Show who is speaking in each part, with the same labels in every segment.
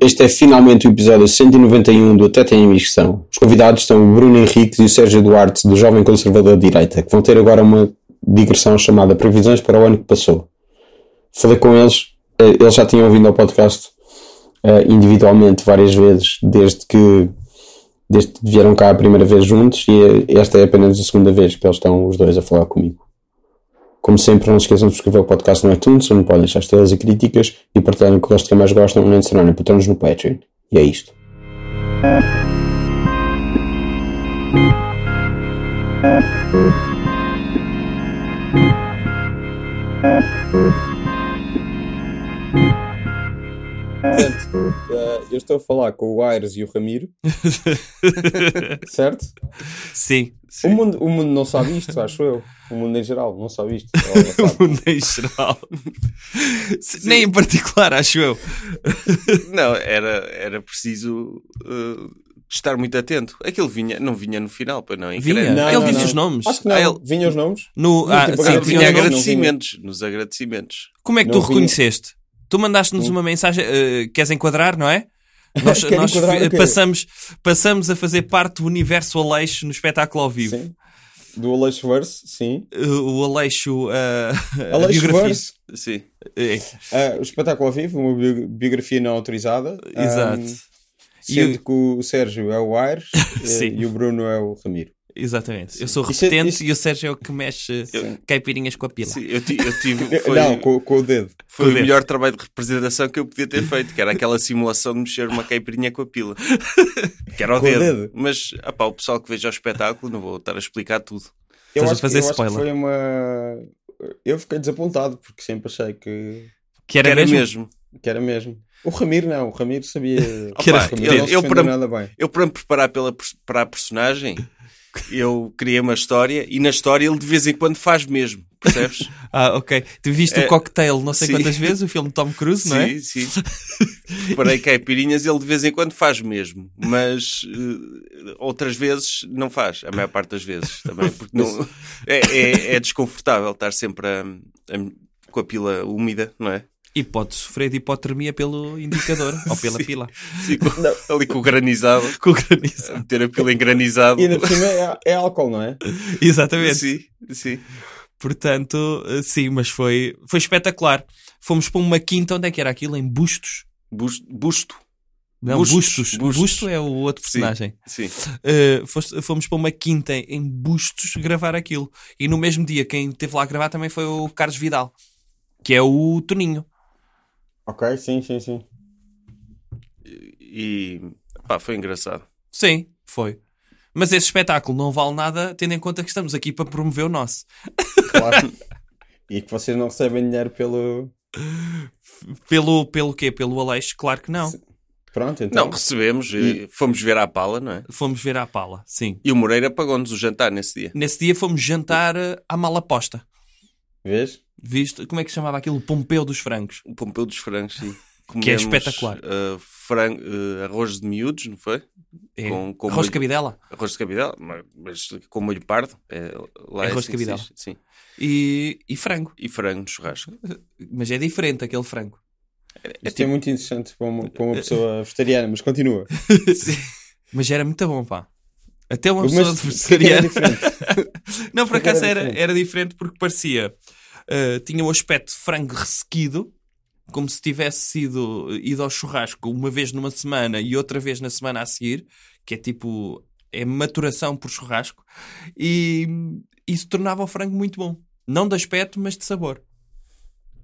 Speaker 1: Este é finalmente o episódio 191 do Até Tem Emissão. Os convidados são o Bruno Henriques e o Sérgio Duarte, do Jovem Conservador de Direita, que vão ter agora uma digressão chamada Previsões para o ano que passou. Falei com eles, eh, eles já tinham vindo ao podcast eh, individualmente várias vezes, desde que, desde que vieram cá a primeira vez juntos, e eh, esta é apenas a segunda vez que eles estão os dois a falar comigo. Como sempre, não se esqueçam de subscrever o podcast no iTunes, onde podem deixar estrelas e críticas e partilharem com os que mais gostam, além de se tornarem patronos no Patreon. E é isto. eh, eu estou a falar com o Aires e o Ramiro, certo?
Speaker 2: Sim,
Speaker 1: O
Speaker 2: sim.
Speaker 1: mundo, o mundo não sabe isto, acho eu. O mundo em geral não sabe isto.
Speaker 2: O mundo em geral. Se- Nem em particular, acho eu.
Speaker 3: Não, era, era preciso eh, estar muito atento. Aquilo vinha, não vinha no final, pois não. em
Speaker 2: Vinha.
Speaker 3: grande.
Speaker 1: Não,
Speaker 2: Ele
Speaker 1: não,
Speaker 2: disse
Speaker 1: não.
Speaker 2: os nomes.
Speaker 1: Acho que não.
Speaker 2: Ah, ele-
Speaker 1: Vinha os nomes?
Speaker 2: No,
Speaker 1: Não,
Speaker 2: ah,
Speaker 1: tipo,
Speaker 2: sim,
Speaker 1: agora
Speaker 2: tinha
Speaker 3: Agora vinha
Speaker 1: não,
Speaker 2: agora-
Speaker 1: não.
Speaker 3: agradecimentos, nos agradecimentos.
Speaker 2: Como é que
Speaker 1: Não
Speaker 2: tu
Speaker 1: vinha.
Speaker 2: reconheceste? Tu mandaste-nos uma mensagem. eh, queres enquadrar, não é? Nós,
Speaker 1: Quero
Speaker 2: nós
Speaker 1: enquadrar
Speaker 2: fi-
Speaker 1: o quê?
Speaker 2: passamos, passamos a fazer parte do universo Aleixo no espetáculo ao vivo.
Speaker 1: Sim. Do Aleixo Verse, sim.
Speaker 2: Eh, o Aleixo. eh, a
Speaker 1: Aleixo
Speaker 2: biografia.
Speaker 1: Verse,
Speaker 3: Sim.
Speaker 2: Eh,
Speaker 1: ah, o espetáculo ao vivo, uma bio- biografia não autorizada. Ah,
Speaker 2: exato.
Speaker 1: Sendo
Speaker 2: E o-
Speaker 1: que o Sérgio é o Aires eh,
Speaker 2: Sim.
Speaker 1: e o Bruno é o Ramiro.
Speaker 2: Exatamente. Eu sou
Speaker 1: Isso é-
Speaker 2: repetente
Speaker 1: isso-
Speaker 2: e o Sérgio é o que mexe eh, caipirinhas com a pila.
Speaker 3: Sim, eu, ti- eu tive. Foi,
Speaker 1: Não, com, com o dedo.
Speaker 3: foi o
Speaker 2: poder.
Speaker 3: melhor trabalho de representação que eu podia ter feito, que era aquela simulação de mexer uma caipirinha com a pila. Que era o
Speaker 1: Com o
Speaker 3: dedo.
Speaker 1: dedo.
Speaker 3: Mas ah pá, o pessoal que veja o espetáculo, não vou estar a explicar tudo.
Speaker 1: Eu
Speaker 2: Estás a
Speaker 1: acho, que-
Speaker 2: fazer
Speaker 1: eu acho que
Speaker 2: spoiler.
Speaker 1: foi uma. Eu fiquei desapontado porque sempre achei que,
Speaker 2: Que era,
Speaker 3: Era,
Speaker 2: mesmo.
Speaker 3: mesmo.
Speaker 1: que era mesmo. O Ramiro não, o Ramiro sabia.
Speaker 2: Que era-
Speaker 1: O Ramiro não se
Speaker 3: eu- eu
Speaker 1: defendeu
Speaker 3: para-
Speaker 1: nada bem.
Speaker 3: Eu, para me preparar pela, pers- para a personagem, eu criei uma história e na história ele de vez em quando faz mesmo, percebes?
Speaker 2: Ah, ok. Tu viste o
Speaker 3: É,
Speaker 2: cocktail não sei
Speaker 3: sim.
Speaker 2: quantas vezes, o filme de Tom Cruise, não é?
Speaker 3: Sim, sim. Preparei caipirinhas, ele de vez em quando faz mesmo, mas eh, outras vezes não faz, a maior parte das vezes também, porque não, é, é- é desconfortável estar sempre a- a- com a pila úmida, não é?
Speaker 2: E pode sofrer de hipotermia pelo indicador ou pela
Speaker 3: Sim.
Speaker 2: pila.
Speaker 3: Sim, com- ali com o granizado,
Speaker 2: Com o granizo.
Speaker 3: a meter a pila em granizado.
Speaker 1: E ainda por cima é, é álcool, não é?
Speaker 2: Exatamente.
Speaker 3: Sim, sim.
Speaker 2: Portanto, eh, sim, mas foi, foi espetacular. Fomos para uma quinta, onde é que era aquilo? Em Bustos?
Speaker 3: Bus- Busto,
Speaker 2: Não,
Speaker 3: Bustos,
Speaker 2: Bustos.
Speaker 3: Bustos.
Speaker 2: Busto é o outro
Speaker 3: Sim.
Speaker 2: personagem.
Speaker 3: sim.
Speaker 2: Eh, foste- fomos para uma quinta em Bustos gravar aquilo. E no mesmo dia, quem esteve lá a gravar também foi o Carlos Vidal, que é o Toninho.
Speaker 1: Ok, sim, sim, sim.
Speaker 3: E pá, foi engraçado.
Speaker 2: Sim, foi. Mas esse espetáculo não vale nada, tendo em conta que estamos aqui para promover o nosso.
Speaker 1: Claro. e que vocês não recebem dinheiro pelo.
Speaker 2: Pelo, pelo quê? Pelo Aleixo? Claro que não.
Speaker 1: Pronto, então.
Speaker 3: Não, recebemos, eh, fomos ver à pala, não é?
Speaker 2: Fomos ver à pala, sim.
Speaker 3: E o Moreira pagou-nos o jantar nesse dia.
Speaker 2: Nesse dia fomos jantar eh, à mala posta.
Speaker 1: Vês?
Speaker 2: Visto, como é que se chamava aquilo? Pompeu dos Francos.
Speaker 3: O Pompeu dos Frangos, sim.
Speaker 2: Que é
Speaker 3: Comemos,
Speaker 2: espetacular.
Speaker 3: eh, fran- eh, arroz de miúdos, não foi?
Speaker 2: É.
Speaker 3: Com- com
Speaker 2: Arroz de
Speaker 3: molho-
Speaker 2: cabidela.
Speaker 3: Arroz de cabidela, mas, mas com molho pardo. É,
Speaker 2: É
Speaker 3: lá
Speaker 2: arroz de
Speaker 3: assim que se
Speaker 2: cabidela.
Speaker 3: diz, Sim.
Speaker 2: E, e frango.
Speaker 3: E frango no churrasco.
Speaker 2: Mas é diferente aquele frango.
Speaker 1: Isto
Speaker 2: tipo,
Speaker 1: é muito interessante para uma, para uma pessoa vegetariana, mas continua.
Speaker 2: Mas era muito bom, pá. Até uma
Speaker 1: Mas
Speaker 2: pessoa
Speaker 1: o que é que era
Speaker 2: vegetariana.
Speaker 1: diferente?
Speaker 2: Não, por
Speaker 1: Porque
Speaker 2: acaso
Speaker 1: era
Speaker 2: era,
Speaker 1: diferente.
Speaker 2: era diferente porque parecia. eh, tinha o aspecto de frango ressequido, como se tivesse sido eh, ido ao churrasco uma vez numa semana e outra vez na semana a seguir, que é tipo. é maturação por churrasco, e isso tornava o frango muito bom. Não de aspecto, mas de sabor.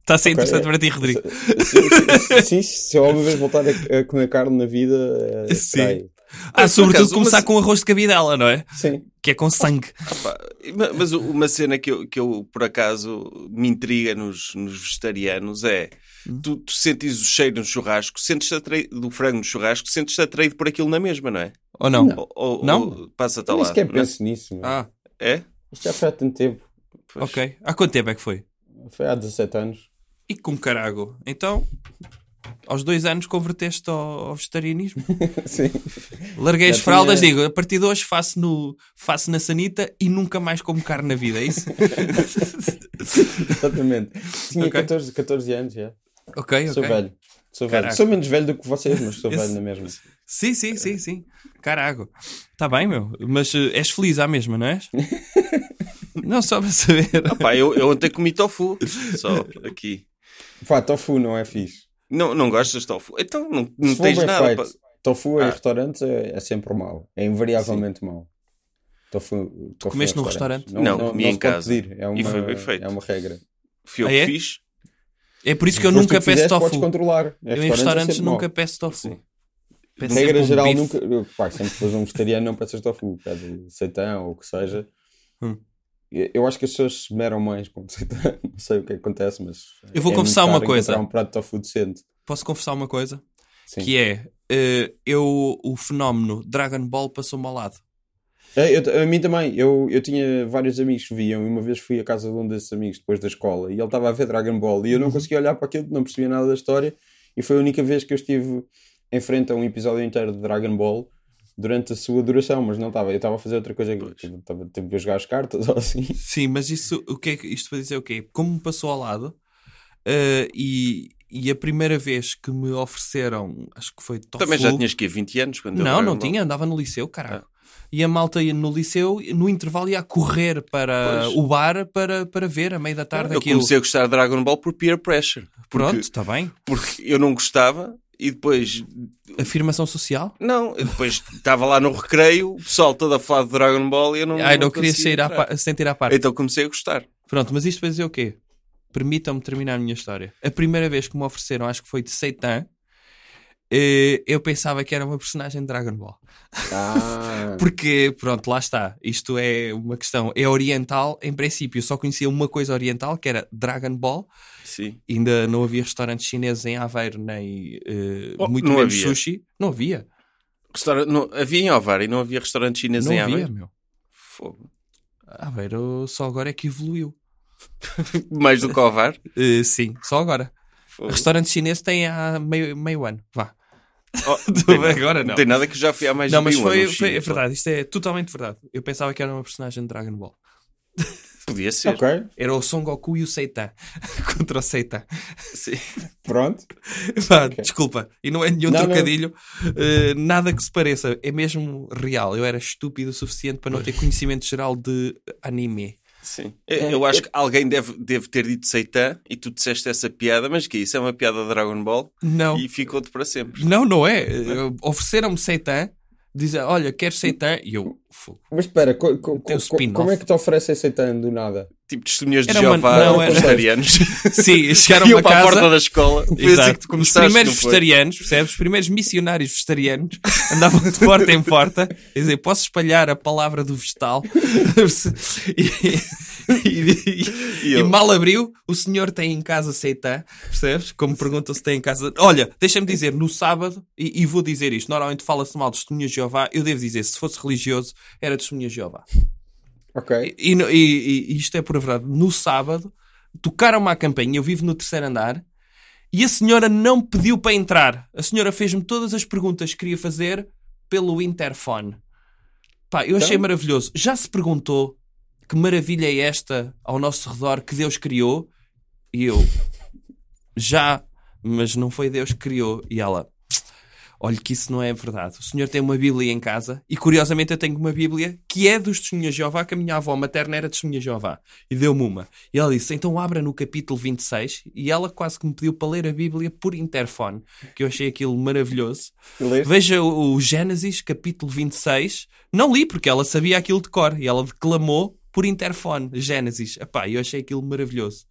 Speaker 2: Está a ser interessante
Speaker 3: é.
Speaker 2: para ti, Rodrigo.
Speaker 3: eh,
Speaker 1: Se- se- é Sim, se eu alguma vez voltar a, a comer carne na vida,
Speaker 2: Sim.
Speaker 1: eh, será aí.
Speaker 2: Ah,
Speaker 3: Mas, por
Speaker 2: sobretudo
Speaker 3: acaso,
Speaker 2: começar
Speaker 3: mas-
Speaker 2: com arroz de cabidela, não é?
Speaker 1: Sim.
Speaker 2: Que é com sangue.
Speaker 3: Pá, ma- Mas u- uma cena que eu, que eu, por acaso, me intriga nos, nos vegetarianos é...
Speaker 2: Hum?
Speaker 3: Tu, tu sentes o cheiro no churrasco, sentes atraído, do frango no churrasco, sentes-te atraído por aquilo na mesma, não é?
Speaker 2: Ou não?
Speaker 3: Ou- Ou,
Speaker 2: Não.
Speaker 3: ou
Speaker 2: Tá
Speaker 3: passa-te
Speaker 1: Nem
Speaker 3: lá.
Speaker 1: sequer
Speaker 3: não é?
Speaker 1: penso nisso. meu.
Speaker 2: Ah,
Speaker 3: É?
Speaker 1: Isto já foi há tanto tempo.
Speaker 3: Pois.
Speaker 2: ok. Há quanto tempo é que foi?
Speaker 1: Foi há 17 anos.
Speaker 2: E com carago. Então, aos dois anos converteste ao, ao vegetarianismo.
Speaker 1: Sim.
Speaker 2: Larguei
Speaker 1: Já
Speaker 2: as fraldas,
Speaker 1: tinha-
Speaker 2: digo, a partir de hoje faço, no, faço na sanita e nunca mais como carne na vida, é isso?
Speaker 1: Exatamente. Tinha
Speaker 2: Ok.
Speaker 1: 14, 14 anos já.
Speaker 2: ok,
Speaker 1: Sou
Speaker 2: ok.
Speaker 1: velho. Sou velho.
Speaker 2: Caraca.
Speaker 1: Sou menos velho do que vocês, mas sou
Speaker 2: Esse-
Speaker 1: velho na mesma.
Speaker 2: Sim, sim, sim, sim. Carago. Está bem, meu. Mas eh, és feliz à mesma, não és? não, só para saber.
Speaker 3: Pá, eu, eu ontem comi tofu, só aqui.
Speaker 1: Pá, tofu não é fixe.
Speaker 3: Não, não gostas de tofu? Então não, não
Speaker 1: Se for é bem
Speaker 3: tens nada para...
Speaker 1: feito, tofu em
Speaker 3: Ah.
Speaker 1: restaurantes é, é sempre mau. É invariavelmente mau. Tofu, tofu
Speaker 2: comeste
Speaker 1: em
Speaker 2: num
Speaker 1: restaurantes.
Speaker 2: restaurante?
Speaker 3: Não, comi em
Speaker 1: se pode
Speaker 3: casa.
Speaker 1: pedir, É uma,
Speaker 3: foi bem feito.
Speaker 1: É uma regra.
Speaker 3: Fui eu
Speaker 2: Ah,
Speaker 3: que
Speaker 2: é?
Speaker 3: fiz.
Speaker 2: É por isso que eu
Speaker 1: Foste tu
Speaker 2: nunca
Speaker 1: que
Speaker 2: peço
Speaker 1: fizeste, Podes é
Speaker 2: tofu.
Speaker 1: controlar.
Speaker 2: Eu em restaurantes nunca
Speaker 1: peço.
Speaker 2: peço tofu.
Speaker 3: Sim.
Speaker 2: Peço sempre
Speaker 1: Regra
Speaker 2: um
Speaker 1: geral,
Speaker 2: bife.
Speaker 1: nunca. Pá, sempre que fores um vegetariano, não peças tofu. Pede seitão ou o que seja.
Speaker 2: Hum.
Speaker 1: Eu eu acho que as pessoas se meram mais com seitão. Não sei o que acontece, mas.
Speaker 2: Eu vou
Speaker 1: é
Speaker 2: confessar
Speaker 1: muito
Speaker 2: uma
Speaker 1: raro
Speaker 2: coisa.
Speaker 1: encontrar um prato de tofu decente.
Speaker 2: Posso confessar uma coisa?
Speaker 1: Sim.
Speaker 2: Que é, eh, eu, o fenómeno Dragon Ball passou-me ao lado.
Speaker 1: É, eu t- a mim também, eu, eu tinha vários amigos que viam e uma vez fui à casa de um desses amigos depois da escola e ele estava a ver Dragon Ball e eu
Speaker 2: Uhum.
Speaker 1: não conseguia olhar para aquilo, não percebia nada da história e foi a única vez que eu estive em frente a um episódio inteiro de Dragon Ball durante a sua duração, mas não estava, eu estava a fazer outra coisa,
Speaker 3: Pois.
Speaker 1: tipo, estava tempo a jogar as cartas ou assim.
Speaker 2: Sim, mas isso, o que é que, isto para dizer o quê? Como me passou ao lado eh, e, e a primeira vez que me ofereceram, acho que foi tofu.
Speaker 3: Também já tinhas que ir 20 anos quando eu
Speaker 2: Não,
Speaker 3: era um
Speaker 2: não
Speaker 3: mal.
Speaker 2: tinha, andava no liceu, caralho.
Speaker 3: Ah.
Speaker 2: E a malta ia no liceu, e no intervalo ia a correr para
Speaker 3: Pois.
Speaker 2: o bar para, para ver, a meio da tarde,
Speaker 3: Eu
Speaker 2: aquilo.
Speaker 3: comecei a gostar de Dragon Ball por peer pressure.
Speaker 2: Pronto,
Speaker 3: Porque,
Speaker 2: está bem.
Speaker 3: porque eu não gostava e depois
Speaker 2: Afirmação social.
Speaker 3: Não, eu depois estava lá no recreio, o pessoal todo a falar de Dragon Ball e eu não.
Speaker 2: Ai, não queria
Speaker 3: conseguia
Speaker 2: sair à
Speaker 3: entrar.
Speaker 2: pa- sem tirar a parte.
Speaker 3: Então comecei a gostar.
Speaker 2: Pronto, mas isto para dizer o quê? Permitam-me terminar a minha história. A primeira vez que me ofereceram, acho que foi de Seitan, eh, eu pensava que era uma personagem de Dragon Ball.
Speaker 1: Ah,
Speaker 2: Porque, pronto, lá está. Isto é uma questão. É oriental, em princípio. Eu só conhecia uma coisa oriental, que era Dragon Ball.
Speaker 3: Sim.
Speaker 2: Ainda não havia restaurantes chineses em Aveiro, nem eh,
Speaker 3: Oh,
Speaker 2: muito
Speaker 3: não
Speaker 2: menos
Speaker 3: havia.
Speaker 2: sushi. Não havia.
Speaker 3: Restaura- não- havia em Ovar e não havia restaurante chinês
Speaker 2: não
Speaker 3: em
Speaker 2: havia,
Speaker 3: Aveiro.
Speaker 2: meu.
Speaker 3: Fogo.
Speaker 2: Aveiro só agora é que evoluiu.
Speaker 3: Mais do que Ovar.
Speaker 2: Eh, sim, só agora.
Speaker 3: Fogo.
Speaker 2: Restaurante chinês tem há meio, meio ano. Vá.
Speaker 3: Oh, não tem nada-
Speaker 2: Agora
Speaker 3: Não tem nada que já fui há mais
Speaker 2: Não,
Speaker 3: de
Speaker 2: mas
Speaker 3: mil
Speaker 2: foi,
Speaker 3: anos,
Speaker 2: foi-
Speaker 3: sim,
Speaker 2: é verdade, isto é totalmente verdade. Eu pensava que era uma personagem de Dragon Ball.
Speaker 3: Podia ser.
Speaker 1: ok,
Speaker 2: Era o Son Goku e o Seitan contra o Seitan.
Speaker 1: pronto.
Speaker 2: Pá,
Speaker 1: Ok.
Speaker 2: Desculpa, e não é nenhum
Speaker 1: Não, não.
Speaker 2: trocadilho, eh, nada que se pareça, é mesmo real. Eu era estúpido o suficiente para não ter conhecimento geral de anime.
Speaker 3: Sim.
Speaker 2: É,
Speaker 3: Eu, eu acho que alguém deve, deve ter dito Seitan e tu disseste essa piada, mas que isso é uma piada de Dragon Ball
Speaker 2: Não,
Speaker 3: e ficou-te para sempre.
Speaker 2: não, não é. Eh, Ofereceram-me Seitan, dizem, olha, queres Seitan? E eu, fogo.
Speaker 1: Mas espera, co- co-
Speaker 2: Tem um
Speaker 1: co-
Speaker 2: spin-off.
Speaker 1: como é que te oferecem seitão do nada?
Speaker 3: Tipo testemunhas de
Speaker 2: Era uma-
Speaker 3: Jeová,
Speaker 2: não, era-
Speaker 3: vegetarianos.
Speaker 2: Sim, chegaram
Speaker 3: Iam
Speaker 2: a
Speaker 3: para a porta
Speaker 2: casa.
Speaker 3: da escola. Foi assim que
Speaker 2: Exato.
Speaker 3: tu
Speaker 2: Os
Speaker 3: começaste.
Speaker 2: primeiros
Speaker 3: não foi?
Speaker 2: vegetarianos, percebes? Os primeiros missionários vegetarianos andavam de porta em porta. Quer dizer, posso espalhar a palavra do vegetal? e, e- e-
Speaker 3: E ele?
Speaker 2: e mal abriu, o senhor tem em casa seitã, percebes? Como perguntam se tem em casa. Olha, deixa-me dizer, no sábado, e, e vou dizer isto, normalmente fala-se mal de testemunha de Jeová, eu devo dizer, se fosse religioso, era testemunha de Jeová.
Speaker 1: Ok,
Speaker 2: E, no- e- e- e isto é por verdade. No sábado, tocaram-me à campainha. Eu vivo no terceiro andar. E a senhora não pediu para entrar. A senhora fez-me todas as perguntas que queria fazer pelo interfone. Pá, eu achei
Speaker 1: Então?
Speaker 2: maravilhoso. Já se perguntou que maravilha é esta ao nosso redor que Deus criou? E eu, já, mas não foi Deus que criou. E ela, olha que isso não é verdade. O senhor tem uma Bíblia em casa e curiosamente eu tenho uma Bíblia que é dos Testemunhas de Jeová, que a minha avó materna era Testemunha de Jeová. E deu-me uma. E ela disse, então abra no capítulo 26. E ela quase que me pediu para ler a Bíblia por interfone, que eu achei aquilo maravilhoso.
Speaker 1: leste?
Speaker 2: Veja o o Gênesis, capítulo 26. Não li, porque ela sabia aquilo de cor. E ela declamou por interfone, Gênesis. Epá, eu achei aquilo maravilhoso.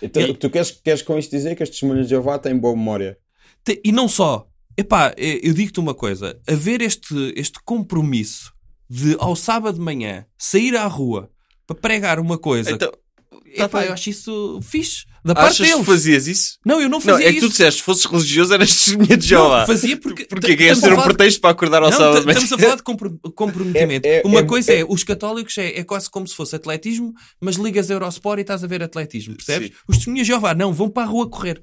Speaker 1: Então,
Speaker 2: Eu-
Speaker 1: tu queres, queres com isto dizer que as testemunhas de Jeová têm boa memória?
Speaker 2: Te- E não só. Epá, eh, eu digo-te uma coisa. Haver este, este compromisso de, ao sábado de manhã, sair à rua para pregar uma coisa...
Speaker 3: Então,
Speaker 2: epá,
Speaker 3: bem.
Speaker 2: eu acho isso fixe. Da parte
Speaker 3: achas que
Speaker 2: deles.
Speaker 3: fazias isso?
Speaker 2: Não, eu não
Speaker 3: Não,
Speaker 2: fazia
Speaker 3: é que tu
Speaker 2: isso.
Speaker 3: disseste, se fosses religioso eras testemunha de
Speaker 2: Não,
Speaker 3: Jeová.
Speaker 2: fazia porque...
Speaker 3: Porque
Speaker 2: Estamos
Speaker 3: querias ter
Speaker 2: a
Speaker 3: um
Speaker 2: falar de-
Speaker 3: pretexto para acordar ao
Speaker 2: Não,
Speaker 3: sábado.
Speaker 2: t-
Speaker 3: mas-
Speaker 2: estamos a falar de compro- comprometimento.
Speaker 1: É- é-
Speaker 2: Uma
Speaker 1: é-
Speaker 2: coisa é,
Speaker 1: é-
Speaker 2: os católicos é, é quase como se fosse atletismo, mas ligas Eurosport e estás a ver atletismo, percebes?
Speaker 3: Sim.
Speaker 2: Os testemunhas de Jeová não, vão para a rua correr.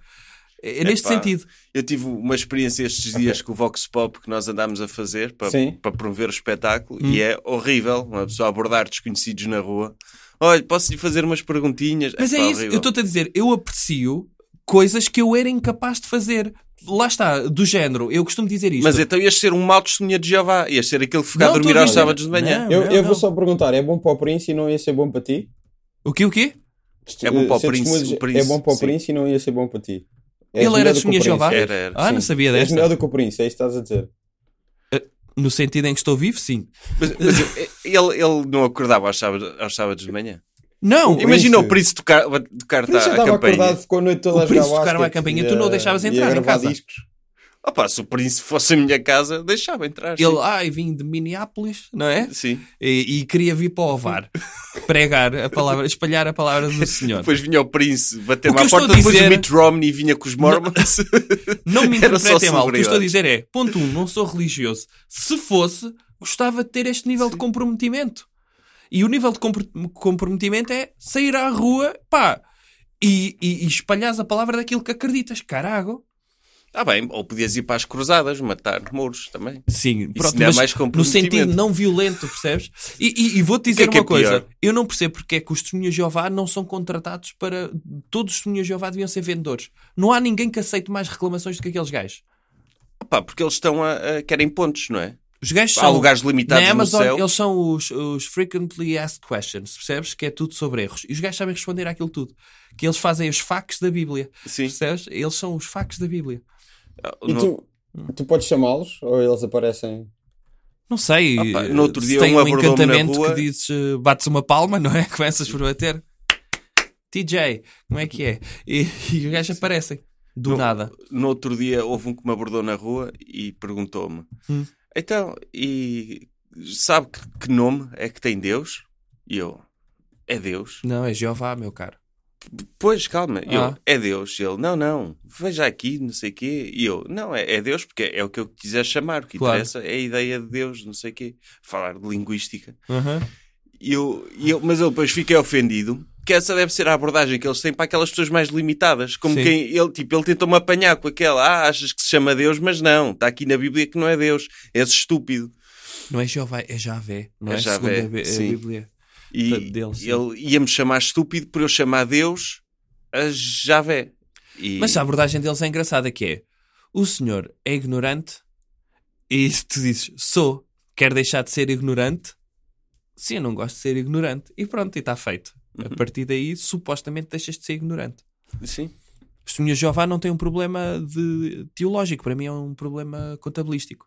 Speaker 2: É, é neste
Speaker 3: Epá.
Speaker 2: sentido.
Speaker 3: Eu tive uma experiência estes dias com o Vox Pop que nós andámos a fazer para,
Speaker 1: Sim.
Speaker 3: para promover o espetáculo
Speaker 2: Hum.
Speaker 3: e é horrível uma pessoa abordar desconhecidos na rua. Olha, posso lhe fazer umas perguntinhas?
Speaker 2: Mas é
Speaker 3: pá,
Speaker 2: isso,
Speaker 3: horrível.
Speaker 2: eu estou-te a dizer, eu aprecio coisas que eu era incapaz de fazer. Lá está, do género. Eu costumo dizer isto.
Speaker 3: Mas então ias ser um mau testemunha de Jeová, ias ser aquele que fica
Speaker 2: Não,
Speaker 3: a dormir
Speaker 2: estou a
Speaker 3: aos
Speaker 2: dizer-
Speaker 3: sábados de manhã.
Speaker 2: Não,
Speaker 1: Eu,
Speaker 2: não,
Speaker 1: eu vou
Speaker 2: não.
Speaker 1: só perguntar, é bom para o Prince e não ia ser bom para ti?
Speaker 2: O quê, o quê?
Speaker 3: É bom para o
Speaker 1: Ser
Speaker 3: Prince,
Speaker 1: testemunha de-
Speaker 3: o Prince,
Speaker 1: é bom para o
Speaker 3: sim.
Speaker 1: Prince e não ia ser bom para ti.
Speaker 2: Ele
Speaker 1: És
Speaker 2: era
Speaker 1: melhor do que o
Speaker 2: testemunha de
Speaker 1: Prince.
Speaker 2: Jeová?
Speaker 3: Era, era,
Speaker 2: ah, não
Speaker 1: Sim.
Speaker 2: sabia
Speaker 1: És
Speaker 2: desta.
Speaker 1: melhor do que o Prince, é isso que estás a dizer.
Speaker 2: No sentido em que estou vivo, sim.
Speaker 3: Mas, mas eu- ele, ele não acordava aos sábados, aos sábados de manhã.
Speaker 2: Não,
Speaker 1: Prince-
Speaker 3: Imagina o Príncipe tocar, tocar
Speaker 1: Por isso eu
Speaker 3: tá, a
Speaker 1: estava
Speaker 3: campainha.
Speaker 1: acordado, ficou a noite toda
Speaker 2: O
Speaker 1: a jogar
Speaker 2: Prince tocaram
Speaker 1: basquete
Speaker 2: a campainha,
Speaker 1: e
Speaker 2: tu não
Speaker 1: a-
Speaker 2: o deixavas
Speaker 1: e a
Speaker 2: entrar em
Speaker 1: gravar
Speaker 2: casa.
Speaker 1: discos.
Speaker 3: Opa, se o Príncipe fosse a minha casa, deixava entrar. sim.
Speaker 2: ele, ai, vim de Minneapolis, não é?
Speaker 3: Sim.
Speaker 2: E, e queria vir para o Ovar pregar a palavra, espalhar a palavra do Senhor.
Speaker 3: Depois vinha o Príncipe bater-me
Speaker 2: O que
Speaker 3: à
Speaker 2: eu estou
Speaker 3: porta,
Speaker 2: a
Speaker 3: depois
Speaker 2: dizer-
Speaker 3: o Mitt Romney vinha com os Mormons.
Speaker 2: Não me
Speaker 3: Era só
Speaker 2: interpretem mal. O que eu estou a
Speaker 3: celebridades.
Speaker 2: dizer é: ponto um, não sou religioso. Se fosse, gostava de ter este nível de comprometimento. E o nível de compro- comprometimento é sair à rua, pá, e, e, e espalhares a palavra daquilo que acreditas. Carago.
Speaker 3: Ah bem, ou podias ir para as cruzadas, matar mouros também.
Speaker 2: Sim, pronto,
Speaker 3: ainda é
Speaker 2: mas
Speaker 3: mais
Speaker 2: no
Speaker 3: comprometimento.
Speaker 2: sentido não violento, percebes? E, e- e vou-te dizer
Speaker 3: que é
Speaker 2: uma coisa:
Speaker 3: pior?
Speaker 2: eu não percebo porque é que os testemunhas de Jeová não são contratados para. Todos os testemunhas de Jeová deviam ser vendedores. Não há ninguém que aceite mais reclamações do que aqueles gajos.
Speaker 3: Opa, porque eles estão a, a- querem pontos, não é?
Speaker 2: Os gajos
Speaker 3: Há
Speaker 2: são-
Speaker 3: lugares limitados
Speaker 2: Na Amazon,
Speaker 3: no céu.
Speaker 2: eles são os, os frequently asked questions, percebes? Que é tudo sobre erros. E os gajos sabem responder àquilo tudo. Que eles fazem os facts da Bíblia.
Speaker 3: Sim.
Speaker 2: Percebes? Eles são então- os facts da Bíblia.
Speaker 1: E
Speaker 3: No-
Speaker 1: tu, tu podes chamá-los ou eles aparecem?
Speaker 2: Não sei.
Speaker 3: Ah pá,
Speaker 2: eh,
Speaker 3: no outro
Speaker 2: se
Speaker 3: dia
Speaker 2: tem
Speaker 3: um
Speaker 2: um
Speaker 3: abordou-me na
Speaker 2: encantamento
Speaker 3: rua.
Speaker 2: que dizes, eh, bates uma palma, não é? Começas por bater. TJ, como é que é? E, e os gajos aparecem. Do nada.
Speaker 3: no outro dia houve um que me abordou na rua e perguntou-me:
Speaker 2: Hum.
Speaker 3: Então, e sabe que, que nome é que tem Deus? E eu, é Deus?
Speaker 2: Não, é Jeová, meu caro.
Speaker 3: Pois, calma, E
Speaker 2: Ah.
Speaker 3: eu, é Deus. E ele, não, não, veja aqui, não sei o quê. E eu, não, é, é Deus, porque é o que eu quiser chamar, o que
Speaker 2: Claro.
Speaker 3: interessa é a ideia de Deus, não sei o quê. Falar de linguística. E eu, e eu, mas eu depois fiquei ofendido que essa deve ser a abordagem que eles têm para aquelas pessoas mais limitadas. Como
Speaker 2: Sim.
Speaker 3: quem ele, tipo, ele tentou-me apanhar com aquela, ah, achas que se chama Deus, mas não, está aqui na Bíblia que não é Deus, és estúpido.
Speaker 2: Não é Jeová, é Javé. Não é,
Speaker 3: É
Speaker 2: segundo
Speaker 3: Javé,
Speaker 2: a Bí- a
Speaker 3: sim.
Speaker 2: Bíblia.
Speaker 3: E
Speaker 2: Portanto, dele, sim.
Speaker 3: ele ia-me chamar estúpido por eu chamar Deus a Javé. E,
Speaker 2: Mas a abordagem deles é engraçada que é o senhor é ignorante e tu dizes sou, quer deixar de ser ignorante? Sim, eu não gosto de ser ignorante. E pronto, e está feito.
Speaker 3: Uhum.
Speaker 2: A partir daí, supostamente, deixas de ser ignorante.
Speaker 3: sim.
Speaker 2: Os testemunhas de Jeová não têm um problema de- teológico, para mim é um problema contabilístico.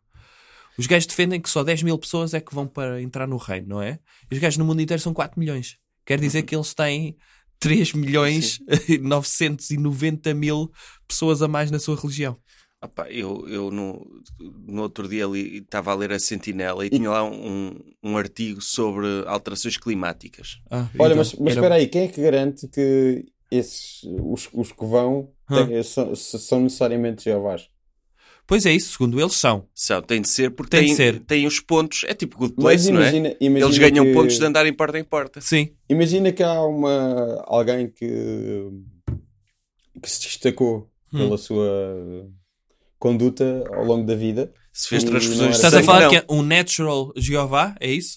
Speaker 2: Os gajos defendem que só 10 mil pessoas é que vão para entrar no reino, não é? E os gajos no mundo inteiro são 4 milhões. Quer dizer que eles têm 3 milhões e 990 mil pessoas a mais na sua religião.
Speaker 3: Ah pá, eu, eu no, no outro dia ali estava a ler a Sentinela e, tinha lá um, um artigo sobre alterações climáticas.
Speaker 2: Ah,
Speaker 1: Olha,
Speaker 2: então,
Speaker 1: mas, mas
Speaker 2: era-
Speaker 1: espera aí, quem é que garante que esses, os, os que vão
Speaker 2: Hã?
Speaker 1: têm- são, são necessariamente Jeovás?
Speaker 2: Pois é isso, segundo eles são.
Speaker 3: São, tem de ser, porque
Speaker 2: Tem de
Speaker 3: tem,
Speaker 2: ser.
Speaker 3: tem os pontos, é tipo good
Speaker 1: Mas
Speaker 3: place, não é?
Speaker 1: imagina, imagina
Speaker 3: Eles ganham
Speaker 1: que,
Speaker 3: pontos de andarem porta em porta.
Speaker 2: Sim.
Speaker 1: Imagina que há uma, alguém que, que se destacou
Speaker 2: Hum.
Speaker 1: pela sua conduta ao longo da vida.
Speaker 3: Se fez
Speaker 1: Hum,
Speaker 3: transfusões de
Speaker 2: Estás a
Speaker 3: sangue,
Speaker 2: falar
Speaker 3: não.
Speaker 2: que é um natural Jeová, é isso?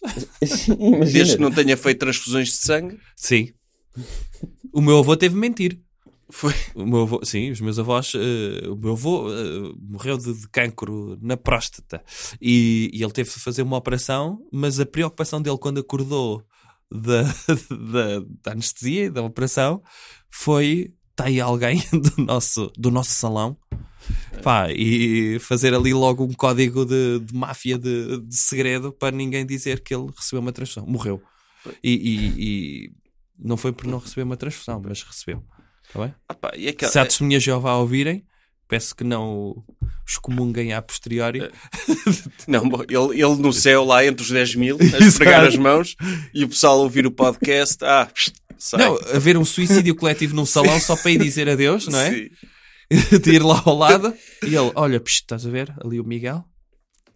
Speaker 1: imagina.
Speaker 3: Desde que não tenha feito transfusões de sangue,
Speaker 2: Sim. O meu avô teve de mentir.
Speaker 3: foi.
Speaker 2: O meu avô, sim, os meus avós. eh, o meu avô eh, morreu de, de cancro na próstata e, e ele teve de fazer uma operação, mas a preocupação dele quando acordou da, da, da anestesia e da operação foi: está aí alguém do nosso, do nosso salão. Pá, e fazer ali logo um código de, de máfia de, de segredo para ninguém dizer que ele recebeu uma transfusão. Morreu. E, e- e não foi por não receber uma transfusão, mas recebeu. Está bem?
Speaker 3: Ah pá, e aquela-
Speaker 2: Se há testemunhas de Jeová a ouvirem, peço que não os comunguem a posteriori.
Speaker 3: É, tá Não, bom, ele, ele no céu, lá entre os 10 mil, a esfregar as mãos e o pessoal a ouvir o podcast. Ah, sai.
Speaker 2: Não, haver um suicídio coletivo num salão só para ir dizer adeus, não é?
Speaker 3: Sim.
Speaker 2: De ir lá ao lado e ele, olha, psh, estás a ver ali o Miguel?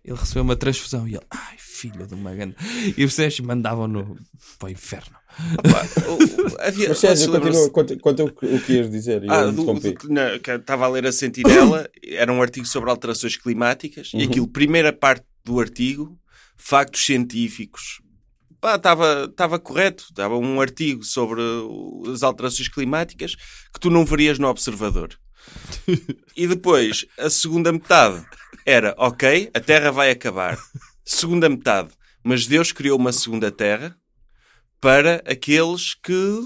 Speaker 2: Ele recebeu uma transfusão e ele, ai filho de uma grande. E vocês mandavam-no para o inferno.
Speaker 3: Ah pá, o- o- havia-
Speaker 1: Mas Sérgio,
Speaker 3: lembra-se-
Speaker 1: continua, conta, conta o que, o que ias dizer.
Speaker 3: Ah,
Speaker 1: eu
Speaker 3: do-
Speaker 1: interrompi.
Speaker 3: do- na- que estava a ler a Sentinela, era um artigo sobre alterações climáticas, e aquilo, primeira parte do artigo, factos científicos, pá, estava, estava correto, estava um artigo sobre as alterações climáticas que tu não verias no Observador. E depois, a segunda metade era, ok, a Terra vai acabar. Segunda metade, mas Deus criou uma segunda Terra para aqueles que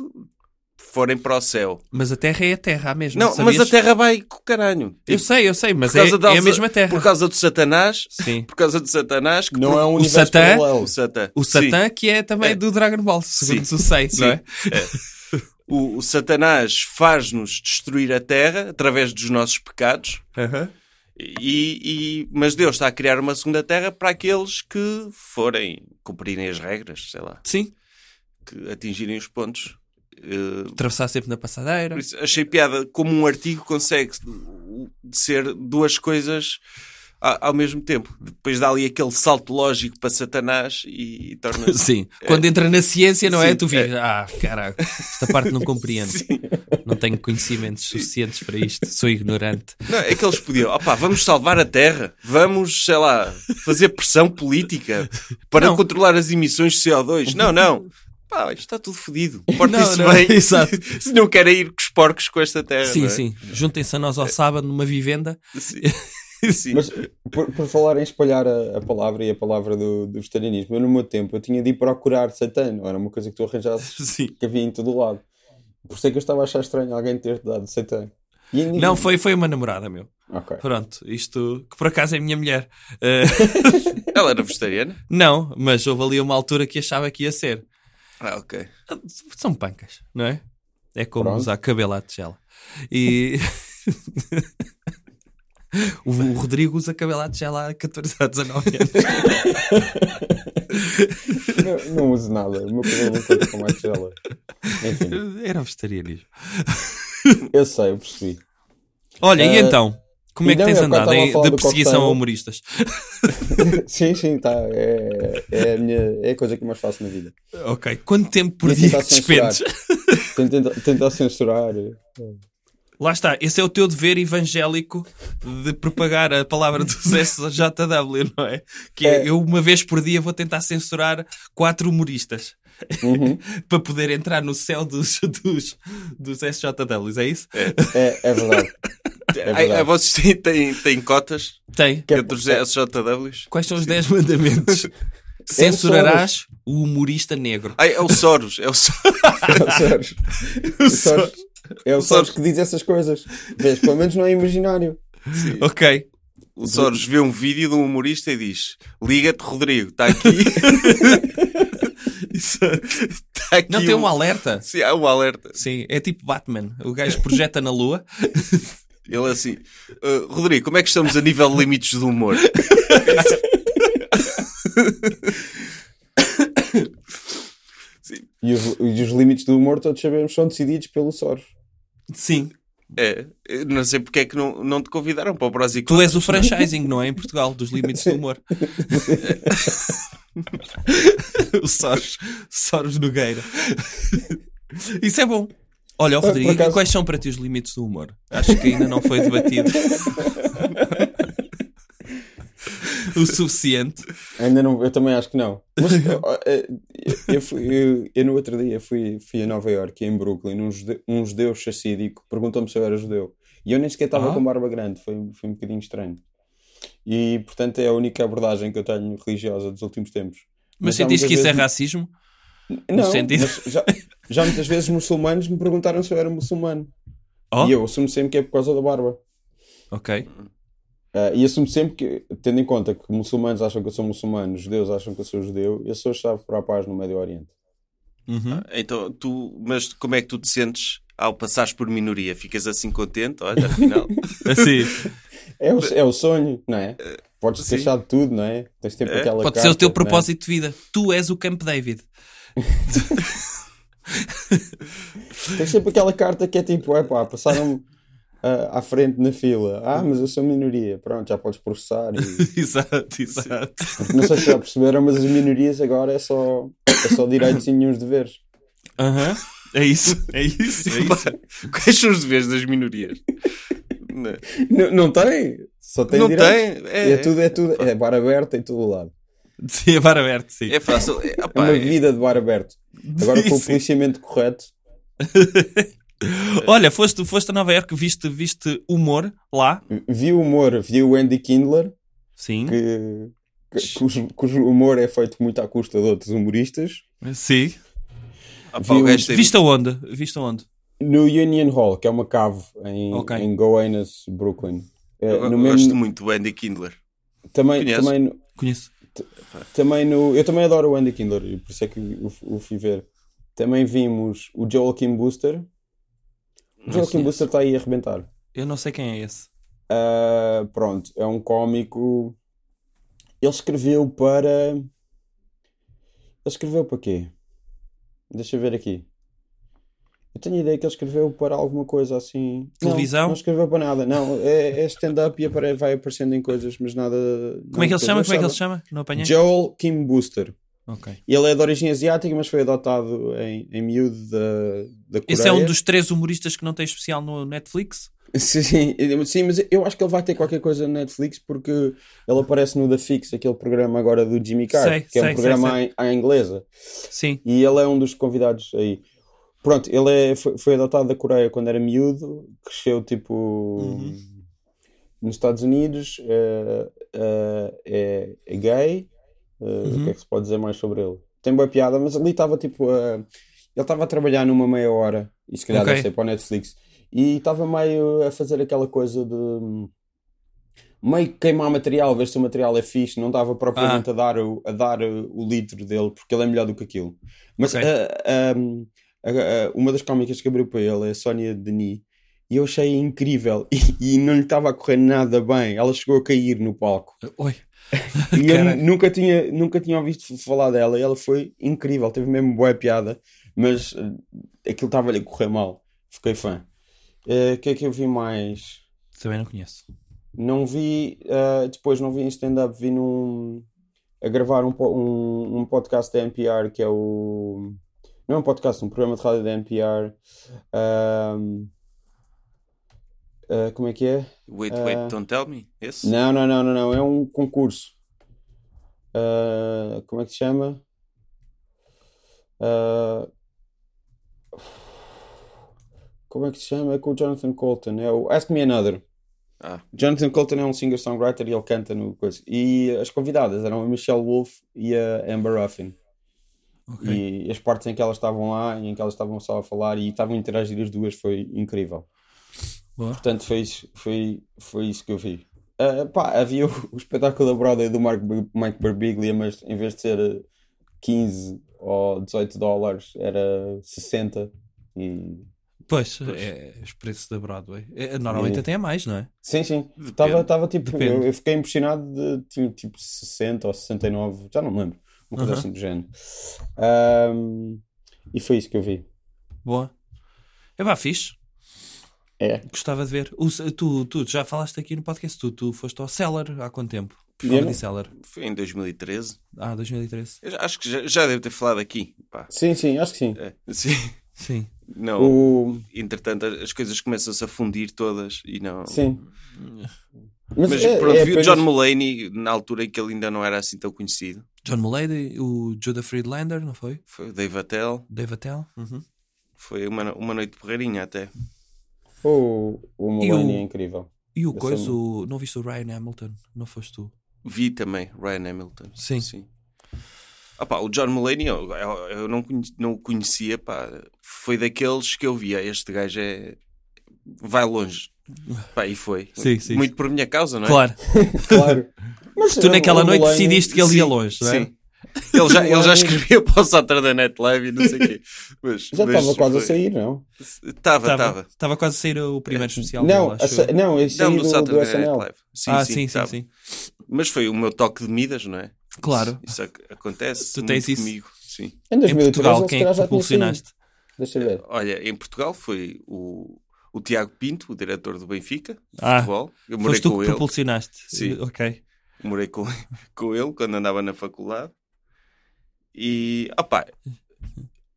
Speaker 3: forem para o céu.
Speaker 2: Mas a Terra é a Terra, a mesma.
Speaker 3: Não,
Speaker 2: sabias?
Speaker 3: mas a Terra vai com caralho.
Speaker 2: Eu
Speaker 3: Tipo,
Speaker 2: sei, eu sei, mas
Speaker 3: por
Speaker 2: é,
Speaker 3: causa da
Speaker 2: é a
Speaker 3: alça-
Speaker 2: mesma Terra.
Speaker 3: Por causa do Satanás.
Speaker 2: Sim.
Speaker 3: Por causa do Satanás. Que
Speaker 4: Não é um
Speaker 2: o
Speaker 4: universo
Speaker 2: Satã-
Speaker 4: paralelo.
Speaker 3: O Satã.
Speaker 2: O
Speaker 3: Sim.
Speaker 2: Satã, que é também
Speaker 3: É.
Speaker 2: do Dragon Ball, segundo
Speaker 3: Sim.
Speaker 2: o sei,
Speaker 3: Sim.
Speaker 2: não é?
Speaker 3: O, o Satanás faz-nos destruir a Terra através dos nossos pecados.
Speaker 2: Aham.
Speaker 3: E, e- mas Deus está a criar uma segunda terra para aqueles que forem cumprirem as regras, sei lá,
Speaker 2: Sim.
Speaker 3: que atingirem os pontos. Eh,
Speaker 2: Atravessar sempre na passadeira.
Speaker 3: por isso, achei piada como um artigo consegue de- de ser duas coisas a- ao mesmo tempo. Depois dá ali aquele salto lógico para Satanás e, e torna-se.
Speaker 2: Sim. Quando entra na ciência, não é?
Speaker 3: é. Sim,
Speaker 2: Tu vês, ah, caraca, esta parte não compreendo. Não tenho conhecimentos suficientes para isto, sou ignorante.
Speaker 3: Não, é que eles podiam, opá, vamos salvar a Terra, vamos, sei lá, fazer pressão política para
Speaker 2: Não. Uhum.
Speaker 3: controlar as emissões de CO2. Não, não. Pá, isto está tudo fodido. Portem-se
Speaker 2: Não, não,
Speaker 3: bem.
Speaker 2: exato.
Speaker 3: Se não querem ir com os porcos com esta Terra. não
Speaker 2: Sim,
Speaker 3: é?
Speaker 2: sim. Juntem-se a nós ao sábado numa vivenda.
Speaker 3: Sim. Sim.
Speaker 1: Mas por, por falar em espalhar a, a palavra e a palavra do, do vegetarianismo, eu no meu tempo eu tinha de ir procurar Satã, não era uma coisa que tu arranjasses
Speaker 2: Sim.
Speaker 1: que havia em todo o lado. Por isso é que eu estava a achar estranho alguém ter dado Satã. E ainda-
Speaker 2: Não, foi, foi uma namorada, meu.
Speaker 1: Ok.
Speaker 2: Pronto, isto que por acaso é a minha mulher. Eh,
Speaker 3: Ela era vegetariana?
Speaker 2: não, mas houve ali uma altura que achava que ia ser.
Speaker 3: Ah, ok.
Speaker 2: São pancas, não é? É como
Speaker 1: Pronto.
Speaker 2: usar cabelo à tigela. E. o o Rodrigo usa cabelo à tigela há 14 a 19 anos.
Speaker 1: Não, não uso nada. O meu cabelo não conta com mais tigela. Enfim,
Speaker 2: Era vegetarianismo.
Speaker 1: eu sei, eu percebi.
Speaker 2: Olha, e
Speaker 1: Eh,
Speaker 2: então? Como é que
Speaker 1: então,
Speaker 2: tens
Speaker 1: eu quando
Speaker 2: andado
Speaker 1: estava a
Speaker 2: em-
Speaker 1: falar
Speaker 2: de
Speaker 1: do
Speaker 2: perseguição
Speaker 1: cocktail-
Speaker 2: a humoristas?
Speaker 1: Sim, sim, tá. É, é, a minha, é a coisa que eu mais faço na vida.
Speaker 2: Ok. Quanto tempo por
Speaker 1: E
Speaker 2: dia
Speaker 1: tentar
Speaker 2: que despendes?
Speaker 1: Tentar, tentar- tentar censurar.
Speaker 2: Lá está, esse é o teu dever evangélico de propagar a palavra dos SJW, não é? Que é,
Speaker 1: É.
Speaker 2: eu uma vez por dia vou tentar censurar quatro humoristas
Speaker 1: Uhum.
Speaker 2: para poder entrar no céu dos, dos, dos SJWs, é isso?
Speaker 1: É, é verdade. É
Speaker 3: Ai, ai,
Speaker 1: verdade.
Speaker 3: vocês têm, têm, têm cotas
Speaker 2: Tem.
Speaker 1: Que é-
Speaker 3: entre os SJWs?
Speaker 2: Quais são os 10 mandamentos?
Speaker 1: é
Speaker 2: Censurarás o humorista negro.
Speaker 3: Ai, é o Soros. É o Soros.
Speaker 1: É o Soros. O Soros. É o Soros que diz essas coisas. Vês, pelo menos não é imaginário.
Speaker 2: Ok.
Speaker 3: O Soros vê um vídeo de um humorista e diz: Liga-te, Rodrigo, está aqui. Está tá aqui
Speaker 2: Não tem um alerta?
Speaker 3: Sim, há um alerta.
Speaker 2: Sim, é tipo Batman. O gajo projeta na lua.
Speaker 3: Ele assim, "Ah, Rodrigo, como é que estamos a nível de limites do humor?
Speaker 1: E os, e os limites do humor, todos sabemos, são decididos pelo Soros.
Speaker 2: Sim.
Speaker 3: É, eu não sei porque é que não, não te convidaram para o Brasil.
Speaker 2: Tu és o franchising, não é? Em Portugal, dos limites do humor. o Soros, Soros Nogueira. Isso é bom. Olha, ó,
Speaker 1: Ah, Por
Speaker 2: Rodrigo,
Speaker 1: acaso-
Speaker 2: quais são para ti os limites do humor? Acho que ainda não foi debatido o suficiente.
Speaker 1: Ainda não, eu também acho que não. Mas ó, eh, eu, fui- eu- eu no outro dia fui, fui a Nova Iorque, em Brooklyn, um judeu, um judeu chassídico perguntou-me se eu era judeu. E eu nem sequer estava
Speaker 2: Ah.
Speaker 1: com barba grande, foi, foi um bocadinho estranho. E portanto é a única abordagem que eu tenho religiosa dos últimos tempos.
Speaker 2: Mas
Speaker 1: já
Speaker 2: sentiste
Speaker 1: muitas
Speaker 2: que isso é
Speaker 1: vezes-
Speaker 2: racismo?
Speaker 1: Não,
Speaker 2: sentido.
Speaker 1: mas já, já muitas vezes muçulmanos me perguntaram se eu era muçulmano.
Speaker 2: Oh,
Speaker 1: E eu assumo sempre que é por causa da barba.
Speaker 2: ok.
Speaker 1: Ah, e assumo sempre que, tendo em conta que muçulmanos acham que eu sou muçulmano, judeus acham que eu sou judeu, eu sou a chave para a paz no Médio Oriente.
Speaker 2: Uhum.
Speaker 3: Então, tu, mas como é que tu te sentes ao passares por minoria? Ficas assim contente? Olha, afinal.
Speaker 2: Assim,
Speaker 1: É o, é o sonho, não é? Podes te
Speaker 3: sim.
Speaker 1: queixar de tudo, não é? Tens sempre aquela
Speaker 2: pode ser o teu
Speaker 1: carta, não é?
Speaker 2: propósito de vida. Tu és o Camp David.
Speaker 1: Tens sempre aquela carta que é tipo, é pá, passaram ah, à frente na fila. Ah, mas eu sou minoria. Pronto, já podes processar. E...
Speaker 2: exato, exato.
Speaker 1: Não sei se já perceberam, mas as minorias agora é só, é só direitos e nenhum deveres.
Speaker 2: Aham. É isso, é isso, é isso.
Speaker 3: Quais são os deveres das minorias? Não,
Speaker 1: Não, não tem? Só tem
Speaker 3: não
Speaker 1: direitos.
Speaker 3: tem? É,
Speaker 1: É, tudo, é tudo, é bar aberto em todo o lado.
Speaker 2: Sim, a bar aberto, sim.
Speaker 3: É fácil. É,
Speaker 1: É
Speaker 3: opá,
Speaker 1: uma
Speaker 3: é-
Speaker 1: vida de bar aberto. Agora
Speaker 2: Sim,
Speaker 1: com o
Speaker 2: sim.
Speaker 1: policiamento correto.
Speaker 2: Olha, foste, foste a Nova Iorque, viste, viste humor lá.
Speaker 1: Vi o humor, vi o Andy Kindler,
Speaker 2: Sim.
Speaker 1: que, que- cujo, cujo humor é feito muito à custa de outros humoristas.
Speaker 2: Sim.
Speaker 3: opá,
Speaker 1: um
Speaker 3: o gajo tem
Speaker 2: Viste aonde? Viste aonde?
Speaker 1: No Union Hall, que é uma cave em,
Speaker 2: Ok.
Speaker 1: em Gowanus, Brooklyn. É,
Speaker 3: Eu,
Speaker 1: no
Speaker 3: eu
Speaker 1: mesmo-
Speaker 3: gosto muito do Andy Kindler.
Speaker 1: também,
Speaker 3: conheço.
Speaker 1: também, no-
Speaker 2: Conheço.
Speaker 1: também no. Eu também adoro o Andy Kindler, e por isso é que o, o fui ver. Também vimos o Joel Kim Booster. O Joel Kim
Speaker 2: conheço.
Speaker 1: Booster está aí a arrebentar.
Speaker 2: Eu não sei quem é esse.
Speaker 1: Ah, pronto, é um cómico. Ele escreveu para. Ele escreveu para quê? Deixa eu ver aqui. Eu tenho a ideia que ele escreveu para alguma coisa assim. Não,
Speaker 2: Televisão?
Speaker 1: Não, escreveu para nada, não. É, é stand-up e apare- vai aparecendo em coisas, mas nada.
Speaker 2: Como é que ele se chama? Como é que ele se chama? Não apanhei?
Speaker 1: Joel Kim Booster.
Speaker 2: Ok.
Speaker 1: Ele é de origem asiática, mas foi adotado em, em miúdo da, da Coreia.
Speaker 2: Esse é um dos três humoristas que não tem especial no Netflix?
Speaker 1: Sim, sim, sim, mas eu acho que ele vai ter qualquer coisa na Netflix porque ele aparece no The Fix, aquele programa agora do Jimmy Carr,
Speaker 2: Sei,
Speaker 1: que é um
Speaker 2: sei,
Speaker 1: programa
Speaker 2: sei,
Speaker 1: À, à inglesa.
Speaker 2: Sim.
Speaker 1: E ele é um dos convidados aí. Pronto, ele é, foi, foi adotado da Coreia quando era miúdo, cresceu tipo
Speaker 2: Uhum.
Speaker 1: nos Estados Unidos, eh, eh, é, é gay. eh, O
Speaker 2: Uhum.
Speaker 1: que é que se pode dizer mais sobre ele? Tem boa piada, mas ali estava tipo. a- ele estava a trabalhar numa meia hora, e se calhar
Speaker 2: Ok.
Speaker 1: deve ser para o Netflix, e estava meio a fazer aquela coisa de hum, meio que queimar material, ver se o material é fixe, não estava
Speaker 2: Ah.
Speaker 1: propriamente a dar, o, a dar o, o litro dele, porque ele é melhor do que aquilo. Mas
Speaker 2: Ok.
Speaker 1: a- a- hum, a- a- uma das cómicas que abriu para ele é a Sónia Denis, e eu achei incrível, e, e não lhe estava a correr nada bem, ela chegou a cair no palco.
Speaker 2: Oi.
Speaker 1: E eu
Speaker 2: Caralho.
Speaker 1: nu- nunca tinha, nunca tinha ouvido f- falar dela e ela foi incrível, teve mesmo boa piada, mas eh, aquilo estava-lhe a correr mal. Fiquei fã. Eh, O que é que eu vi mais?
Speaker 2: Também não conheço.
Speaker 1: Não vi, eh, depois não vi em stand-up, vi num, a gravar um, po- um, um podcast da NPR que é o. Não é um podcast, um programa de rádio da NPR. Ahm, ehm, eh, como é que é?
Speaker 3: Wait, wait, don't tell me. Esse?
Speaker 1: Não, não, não, não, não. É um concurso. Ah, como é que se chama? Ah, como é que se chama? É com o Jonathan Colton. É o Ask Me Another.
Speaker 3: Ah.
Speaker 1: Jonathan Colton é um singer-songwriter e ele canta no coisa. E as convidadas eram a Michelle Wolf e a Amber Ruffin.
Speaker 2: Ok.
Speaker 1: E as partes em que elas estavam lá e em que elas estavam só a falar e estavam a interagir as duas foi incrível.
Speaker 2: Boa.
Speaker 1: Portanto, foi isso, foi, foi isso que eu vi. Ah, pá, havia o, o espetáculo da Broadway do Mark, Bu- Mike Birbiglia, mas em vez de ser eh, 15 ou 18 dólares, era 60. E...
Speaker 2: Pois, é, os preços da Broadway. É, normalmente
Speaker 1: E-
Speaker 2: até é mais, não é?
Speaker 1: Sim, sim.
Speaker 3: Depende.
Speaker 1: Estava tava, tipo.
Speaker 2: Depende.
Speaker 1: Eu, eu fiquei impressionado de tinha, tipo 60 ou 69, já não me lembro. Uma coisa
Speaker 2: Aham.
Speaker 1: assim do género. Ahm, e foi isso que eu vi.
Speaker 2: Boa. É pá, fixe.
Speaker 1: É.
Speaker 2: Gostava de ver. O Ce- tu, tu já falaste aqui no podcast, tu, tu foste ao Seller há quanto tempo?
Speaker 1: Eu
Speaker 2: Comedy
Speaker 1: não-
Speaker 2: Seller.
Speaker 3: Foi em 2013.
Speaker 2: Ah, 2013.
Speaker 3: Eu já- acho que já, já devo ter falado aqui. Pá.
Speaker 1: Sim, sim, acho que sim.
Speaker 3: É, sim.
Speaker 2: Sim.
Speaker 3: Não.
Speaker 1: O...
Speaker 3: Entretanto, as coisas começam-se a fundir todas e não.
Speaker 1: Sim. é,
Speaker 3: Mas pronto, vi o
Speaker 1: apenas-
Speaker 3: John Mulaney na altura em que ele ainda não era assim tão conhecido.
Speaker 2: John Mulaney, o Judah Friedlander, não foi?
Speaker 3: Foi o Dave Attell.
Speaker 2: Dave Attell. Uhum.
Speaker 3: Foi uma, uma noite porreirinha até.
Speaker 1: O, o Mulaney
Speaker 2: E o-
Speaker 1: é incrível.
Speaker 2: E o
Speaker 1: Eu um-
Speaker 2: coisa,
Speaker 1: sei-
Speaker 2: o- não viste o Ryan Hamilton? Não foste tu?
Speaker 3: Vi também Ryan Hamilton.
Speaker 2: Sim.
Speaker 3: Ah pá, o John Mulaney, eu, eu- eu não, conhe- não o conhecia, pá. Foi daqueles que eu via. Este gajo é. vai longe. Pá, e foi.
Speaker 2: Sim, sim.
Speaker 3: Muito por minha causa, não é?
Speaker 2: Claro.
Speaker 1: Claro. Mas é
Speaker 2: Tu naquela noite
Speaker 1: decidiste
Speaker 2: decidiste que ele ia
Speaker 3: Sim,
Speaker 2: longe, não é?
Speaker 3: Sim. Ele já, ele já
Speaker 1: Mulaney-
Speaker 3: escrevia para o Saturday Night Live e não sei o quê. Mas,
Speaker 1: Já
Speaker 3: mas
Speaker 1: estava quase a
Speaker 3: foi-
Speaker 1: sair, não?
Speaker 3: Estava,
Speaker 2: Estava
Speaker 3: estava.
Speaker 2: estava quase a sair o primeiro especial
Speaker 1: Não,
Speaker 2: dele,
Speaker 1: a
Speaker 2: acho
Speaker 1: sa-
Speaker 2: eu.
Speaker 1: não, eu
Speaker 3: Não,
Speaker 1: saí
Speaker 3: no
Speaker 1: do, do
Speaker 3: Saturday Night
Speaker 1: SNL.
Speaker 3: Live. Sim,
Speaker 2: Ah, sim,
Speaker 3: sim,
Speaker 2: sim,
Speaker 3: estava.
Speaker 2: sim.
Speaker 3: Mas foi o meu toque de Midas, não é?
Speaker 2: Claro.
Speaker 3: Isso, isso ac- acontece
Speaker 2: Tu tens
Speaker 3: muito
Speaker 2: isso?
Speaker 3: comigo. Sim.
Speaker 1: Em
Speaker 2: Em
Speaker 1: 2013
Speaker 2: Portugal,
Speaker 1: ele se
Speaker 2: quem é
Speaker 1: calhar
Speaker 2: que tu
Speaker 1: já tinha saído.
Speaker 2: pulsionaste?
Speaker 1: Deixa eu ver.
Speaker 3: Olha, em Portugal foi o, o Tiago Pinto, o diretor do Benfica, de
Speaker 2: Ah,
Speaker 3: futebol. Eu morei
Speaker 2: Foste tu
Speaker 3: com
Speaker 2: que
Speaker 3: ele.
Speaker 2: propulsionaste.
Speaker 3: Sim.
Speaker 2: Ok.
Speaker 3: Morei com, com ele quando andava na faculdade. E, opá,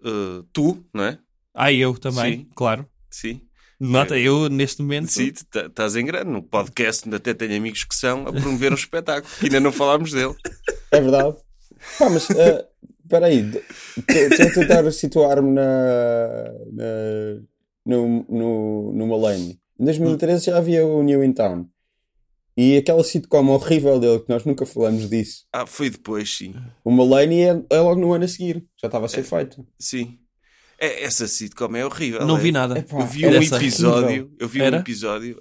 Speaker 3: eh, tu, não é?
Speaker 2: Ah, eu também,
Speaker 3: Sim.
Speaker 2: claro.
Speaker 3: Sim.
Speaker 2: Nota, eu neste momento.
Speaker 3: Sim, tá- estás em grande. No podcast ainda até tenho amigos que são a promover um espetáculo. que Ainda não falámos dele.
Speaker 1: É verdade. Pá, mas eh, espera aí, de- estou estou a tentar situar-me na, na- no, no, numa lane. Em 2013 já havia o New in Town. E aquela sitcom horrível dele, que nós nunca falamos disso.
Speaker 3: Ah, foi depois, sim.
Speaker 1: O Mulaney é, é logo no ano a seguir. Já estava a
Speaker 3: É.
Speaker 1: ser feito.
Speaker 3: Sim. É, essa sitcom é horrível.
Speaker 2: Não
Speaker 3: é.
Speaker 2: vi nada.
Speaker 1: Epá,
Speaker 3: Eu vi
Speaker 2: Era
Speaker 3: um
Speaker 2: essa.
Speaker 3: episódio. Eu vi
Speaker 2: Era? É
Speaker 3: um episódio.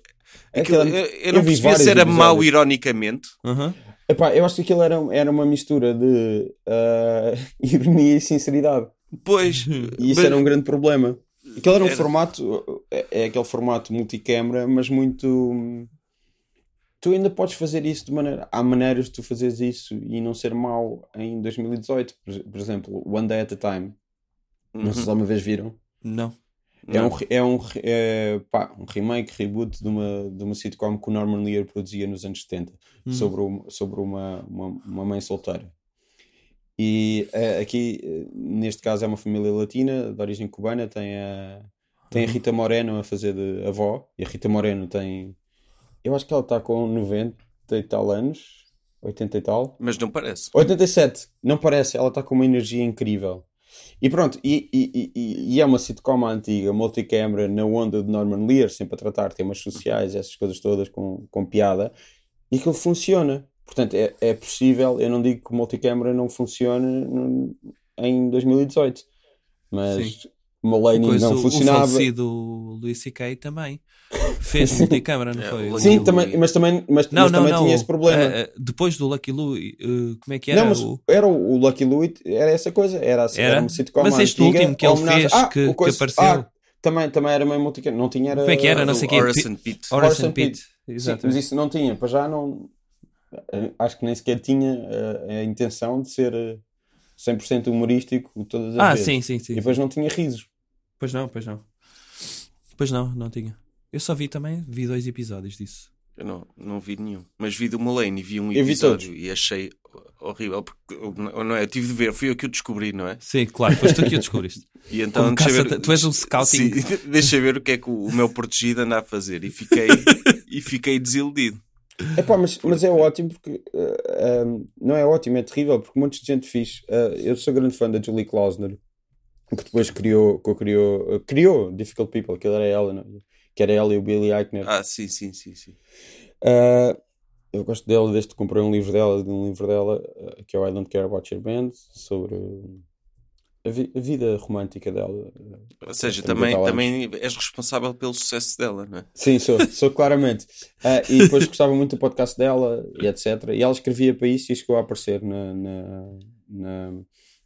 Speaker 1: Aquilo-
Speaker 3: Aquilo, eu, eu não
Speaker 1: vi
Speaker 3: percebia
Speaker 1: vários
Speaker 3: se era
Speaker 1: episódios.
Speaker 3: mau ironicamente.
Speaker 2: Aham.
Speaker 1: Epá, eu acho que aquilo era, um, era uma mistura de ah, ironia e sinceridade.
Speaker 3: Pois.
Speaker 1: E isso
Speaker 3: mas-
Speaker 1: era um grande problema. Aquilo era um
Speaker 3: Era.
Speaker 1: formato, é, é aquele formato multicâmara, mas muito. Tu ainda podes fazer isso de maneira. Há maneiras de tu fazeres isso e não ser mau em 2018. Por, por exemplo, One Day at a Time. Não
Speaker 3: Uhum.
Speaker 1: sei se alguma vez viram.
Speaker 2: Não.
Speaker 1: É um,
Speaker 3: Não.
Speaker 1: re- é um, re- é, pá, um remake, reboot de uma, de uma sitcom que o Norman Lear produzia nos anos 70
Speaker 2: Hum.
Speaker 1: sobre, um- sobre uma, uma, uma mãe solteira. E eh, aqui, eh, neste caso, é uma família latina de origem cubana. Tem a, tem a Rita Moreno a fazer de avó. E a Rita Moreno tem. Eu acho que ela está com 90 e tal anos, 80 e tal.
Speaker 3: Mas não parece.
Speaker 1: 87, não parece, ela está com uma energia incrível. E pronto, e, e- e- e é uma sitcom antiga, multicâmera, na onda de Norman Lear, sempre a tratar temas sociais, essas coisas todas com, com piada, e aquilo funciona. Portanto, é, é possível, eu não digo que multicâmera não funcione no- em 2018, mas Mulaney
Speaker 2: Coisa,
Speaker 1: não
Speaker 2: o- O
Speaker 1: funcionava.
Speaker 2: falecido Luís C.K. também fez multicâmara, não
Speaker 3: É,
Speaker 2: foi?
Speaker 3: o
Speaker 1: Sim,
Speaker 3: Lucky
Speaker 2: O-
Speaker 1: também, mas também, mas,
Speaker 2: Não, não,
Speaker 1: mas também
Speaker 2: não.
Speaker 1: tinha
Speaker 2: o-
Speaker 1: esse problema.
Speaker 2: eh, eh, depois do Lucky Lou, eh, como é que era?
Speaker 1: Não, mas
Speaker 2: o...
Speaker 1: era o, o Lucky Louie, era essa coisa, era, era?
Speaker 2: Era?
Speaker 1: uma sitcom
Speaker 2: Mas este
Speaker 1: antiga,
Speaker 2: último que ele
Speaker 1: homenagem- Ah,
Speaker 2: fez, que-
Speaker 1: o ah,
Speaker 2: que apareceu.
Speaker 1: também, também era meio multicam, não tinha era...
Speaker 2: Como é que era?
Speaker 3: Ah,
Speaker 2: não
Speaker 3: do
Speaker 2: sei quem.
Speaker 3: Horace and Pete.
Speaker 1: Horace
Speaker 2: Horace
Speaker 1: and
Speaker 2: and Pete.
Speaker 1: Sim,
Speaker 2: Exato.
Speaker 1: mas isso não tinha, para já não... eh, Acho que nem sequer tinha eh, a, intenção de ser eh, 100% humorístico todas as
Speaker 2: Ah,
Speaker 1: vezes.
Speaker 2: sim, sim, sim.
Speaker 1: E depois não tinha risos.
Speaker 2: Pois não, pois não. Pois não, não tinha. Eu só vi também, vi dois episódios disso.
Speaker 3: Eu não, não vi nenhum. Mas vi do Mulaney, vi um
Speaker 1: Eu vi
Speaker 3: episódio e achei horrível. Porque, eu- eu não é, eu tive de ver, fui eu que o descobri, não é?
Speaker 2: Sim, claro, foste tu que o descobriste.
Speaker 3: E então,
Speaker 2: Como
Speaker 3: deixa
Speaker 2: caça-
Speaker 3: ver,
Speaker 2: tu és um scouting.
Speaker 3: Sim, deixa ver o que é que o, o meu protegido anda a fazer. E fiquei, e fiquei desiludido.
Speaker 1: Epá, mas, mas é ótimo porque eh, ehm, não é ótimo, é terrível porque um monte de gente fixe. Eh, eu sou grande fã da Julie Klausner, que depois criou, que criou, eh, criou Difficult People, que era ela, não- é? que era ela e o Billy Eichner.
Speaker 3: Ah, sim, sim, sim. sim.
Speaker 1: Eh, eu gosto dela desde que comprei um livro dela, de um livro dela, eh, que é o I Don't Care About Your Band, sobre a, vi- a vida romântica dela.
Speaker 3: Ou seja,
Speaker 1: Trinta e
Speaker 3: também,
Speaker 1: tal anos.
Speaker 3: também és responsável pelo sucesso dela, não é?
Speaker 1: Sim, sou, sou claramente. Ah, e depois gostava muito do podcast dela e etc. E ela escrevia para isso e chegou a aparecer na, na, na,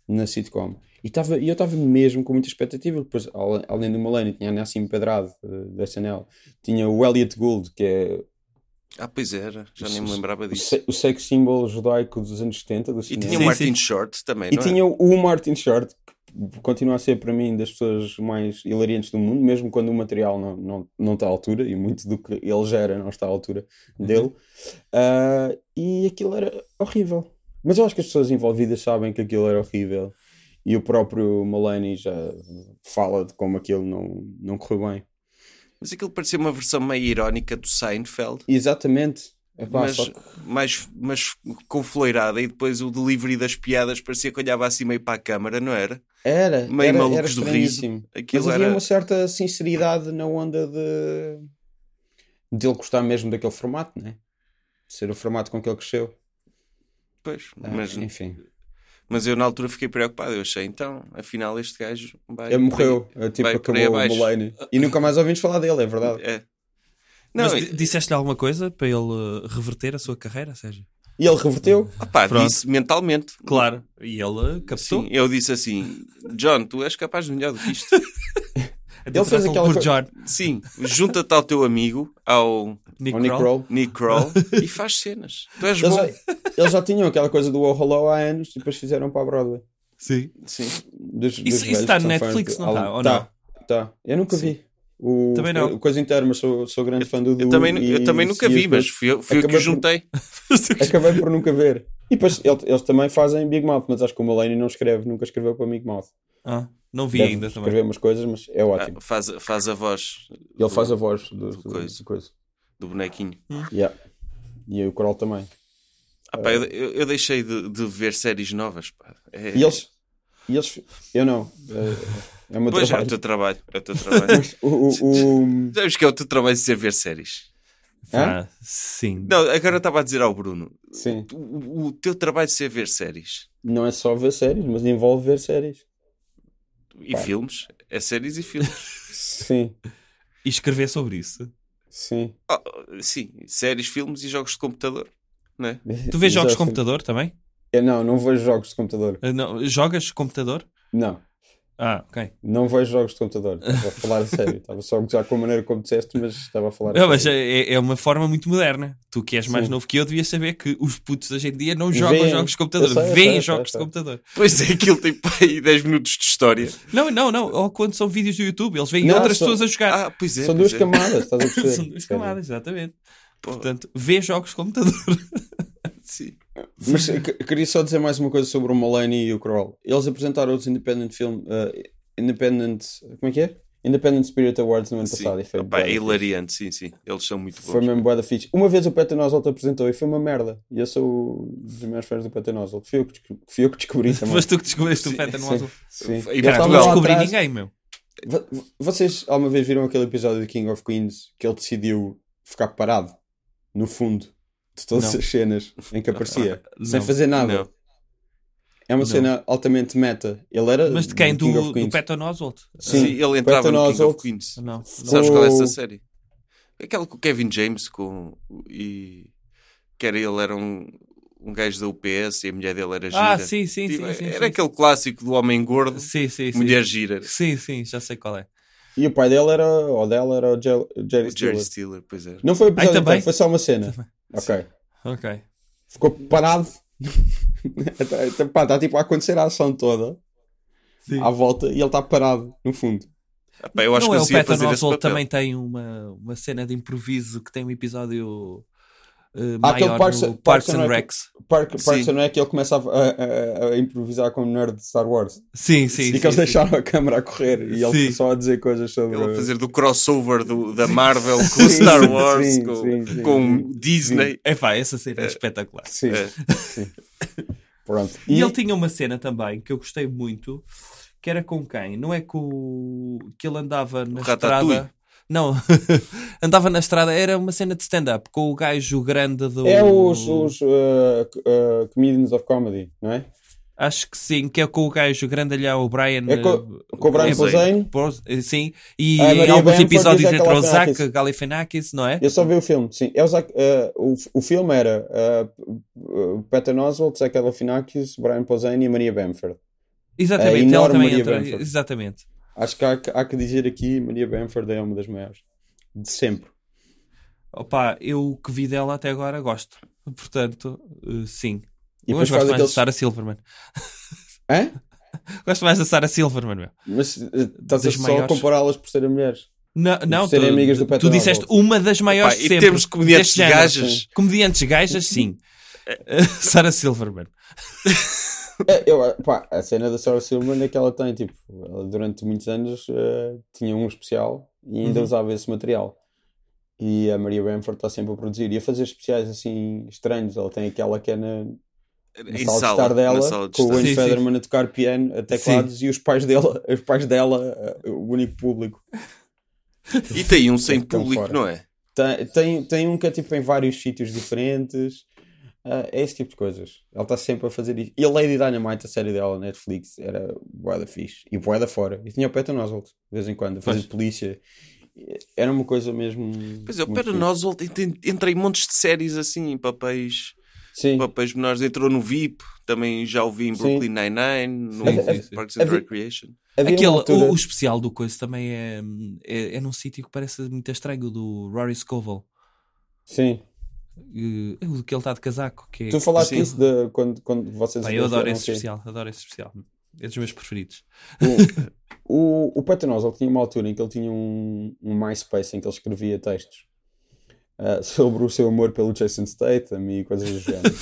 Speaker 1: na sitcom. E tava, e eu estava mesmo com muita expectativa. Depois, ale- além do Mulaney, tinha a Nassim Pedrado eh, da SNL, tinha o Elliot Gould, que é
Speaker 3: Ah, pois era, já nem me lembrava
Speaker 1: o,
Speaker 3: disso.
Speaker 1: se, o sex symbol judaico dos anos 70 do
Speaker 3: E
Speaker 1: cinema.
Speaker 3: tinha o
Speaker 2: Sim,
Speaker 3: Martin
Speaker 2: sim.
Speaker 3: Short também,
Speaker 1: E
Speaker 3: não é?
Speaker 1: tinha o Martin Short, que continua a ser para mim das pessoas mais hilariantes do mundo, mesmo quando o material não, não, não está à altura, e muito do que ele gera não está à altura
Speaker 3: Uhum.
Speaker 1: dele. Ah, e aquilo era horrível. Mas eu acho que as pessoas envolvidas sabem que aquilo era horrível. E o próprio Mulaney já fala de como aquilo não, não correu bem.
Speaker 3: Mas aquilo parecia uma versão meio irónica do Seinfeld.
Speaker 1: Exatamente. Epá,
Speaker 3: mas,
Speaker 1: só que-
Speaker 3: mais, mas com floirada e depois o delivery das piadas parecia que olhava assim meio para a câmara, não era?
Speaker 1: Era,
Speaker 3: Meio
Speaker 1: era, era
Speaker 3: malucos do riso.
Speaker 1: estranhíssimo.
Speaker 3: Aquilo
Speaker 1: Mas havia
Speaker 3: era.
Speaker 1: uma certa sinceridade na onda de... de ele gostar mesmo daquele formato, né? De ser o formato com que ele cresceu.
Speaker 3: Pois,
Speaker 1: Ah,
Speaker 3: mas,
Speaker 1: Enfim,
Speaker 3: mas eu na altura fiquei preocupado. Eu achei, então, afinal este gajo vai.
Speaker 1: ele morreu, eh, tipo,
Speaker 3: vai por aí
Speaker 1: acabou o
Speaker 3: abaixo.
Speaker 1: Mulaney. E nunca mais ouvimos falar dele, é verdade.
Speaker 3: É. Não,
Speaker 2: Mas
Speaker 3: e-
Speaker 2: di- disseste-lhe alguma coisa para ele eh, reverter a sua carreira, Sérgio?
Speaker 1: E ele reverteu.
Speaker 3: opá,
Speaker 2: Pronto.
Speaker 3: disse mentalmente.
Speaker 2: Claro. E ele eh, captou.
Speaker 3: Sim, eu disse assim, John, tu és capaz de melhor do que isto.
Speaker 2: Ele
Speaker 1: fez aquela
Speaker 2: por
Speaker 1: co-
Speaker 2: John
Speaker 3: Sim, junta-te ao teu amigo, ao
Speaker 2: Nick
Speaker 1: Ao Oh, Nick
Speaker 2: Kroll.
Speaker 1: Kroll.
Speaker 3: Nick Kroll, e faz cenas. Tu és
Speaker 1: Eles
Speaker 3: bom.
Speaker 1: já, eles já tinham aquela coisa do Oh Hello há anos e depois fizeram para a Broadway.
Speaker 2: Sim.
Speaker 3: Sim.
Speaker 1: Dos, dos
Speaker 2: Isso- isso
Speaker 1: velhos
Speaker 2: está
Speaker 1: que
Speaker 2: no
Speaker 1: são fãs
Speaker 2: Netflix,
Speaker 1: de-
Speaker 2: não está,
Speaker 1: Ah,
Speaker 2: ou
Speaker 1: tá, tá. Eu nunca vi. O,
Speaker 2: Também não.
Speaker 1: o Coisa inteira, mas sou, sou grande fã do
Speaker 3: Eu
Speaker 1: Du
Speaker 3: também,
Speaker 1: e-
Speaker 3: eu também nunca
Speaker 1: e
Speaker 3: vi,
Speaker 1: depois-
Speaker 3: mas fui eu, fui eu que
Speaker 1: acabei
Speaker 3: o
Speaker 1: por-
Speaker 3: juntei.
Speaker 1: É Acabei por nunca ver. E depois ele- eles também fazem Big Mouth, mas acho que o Mulaney não escreve, nunca escreveu para Big Mouth.
Speaker 2: Ah, não vi
Speaker 1: Deve
Speaker 2: ainda
Speaker 1: escrever
Speaker 2: também.
Speaker 1: umas coisas, mas é ótimo.
Speaker 3: Ah, faz, faz a voz
Speaker 1: ele faz a voz do,
Speaker 3: do coisa.
Speaker 1: do coisa.
Speaker 3: do bonequinho.
Speaker 1: Yeah. E aí o coral também.
Speaker 3: Ah, pá, eu, eu- eu deixei de, de ver séries novas. Pá. É-
Speaker 1: E eles. E eles eu não. É, é o meu
Speaker 3: Pois é, é o
Speaker 1: trabalho.
Speaker 3: teu trabalho. É o teu trabalho.
Speaker 1: O, o- o-
Speaker 3: Sabes que é o teu trabalho de ver séries.
Speaker 1: Hã?
Speaker 2: Ah, sim.
Speaker 3: Não, agora eu estava a dizer ao Bruno:
Speaker 1: Sim.
Speaker 3: o, o teu trabalho de ser ver séries
Speaker 1: Não é só ver séries, mas envolve ver séries.
Speaker 3: e filmes é séries e filmes.
Speaker 1: Sim,
Speaker 2: E escrever sobre isso.
Speaker 1: sim.
Speaker 3: Oh, sim, séries, filmes e jogos de computador. Não é?
Speaker 2: Tu vês jogos de
Speaker 1: Exato.
Speaker 2: computador também?
Speaker 1: Eu não, não vejo jogos de computador.
Speaker 2: Ah, não. Jogas computador?
Speaker 1: Não,
Speaker 2: Ah, ok.
Speaker 1: não vejo jogos de computador. Estava a falar a sério. Estava só a gozar com a maneira como disseste, mas estava a falar a
Speaker 2: Não, mas
Speaker 1: sério.
Speaker 2: é, é uma forma muito moderna. Tu que és mais
Speaker 1: Sim.
Speaker 2: novo que eu, devias saber que os putos hoje em dia não jogam
Speaker 1: Vêem.
Speaker 2: jogos de
Speaker 1: Eu sei,
Speaker 2: computador,
Speaker 1: eu sei,
Speaker 2: vêem
Speaker 1: eu sei,
Speaker 2: jogos
Speaker 1: eu sei.
Speaker 2: de computador.
Speaker 3: Pois é, aquilo tem pá, aí 10 minutos de história.
Speaker 2: Não, não, não. Ou quando são vídeos do YouTube, eles veem
Speaker 1: Não,
Speaker 2: outras
Speaker 1: são-
Speaker 2: pessoas a jogar.
Speaker 3: Ah, pois é.
Speaker 1: São
Speaker 3: pois
Speaker 1: duas
Speaker 3: é.
Speaker 1: camadas, estás a perceber?
Speaker 2: São duas
Speaker 1: Quer dizer,
Speaker 2: camadas, exatamente.
Speaker 3: Pô,
Speaker 2: Portanto, vê jogos de computador.
Speaker 3: sim.
Speaker 1: Mas eu que- queria só dizer mais uma coisa sobre o Mulaney e o Kroll. Eles apresentaram os Independent Film. eh, Independent. Como é que é? Independent Spirit Awards no ano
Speaker 3: Sim.
Speaker 1: passado. E foi
Speaker 3: Opa,
Speaker 1: bué
Speaker 3: é
Speaker 1: da fixe.
Speaker 3: hilariante, sim, sim. Eles são muito
Speaker 1: Foi
Speaker 3: bons.
Speaker 1: mesmo boa da fixe. Uma vez o Peter Nozzle te apresentou e foi uma merda. E eu sou um dos meus fãs do Peter Nozzle. Fui eu que descobri, fui eu que descobri também.
Speaker 2: Mas tu que descobriste o
Speaker 3: Sim,
Speaker 2: Feta no
Speaker 1: sim,
Speaker 2: azul.
Speaker 1: sim.
Speaker 3: Em
Speaker 1: Eles
Speaker 3: Portugal.
Speaker 2: Caralho,
Speaker 1: estavam
Speaker 2: não
Speaker 1: lá
Speaker 2: descobri
Speaker 1: atrás.
Speaker 2: ninguém, meu.
Speaker 1: Vo- vo- Vocês alguma vez viram aquele episódio do King of Queens que ele decidiu ficar parado no fundo de todas
Speaker 2: Não.
Speaker 1: as cenas em que aparecia, sem
Speaker 2: Não.
Speaker 1: fazer nada?
Speaker 3: Não.
Speaker 1: É uma
Speaker 2: Não.
Speaker 1: cena altamente meta. Ele era
Speaker 2: Mas de quem?
Speaker 1: King
Speaker 2: Do,
Speaker 1: of
Speaker 2: do
Speaker 1: Queens.
Speaker 2: Patton Oswalt?
Speaker 1: Sim.
Speaker 3: Sim, ele entrava
Speaker 1: Patton
Speaker 3: no King
Speaker 1: Oswalt.
Speaker 3: of Queens.
Speaker 2: Não. não.
Speaker 3: Sabes qual é
Speaker 1: O-
Speaker 3: essa série? Aquela com o Kevin James com e que era ele era um, um gajo da UPS e a mulher dele era gira.
Speaker 2: Ah, sim, sim,
Speaker 3: Tipo,
Speaker 2: sim, sim.
Speaker 3: era
Speaker 2: sim,
Speaker 3: aquele clássico do homem gordo,
Speaker 2: Sim, sim, sim.
Speaker 3: mulher gira.
Speaker 2: Sim, sim, já sei qual é.
Speaker 1: E o pai dele era, ou dela era o Jer- Jerry
Speaker 3: O Jerry
Speaker 1: Stiller.
Speaker 3: Stiller, pois é.
Speaker 1: Não foi o episódio
Speaker 2: também?
Speaker 1: inteiro, foi só uma cena. Ok.
Speaker 2: Ok.
Speaker 1: Ficou parado. Tá, Está tipo a acontecer a ação toda
Speaker 2: Sim.
Speaker 1: à volta e ele está parado no fundo.
Speaker 3: Ah, pá, eu acho
Speaker 2: não
Speaker 3: que
Speaker 2: é o
Speaker 3: conseguia
Speaker 2: Patton
Speaker 3: fazer esse papel.
Speaker 2: Oswalt também tem uma, uma cena de improviso que tem um episódio eh,
Speaker 1: Ah, aquele
Speaker 2: maior
Speaker 1: Parks-
Speaker 2: no
Speaker 1: Parks
Speaker 2: Parks
Speaker 1: and
Speaker 2: and
Speaker 1: Rec.
Speaker 2: Recs.
Speaker 1: Park, Parks
Speaker 3: Sim.
Speaker 1: and Rec ele começa a, a- a- a improvisar com o nerd de Star Wars.
Speaker 2: Sim, sim,
Speaker 1: e
Speaker 2: sim.
Speaker 1: que eles
Speaker 2: sim.
Speaker 1: deixaram a câmera a correr e ele
Speaker 2: Sim.
Speaker 1: só a dizer coisas sobre.
Speaker 3: Ele a fazer do crossover do, da Marvel com
Speaker 1: Sim,
Speaker 3: Star Wars,
Speaker 1: sim,
Speaker 3: com,
Speaker 1: sim, sim,
Speaker 3: com
Speaker 1: sim.
Speaker 3: Disney.
Speaker 2: Epá, essa cena é espetacular.
Speaker 1: Sim,
Speaker 3: É.
Speaker 1: sim. Pronto.
Speaker 2: E, ele tinha uma cena também que eu gostei muito, que era com quem? Não é com o- que ele andava na
Speaker 3: Ratatouille?
Speaker 2: estrada. Não, andava na estrada, era uma cena de stand-up com o gajo grande do.
Speaker 1: é os, os uh, c- uh, Comedians of Comedy, não é?
Speaker 2: Acho que sim, que é com o gajo grandalhão, o Brian.
Speaker 1: É co- Com o Brian
Speaker 2: É,
Speaker 1: Posehn.
Speaker 2: Bros- Sim, e
Speaker 1: A Maria
Speaker 2: alguns
Speaker 1: Benford e o
Speaker 2: episódios
Speaker 1: Zach
Speaker 2: entre o Zac
Speaker 1: Galifianakis.
Speaker 2: Galifianakis, não é?
Speaker 1: Eu só vi o filme, sim. É o, Zac- eh, o, o filme era uh, Patton Oswalt, Zach Galifianakis, Brian Posehn e Maria Bamford. A
Speaker 2: Exatamente, ela
Speaker 1: enorme
Speaker 2: também
Speaker 1: Maria
Speaker 2: entra.
Speaker 1: Benford.
Speaker 2: Exatamente.
Speaker 1: Acho que há, que- há que dizer aqui, Maria Bamford é uma das maiores. De sempre.
Speaker 2: Opa, eu o que vi dela até agora gosto. Portanto, eh, sim.
Speaker 1: E
Speaker 2: Mas gosto
Speaker 1: depois faz
Speaker 2: mais da
Speaker 1: aqueles...
Speaker 2: Sarah Silverman.
Speaker 1: Hã?
Speaker 2: Gosto mais da Sarah Silverman, meu.
Speaker 1: Mas eh, estás a
Speaker 2: Das
Speaker 1: só
Speaker 2: maiores.
Speaker 1: compará-las por serem mulheres.
Speaker 2: Não, não
Speaker 1: serem
Speaker 2: tu,
Speaker 1: amigas do Patton
Speaker 2: tu disseste uma das maiores
Speaker 3: Pá,
Speaker 2: sempre.
Speaker 3: e temos comediantes
Speaker 2: deste género.
Speaker 3: gajas.
Speaker 2: Comediantes gajas, sim. Eh, Sarah Silverman.
Speaker 1: É, eu, pá, a cena da Sarah Silverman é que ela tem, tipo, ela durante muitos anos eh, tinha um especial e ainda
Speaker 2: Uhum.
Speaker 1: usava esse material. E a Maria Bamford está sempre a produzir e a fazer especiais assim estranhos. Ela tem aquela que é na, na
Speaker 3: Em
Speaker 1: sala de estar
Speaker 3: sala, na
Speaker 1: dela,
Speaker 3: sala de
Speaker 1: com o
Speaker 2: Sim,
Speaker 3: estar.
Speaker 1: Wayne
Speaker 2: sim.
Speaker 1: Federman a tocar piano, a teclados e os pais dela, os pais dela, eh, o único público.
Speaker 3: E tem um sem
Speaker 1: Então,
Speaker 3: público,
Speaker 1: fora.
Speaker 3: não é?
Speaker 1: Tem, tem, tem um que é tipo em vários sítios diferentes. Ah, é esse tipo de coisas. Ela está sempre a fazer isso. E a Lady Dynamite, a série dela na Netflix, era boeda fixe. E boeda fora. E tinha o Patton Oswalt, de vez em quando, a fazer
Speaker 2: Pois.
Speaker 1: de polícia. Era uma coisa mesmo.
Speaker 3: Pois é, o
Speaker 1: muito
Speaker 3: Patton
Speaker 1: fixe.
Speaker 3: Oswalt ent- entra em montes de séries assim, em papéis,
Speaker 1: Sim.
Speaker 3: papéis menores. Entrou no VIP, também já o vi em
Speaker 1: Sim.
Speaker 3: Brooklyn Nine-Nine, no
Speaker 2: Sim, sim, sim.
Speaker 3: Parks and
Speaker 1: Havia-
Speaker 3: Recreation.
Speaker 1: Havia
Speaker 2: Aquele,
Speaker 1: é uma altura.
Speaker 2: o, o especial do Coisa também é, é, é num sítio que parece muito estranho, o do Rory Scovel.
Speaker 1: Sim.
Speaker 2: Eh, O que ele está de casaco. Que é-
Speaker 1: Tu falaste
Speaker 3: Sim.
Speaker 1: isso de quando, quando vocês.
Speaker 2: Pá, eu adoro
Speaker 1: eram assim.
Speaker 2: esse
Speaker 1: quê?
Speaker 2: especial, adoro esse especial. É dos meus preferidos.
Speaker 1: O, o Patton Oswalt tinha uma altura em que ele tinha um, um MySpace em que ele escrevia textos ah, sobre o seu amor pelo Jason Statham e coisas do género.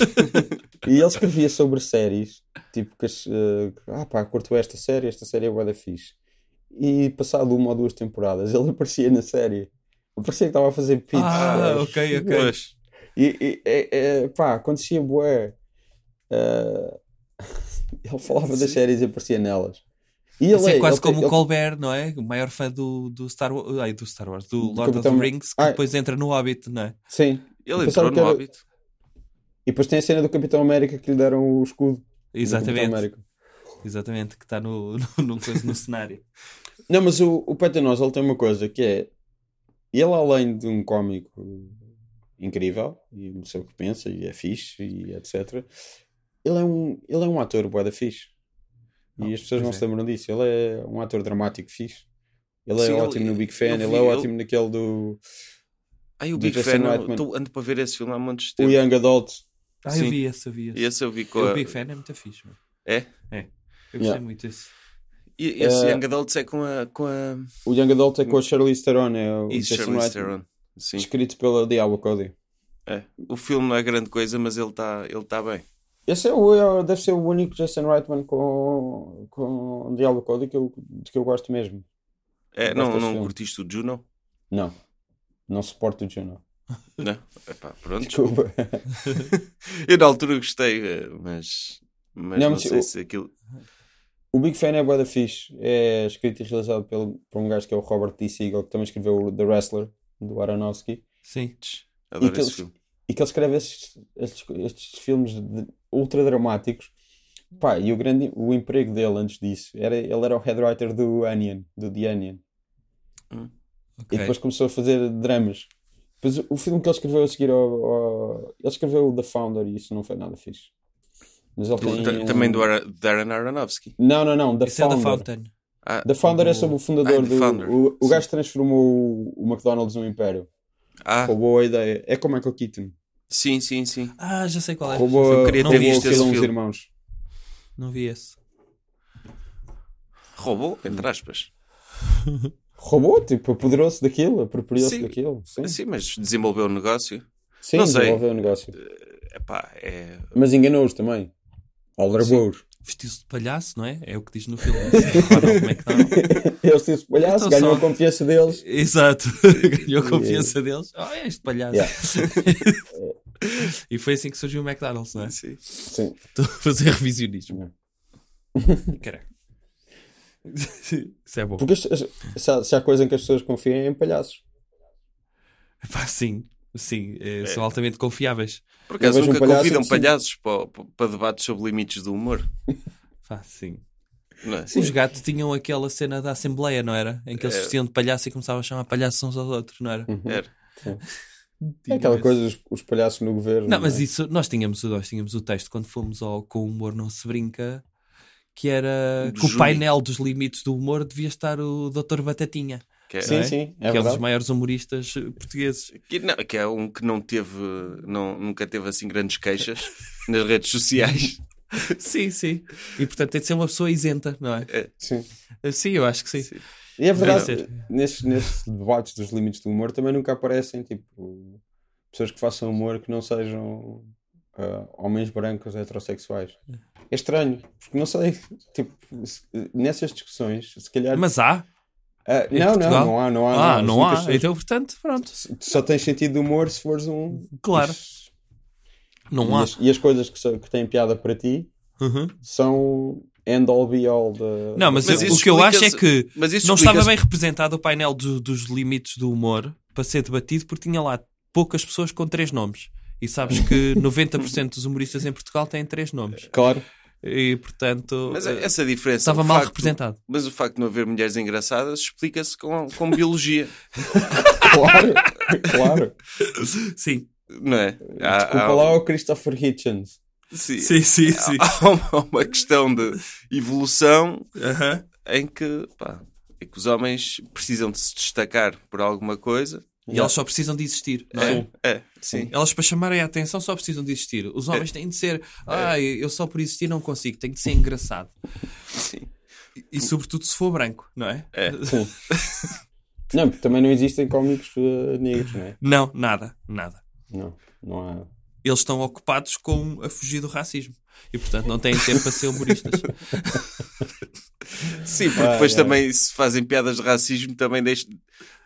Speaker 1: e ele escrevia sobre séries, tipo que as, ah, ah pá, curto esta série, esta série é bué da fixe. E passado uma ou duas temporadas, ele aparecia na série. Parecia que estava a fazer pitch.
Speaker 2: Ah,
Speaker 1: sabes?
Speaker 2: ok, ok.
Speaker 3: Pois.
Speaker 1: E, e, e, e, pá, acontecia bué. Ah, ele falava das séries e aparecia nelas. E ele
Speaker 2: Isso é quase
Speaker 1: ele-
Speaker 2: como
Speaker 1: ele-
Speaker 2: o Colbert, não é? O maior fã do, do Star Wars, ai, do Star Wars, do,
Speaker 1: Do
Speaker 2: Lord of
Speaker 1: Capitão-
Speaker 2: the Rings, que
Speaker 1: Ah.
Speaker 2: depois entra no Hobbit, não é?
Speaker 1: Sim.
Speaker 3: Ele
Speaker 1: Eu pensava
Speaker 3: entrou no
Speaker 1: que era-
Speaker 3: hábito.
Speaker 1: E depois tem a cena do Capitão América que lhe deram o escudo. do Capitão
Speaker 2: Exatamente,
Speaker 1: América.
Speaker 2: exatamente, que está no, no, no, coisa- no cenário.
Speaker 1: Não, mas o, o Patton Oswalt tem uma coisa que é. Ele, além de um cómico incrível, e não sei o que pensa, e é fixe, e etc., ele é um, ele é um ator bué da fixe. E
Speaker 3: Ah,
Speaker 2: Não,
Speaker 1: as
Speaker 2: pois
Speaker 1: pessoas não
Speaker 2: é.
Speaker 1: se lembram disso. Ele é um ator dramático fixe. Ele é
Speaker 3: Sim, ele-
Speaker 1: ótimo no Big
Speaker 3: eu
Speaker 1: Fan,
Speaker 3: vi,
Speaker 1: ele é
Speaker 3: eu-
Speaker 1: ótimo naquele do
Speaker 3: Ai, o
Speaker 1: Do
Speaker 3: Big
Speaker 1: Jason
Speaker 3: Fan, eu
Speaker 1: Reitman.
Speaker 3: tô- ando para ver esse filme há muitos de
Speaker 1: é o
Speaker 3: tempo.
Speaker 1: Young Adult.
Speaker 2: Ah,
Speaker 3: Sim.
Speaker 2: eu vi esse, eu vi esse.
Speaker 3: Esse eu vi com
Speaker 2: O
Speaker 3: a-
Speaker 2: Big Fan é muito fixe, mano.
Speaker 3: É?
Speaker 2: É. Eu gostei
Speaker 1: Yeah.
Speaker 2: muito desse.
Speaker 3: E- Esse
Speaker 1: Eh,
Speaker 3: Young Adults é com a... Com a...
Speaker 1: O Young Adult é com a Charlize Theron, é o
Speaker 3: E
Speaker 1: Jason
Speaker 3: Hum. Charlize
Speaker 1: Reitman,
Speaker 3: Theron. Sim.
Speaker 1: escrito pela Diablo Cody.
Speaker 3: É. O filme não é grande coisa, mas ele está ele tá bem.
Speaker 1: Esse é o, é- deve ser o único Jason Reitman com, com Diablo Cody que eu, de que eu gosto mesmo.
Speaker 3: É,
Speaker 1: Eu
Speaker 3: não,
Speaker 1: gosto desse
Speaker 3: não
Speaker 1: filme.
Speaker 3: curtiste o Juno?
Speaker 1: Não. Não suporto o Juno.
Speaker 3: Não? Epá, pronto.
Speaker 1: Desculpa.
Speaker 3: Eu na altura gostei, eh, mas, mas não,
Speaker 1: Não, mas
Speaker 3: sei
Speaker 1: eu-
Speaker 3: se aquilo...
Speaker 1: O Big Fan é bué da fixe. É escrito e realizado pelo, por um gajo que é o Robert D. Siegel, que também escreveu o The Wrestler, do Aronofsky.
Speaker 2: Sim.
Speaker 3: Adoro
Speaker 1: que
Speaker 3: esse
Speaker 1: eles-
Speaker 3: filme.
Speaker 1: E que ele escreve estes, estes, estes filmes de- ultra dramáticos. Pá, e o grande o emprego dele antes disso, era, ele era o head writer do Onion, do The Onion. E
Speaker 2: Ok.
Speaker 1: depois começou a fazer dramas. Depois, o filme que ele escreveu a seguir ao, ao- Ele escreveu o The Founder e isso não foi nada fixe. Mas ele
Speaker 3: Do-
Speaker 1: tem
Speaker 3: ta-
Speaker 1: um-
Speaker 3: Também do Ara- Darren Aronofsky.
Speaker 1: Não, não, não. The
Speaker 2: Isso é da
Speaker 1: Founder.
Speaker 2: Fountain.
Speaker 3: Ah,
Speaker 1: The Founder é
Speaker 2: Do-
Speaker 1: sobre o fundador
Speaker 3: Ah, The
Speaker 1: do.
Speaker 3: Founder.
Speaker 1: O, o
Speaker 3: Sim.
Speaker 1: gajo que transformou o McDonald's num império.
Speaker 3: ah,
Speaker 1: Roubou a ideia. É com o Michael Keaton.
Speaker 3: sim, sim, sim.
Speaker 2: Ah, já sei qual é.
Speaker 1: Roubou,
Speaker 3: Eu
Speaker 1: a-
Speaker 3: queria ter
Speaker 1: roubou
Speaker 3: visto
Speaker 1: aquilo a
Speaker 3: esse
Speaker 1: uns
Speaker 3: filme.
Speaker 1: irmãos.
Speaker 2: Não vi esse.
Speaker 3: Roubou, entre aspas.
Speaker 1: Roubou, tipo, apoderou-se daquilo, apropriou-se
Speaker 3: Sim.
Speaker 1: daquilo. Sim,
Speaker 3: Sim, Assim, mas desenvolveu o negócio.
Speaker 1: Sim,
Speaker 3: Não sei.
Speaker 1: desenvolveu o negócio.
Speaker 3: Epá, é...
Speaker 1: Mas enganou-os também. Ou largou-os.
Speaker 2: Vestiu-se de palhaço, não é? É o que diz no filme. Ronald McDonald.
Speaker 1: Eles tipo, se palhaço,
Speaker 2: Então
Speaker 1: ganhou
Speaker 2: só-
Speaker 1: a confiança deles.
Speaker 2: Exato. Ganhou a confiança deles. Ah, é este palhaço.
Speaker 1: Yeah.
Speaker 2: e foi assim que surgiu o McDonald's, não é?
Speaker 3: Sim.
Speaker 1: Sim.
Speaker 2: Estou a fazer revisionismo. Caralho. Isso é bom.
Speaker 1: Porque as- as- se há, se há coisa em que as pessoas confiam é em palhaços.
Speaker 2: Pá, sim, sim, eh, são altamente confiáveis.
Speaker 3: Por acaso
Speaker 1: vejo um
Speaker 3: nunca
Speaker 1: palhaço,
Speaker 3: convidam
Speaker 1: sim.
Speaker 3: palhaços para, para debates sobre limites do humor,
Speaker 2: Pá, sim.
Speaker 3: não é?
Speaker 2: Os gatos tinham aquela cena da Assembleia, não era? Em que eles
Speaker 3: É.
Speaker 2: se vestiam de palhaço e começavam a chamar palhaços uns aos outros, não era?
Speaker 3: Era.
Speaker 1: É
Speaker 2: Tinham
Speaker 1: aquela
Speaker 2: esse-
Speaker 1: coisa, os, os palhaços no governo.
Speaker 2: Não, mas
Speaker 1: é?
Speaker 2: isso, nós tínhamos, o- nós tínhamos o texto quando fomos ao Com o Humor Não Se Brinca, que era
Speaker 3: Do
Speaker 2: que
Speaker 3: Júlio.
Speaker 2: o painel dos limites do humor devia estar o Dr. Batatinha,
Speaker 3: Que é,
Speaker 1: Sim,
Speaker 2: não é?
Speaker 1: sim,
Speaker 2: que
Speaker 1: é
Speaker 2: é um dos
Speaker 1: verdade.
Speaker 2: maiores humoristas eh, portugueses.
Speaker 3: Que, não, que é um que não teve, não, nunca teve assim grandes queixas nas redes sociais.
Speaker 2: sim, sim. E portanto tem de ser uma pessoa isenta, não é?
Speaker 1: Sim.
Speaker 2: Eh, Sim, eu acho que sim.
Speaker 1: E é
Speaker 2: Deve
Speaker 1: verdade, nesses, nesses debates dos limites do humor também nunca aparecem tipo pessoas que façam humor que não sejam ah, homens brancos heterossexuais. É estranho, porque não sei, tipo, se- nessas discussões, se calhar.
Speaker 2: Mas há.
Speaker 1: Ah,
Speaker 2: em
Speaker 1: não, não,
Speaker 2: Portugal?
Speaker 1: não há, não há.
Speaker 2: Ah,
Speaker 1: As
Speaker 2: não há.
Speaker 1: únicas pessoas-
Speaker 2: Então, portanto, pronto.
Speaker 1: Só tens sentido de humor se fores um.
Speaker 2: Claro,
Speaker 1: E
Speaker 2: não há.
Speaker 1: as, e as coisas que, são- que têm piada para ti
Speaker 2: Uhum.
Speaker 1: são end all be all da.
Speaker 2: Não, mas,
Speaker 1: da-
Speaker 3: Mas
Speaker 2: eu-
Speaker 3: isso
Speaker 2: o que eu acho é
Speaker 3: explica-se-
Speaker 2: que
Speaker 3: Mas isso
Speaker 2: não
Speaker 3: explica-se-
Speaker 2: estava bem representado o painel do- dos limites do humor para ser debatido porque tinha lá poucas pessoas com três nomes. E sabes que 90% dos humoristas em Portugal têm três nomes.
Speaker 1: Claro.
Speaker 2: E portanto
Speaker 3: Mas é-
Speaker 2: eh,
Speaker 3: essa diferença.
Speaker 2: estava
Speaker 3: o
Speaker 2: mal
Speaker 3: facto-
Speaker 2: representado.
Speaker 3: Mas o facto de não haver mulheres engraçadas explica-se com, com biologia,
Speaker 1: Claro, claro.
Speaker 2: Sim,
Speaker 3: não é? Há-
Speaker 1: Desculpa
Speaker 3: há-
Speaker 1: lá o Christopher Hitchens.
Speaker 3: sim.
Speaker 2: sim,
Speaker 3: É,
Speaker 2: sim, sim.
Speaker 3: Há uma- uma questão de evolução
Speaker 2: Aham.
Speaker 3: em que, pá, é que os homens precisam de se destacar por alguma coisa.
Speaker 2: E elas só precisam de existir, não é?
Speaker 3: É, sim.
Speaker 2: Elas para chamarem a atenção só precisam de existir. Os homens têm de ser,
Speaker 3: É.
Speaker 2: ah, eu só por existir não consigo, tenho de ser engraçado.
Speaker 3: Sim.
Speaker 2: E, e sobretudo se for branco, não é?
Speaker 3: É.
Speaker 1: Sim. Não, porque também não existem cómicos eh, negros, não é?
Speaker 2: Não, nada, nada.
Speaker 1: Não, não há.
Speaker 2: eles estão ocupados com a fugir do racismo e portanto não têm tempo para ser humoristas.
Speaker 3: Sim, porque
Speaker 1: Ah,
Speaker 3: depois
Speaker 1: é.
Speaker 2: Ah,
Speaker 3: também se fazem piadas de racismo, também deixam.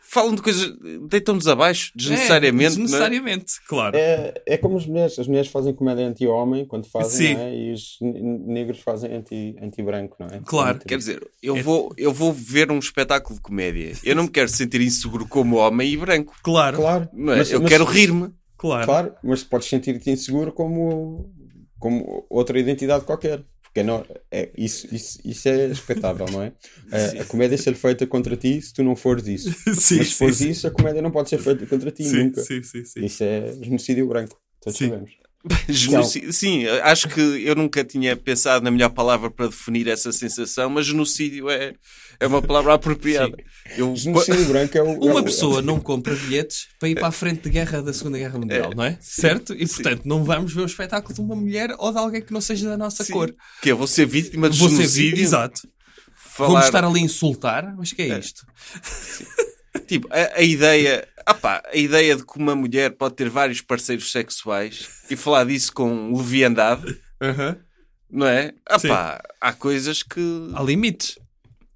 Speaker 3: falam de coisas, deitam-nos abaixo, desnecessariamente.
Speaker 2: É,
Speaker 3: não é?
Speaker 2: desnecessariamente, claro.
Speaker 1: É, é como as mulheres. As mulheres fazem comédia anti-homem quando fazem,
Speaker 2: Sim.
Speaker 1: não é? E os n- n- negros fazem anti- anti-branco, não é?
Speaker 2: Claro,
Speaker 1: Anti-
Speaker 3: Quer dizer,
Speaker 2: É.
Speaker 3: eu vou, eu vou ver um espetáculo de comédia. Eu não me quero sentir inseguro como homem e branco.
Speaker 2: Claro, claro.
Speaker 1: Claro.
Speaker 3: Mas, eu quero rir-me.
Speaker 1: Claro, mas podes sentir-te inseguro como, como outra identidade qualquer. Porque não, é, isso, isso, isso é respeitável, não é? A, a comédia é ser feita contra ti se tu não fores isso.
Speaker 2: Sim,
Speaker 1: mas
Speaker 2: sim,
Speaker 1: se fores
Speaker 2: sim.
Speaker 1: isso, a comédia não pode ser feita contra ti
Speaker 2: Sim,
Speaker 1: nunca.
Speaker 2: sim, sim, sim.
Speaker 1: Isso é genocídio branco. Todos
Speaker 2: Sim.
Speaker 1: sabemos.
Speaker 3: Genocídio. Sim, acho que eu nunca tinha pensado na melhor palavra para definir essa sensação, mas genocídio é, é uma palavra apropriada. Eu,
Speaker 1: Genocídio branco é o. é
Speaker 2: Uma
Speaker 1: o-
Speaker 2: pessoa não compra bilhetes para ir para a frente de guerra da Segunda Guerra Mundial, não é? Certo? E portanto, não vamos ver o espetáculo de uma mulher ou de alguém que não seja da nossa
Speaker 3: Sim.
Speaker 2: é cor.
Speaker 3: que eu vou ser vítima de
Speaker 2: Vou ser
Speaker 3: genocídio.
Speaker 2: vi- Exato. Vamos
Speaker 3: Falar,
Speaker 2: estar ali a insultar, mas que é isto?
Speaker 3: tipo, a, a ideia, ah pá, a ideia de que uma mulher pode ter vários parceiros sexuais e falar disso com leviandade,
Speaker 2: Aham.
Speaker 3: não é? Ah
Speaker 2: Sim.
Speaker 3: pá, há coisas que
Speaker 2: Há limites.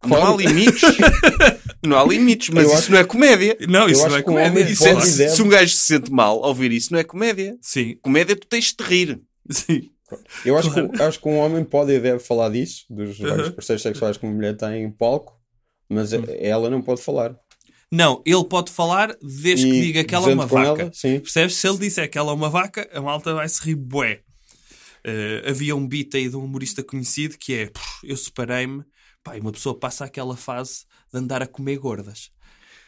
Speaker 3: Não há limites. não há limites, mas
Speaker 1: Eu
Speaker 3: isso
Speaker 1: acho-
Speaker 3: não é comédia.
Speaker 2: Não, isso
Speaker 1: acho
Speaker 2: não é
Speaker 1: que um homem
Speaker 2: comédia.
Speaker 3: Isso é-
Speaker 1: Pode
Speaker 3: se,
Speaker 1: dizer.
Speaker 3: se um gajo se sente mal ao ouvir isso, não é comédia.
Speaker 2: Sim,
Speaker 3: Comédia, é tu tens de te rir.
Speaker 2: sim.
Speaker 1: Eu acho, que, acho que um homem pode e deve falar disso, dos vários parceiros sexuais que uma mulher tem em palco, mas ela não pode falar.
Speaker 2: Não, ele pode falar desde que
Speaker 1: E
Speaker 2: diga que ela é uma
Speaker 1: junto com
Speaker 2: vaca.
Speaker 1: ela, sim.
Speaker 2: Percebes? Se ele disser que ela é uma vaca, a malta vai se rir bué. Eh, havia um beat aí de um humorista conhecido que é "Pff, eu separei-me, pá, e uma pessoa passa aquela fase de andar a comer gordas.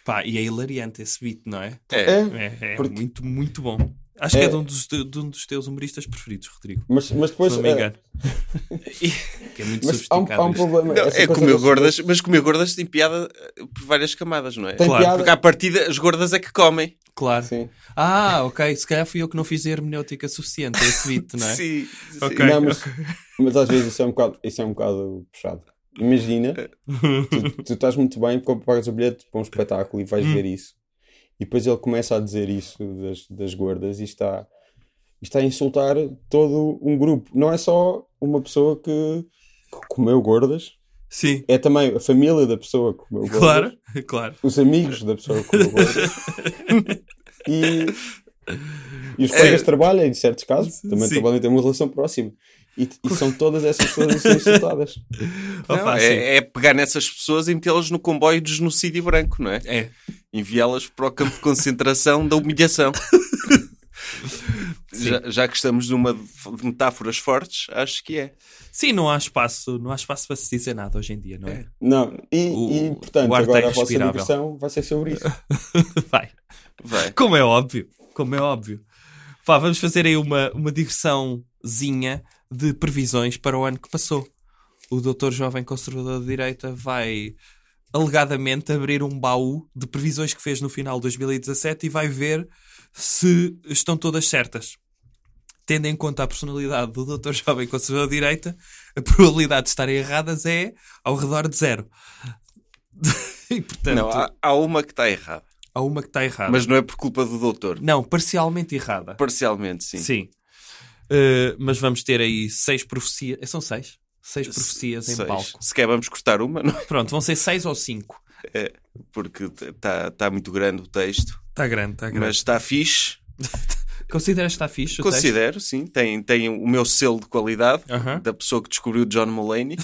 Speaker 2: Pá, e é hilariante esse beat, não é?
Speaker 3: É.
Speaker 2: É, é
Speaker 1: Porque-
Speaker 2: muito, muito bom. Acho que é
Speaker 1: É.
Speaker 2: de um, dos, te- de um dos teus humoristas preferidos, Rodrigo.
Speaker 1: Mas, mas depois.
Speaker 2: Se não me
Speaker 1: eh,
Speaker 2: engano. que é muito
Speaker 1: mas há um,
Speaker 2: sofisticado.
Speaker 1: há um
Speaker 2: isto.
Speaker 1: problema.
Speaker 3: Não,
Speaker 1: essa
Speaker 3: é
Speaker 1: coisa
Speaker 3: comer
Speaker 1: das-
Speaker 3: gordas, mas comer gordas tem piada eh, por várias camadas, não é?
Speaker 1: Tem
Speaker 2: Claro,
Speaker 1: piada.
Speaker 3: Porque à partida, as gordas é que comem.
Speaker 2: Claro.
Speaker 1: Sim.
Speaker 2: Ah, ok. Se calhar fui eu que não fiz a hermenêutica suficiente a esse beat, não é?
Speaker 3: Sim. sim.
Speaker 2: Ok.
Speaker 1: Não, mas, mas às vezes isso é um bocado, isso é um bocado puxado. Imagina, tu, tu estás muito bem porque pagas o bilhete para um espetáculo e vais
Speaker 2: Hum.
Speaker 1: ver isso. E depois ele começa a dizer isso das, das gordas e está, e está a insultar todo um grupo. Não é só uma pessoa que, que comeu gordas,
Speaker 2: Sim,
Speaker 1: é também a família da pessoa que comeu gordas,
Speaker 2: claro, claro.
Speaker 1: os amigos da pessoa que comeu gordas e, e os colegas de trabalho, em certos casos, também
Speaker 2: É. Sim.
Speaker 1: trabalham e têm uma relação próxima. E, e são todas essas pessoas a ser insultadas.
Speaker 3: Não,
Speaker 2: Opa, sim.
Speaker 3: é, é pegar nessas pessoas e metê-las no comboio de genocídio branco, não é?
Speaker 2: é.
Speaker 3: Enviá-las para o campo de concentração da humilhação. já, já que estamos numa de f- de metáforas fortes, acho que é.
Speaker 2: Sim, não há espaço, não há espaço para se dizer nada hoje em dia, não é?
Speaker 1: Não, e,
Speaker 2: O-
Speaker 1: e, portanto,
Speaker 2: o ar
Speaker 1: agora
Speaker 2: está
Speaker 1: a vossa
Speaker 2: irrespirável.
Speaker 1: digressão vai ser sobre isso.
Speaker 2: Vai.
Speaker 3: Vai.
Speaker 2: Como é óbvio, como é óbvio. Pá, vamos fazer aí uma, uma digressãozinha de previsões para o ano que passou. O doutor jovem conservador de direita vai alegadamente abrir um baú de previsões que fez no final de 2017 e vai ver se estão todas certas. Tendo em conta a personalidade do doutor jovem conservador de direita, a probabilidade de estarem erradas é ao redor de zero. e portanto,
Speaker 3: Não,
Speaker 2: há...
Speaker 3: há, há uma que está errada.
Speaker 2: uma que está errada.
Speaker 3: Mas não é por culpa do doutor.
Speaker 2: Não, parcialmente errada.
Speaker 3: Parcialmente, sim.
Speaker 2: Sim. Uh, mas vamos ter aí seis profecias. São seis? Seis profecias em
Speaker 3: Seis.
Speaker 2: palco.
Speaker 3: Se quer, vamos cortar uma, não é?
Speaker 2: Pronto, vão ser seis ou cinco.
Speaker 3: Porque está tá muito grande o texto.
Speaker 2: Está grande, está Tá grande.
Speaker 3: Mas está fixe.
Speaker 2: Consideras que está fixe? o
Speaker 3: Considero, sim. Tem, tem o meu selo de qualidade
Speaker 2: Aham.
Speaker 3: da pessoa que descobriu John Mulaney.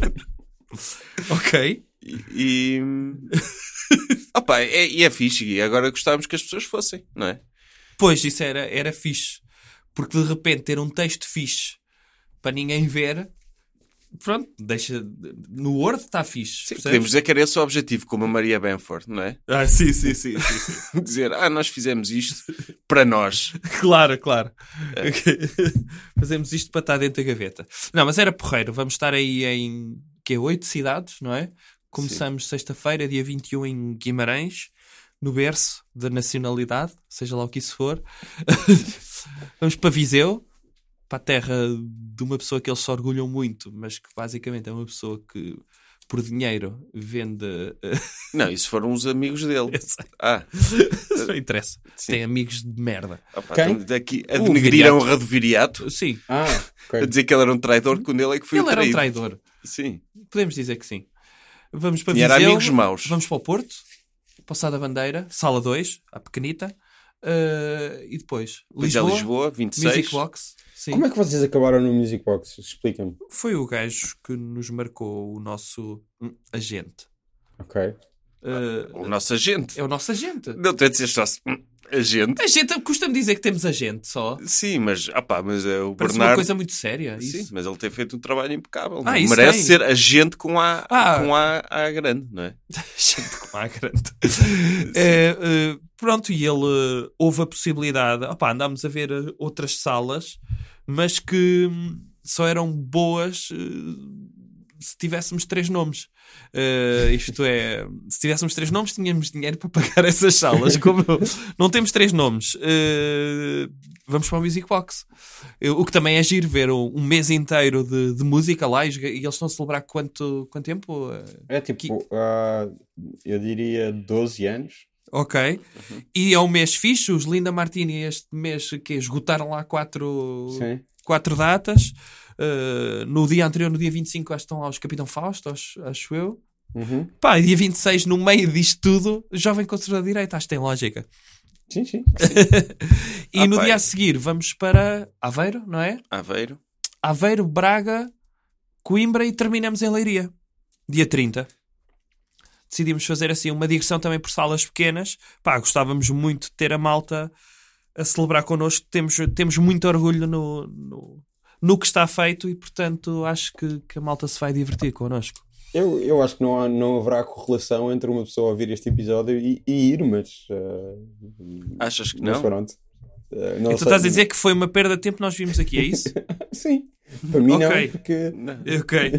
Speaker 2: texto? Ok.
Speaker 3: e. e... Opa, é, e é fixe. E agora gostávamos que as pessoas fossem, não é?
Speaker 2: Pois, isso era, era fixe. Porque de repente ter um texto fixe para ninguém ver. Pronto, deixa. No Word está fixe.
Speaker 3: Sim,
Speaker 2: percebes?
Speaker 3: podemos dizer que era esse o objetivo, como a Maria Benford, não é?
Speaker 2: Ah, sim, sim, sim. sim.
Speaker 3: dizer, ah, nós fizemos isto para nós.
Speaker 2: Claro, claro. Fazemos isto para estar dentro da gaveta. Não, mas era porreiro. Vamos estar aí em que oito cidades, não é? Começamos sexta-feira, dia 21, em Guimarães, no berço da nacionalidade, seja lá o que isso for. Vamos para Viseu, para a terra de uma pessoa que eles se orgulham muito, mas que basicamente é uma pessoa que, por dinheiro, vende.
Speaker 3: Não, isso foram os amigos dele. Ah,
Speaker 2: Não interessa.
Speaker 3: Sim.
Speaker 2: Tem amigos de merda.
Speaker 3: opa,
Speaker 1: Quem?
Speaker 3: estamos aqui a
Speaker 2: O
Speaker 3: denegrir
Speaker 2: Viriato.
Speaker 3: a honra do Viriato,
Speaker 2: Sim,
Speaker 1: Ah,
Speaker 3: a
Speaker 1: ok.
Speaker 3: dizer que ele era um traidor, quando ele é que foi
Speaker 2: ele
Speaker 3: o
Speaker 2: era um
Speaker 3: traído.
Speaker 2: traidor.
Speaker 3: Sim.
Speaker 2: Podemos dizer que sim. Vamos para
Speaker 3: E era
Speaker 2: Viseu,
Speaker 3: amigos maus.
Speaker 2: Vamos para o Porto. Passada Bandeira, Sala 2, a pequenita. eh, e depois,
Speaker 3: Depois é
Speaker 2: Lisboa,
Speaker 3: Lisboa, 26.
Speaker 2: Music Box. Sim.
Speaker 1: Como é que vocês acabaram no Music Box? Explica-me.
Speaker 2: Foi o gajo que nos marcou o nosso hum, agente.
Speaker 1: Ok.
Speaker 2: Eh,
Speaker 3: O nosso agente.
Speaker 2: é o nosso agente.
Speaker 3: Não tem de ser só hum, agente.
Speaker 2: A gente costume dizer que temos agente só.
Speaker 3: Sim, mas, opá, mas é o
Speaker 2: Parece uma
Speaker 3: Bernardo.
Speaker 2: coisa muito séria.
Speaker 3: Sim,
Speaker 2: Isso.
Speaker 3: mas ele tem feito um trabalho impecável.
Speaker 2: Ah,
Speaker 3: não é?
Speaker 2: isso
Speaker 3: Merece
Speaker 2: tem.
Speaker 3: ser agente com A,
Speaker 2: Ah.
Speaker 3: com a, a grande, não é?
Speaker 2: Gente com a grande. É, eh, pronto, e ele eh, houve a possibilidade. Opá, andámos a ver eh, outras salas, mas que hum, só eram boas eh, se tivéssemos três nomes. Eh, isto é, se tivéssemos três nomes, tínhamos dinheiro para pagar essas salas. Como não temos três nomes, eh, vamos para o Music Box. Eh, O que também é giro ver um, um mês inteiro de, de música lá e, os ga- e eles estão a celebrar quanto, quanto tempo? Eh,
Speaker 1: É tipo,
Speaker 2: Que-
Speaker 1: ah, eu diria 12 anos.
Speaker 2: Ok. E é um mês fixe. Os Linda Martini este mês que esgotaram lá quatro,
Speaker 1: Sim.
Speaker 2: quatro datas. Uh, no dia anterior, no dia 25, acho que estão lá os Capitão Fausto, acho, acho eu.
Speaker 1: Uhum.
Speaker 2: Pá, e dia 26, no meio disto tudo, Jovem Conservador da Direita, acho que tem lógica.
Speaker 1: Sim, sim.
Speaker 2: E
Speaker 3: Ah,
Speaker 2: no
Speaker 3: pá.
Speaker 2: dia a seguir, vamos para Aveiro, não é?
Speaker 3: Aveiro.
Speaker 2: Aveiro, Braga, Coimbra e terminamos em Leiria, dia 30. Decidimos fazer assim uma digressão também por salas pequenas. Pá, gostávamos muito de ter a malta a celebrar connosco. Temos, temos muito orgulho no, no, no que está feito e, portanto, acho que, que a malta se vai divertir connosco.
Speaker 1: Eu, eu acho que não, há, não haverá correlação entre uma pessoa ouvir este episódio e, e ir, mas. ah,
Speaker 3: Achas que
Speaker 1: mas
Speaker 3: não?
Speaker 1: pronto. Ah, não
Speaker 2: e tu
Speaker 1: sei.
Speaker 2: estás a dizer que foi uma perda de tempo que nós vimos aqui, é isso?
Speaker 1: Sim. Para mim,
Speaker 2: Ok.
Speaker 1: não, porque,
Speaker 3: Não.
Speaker 2: ok.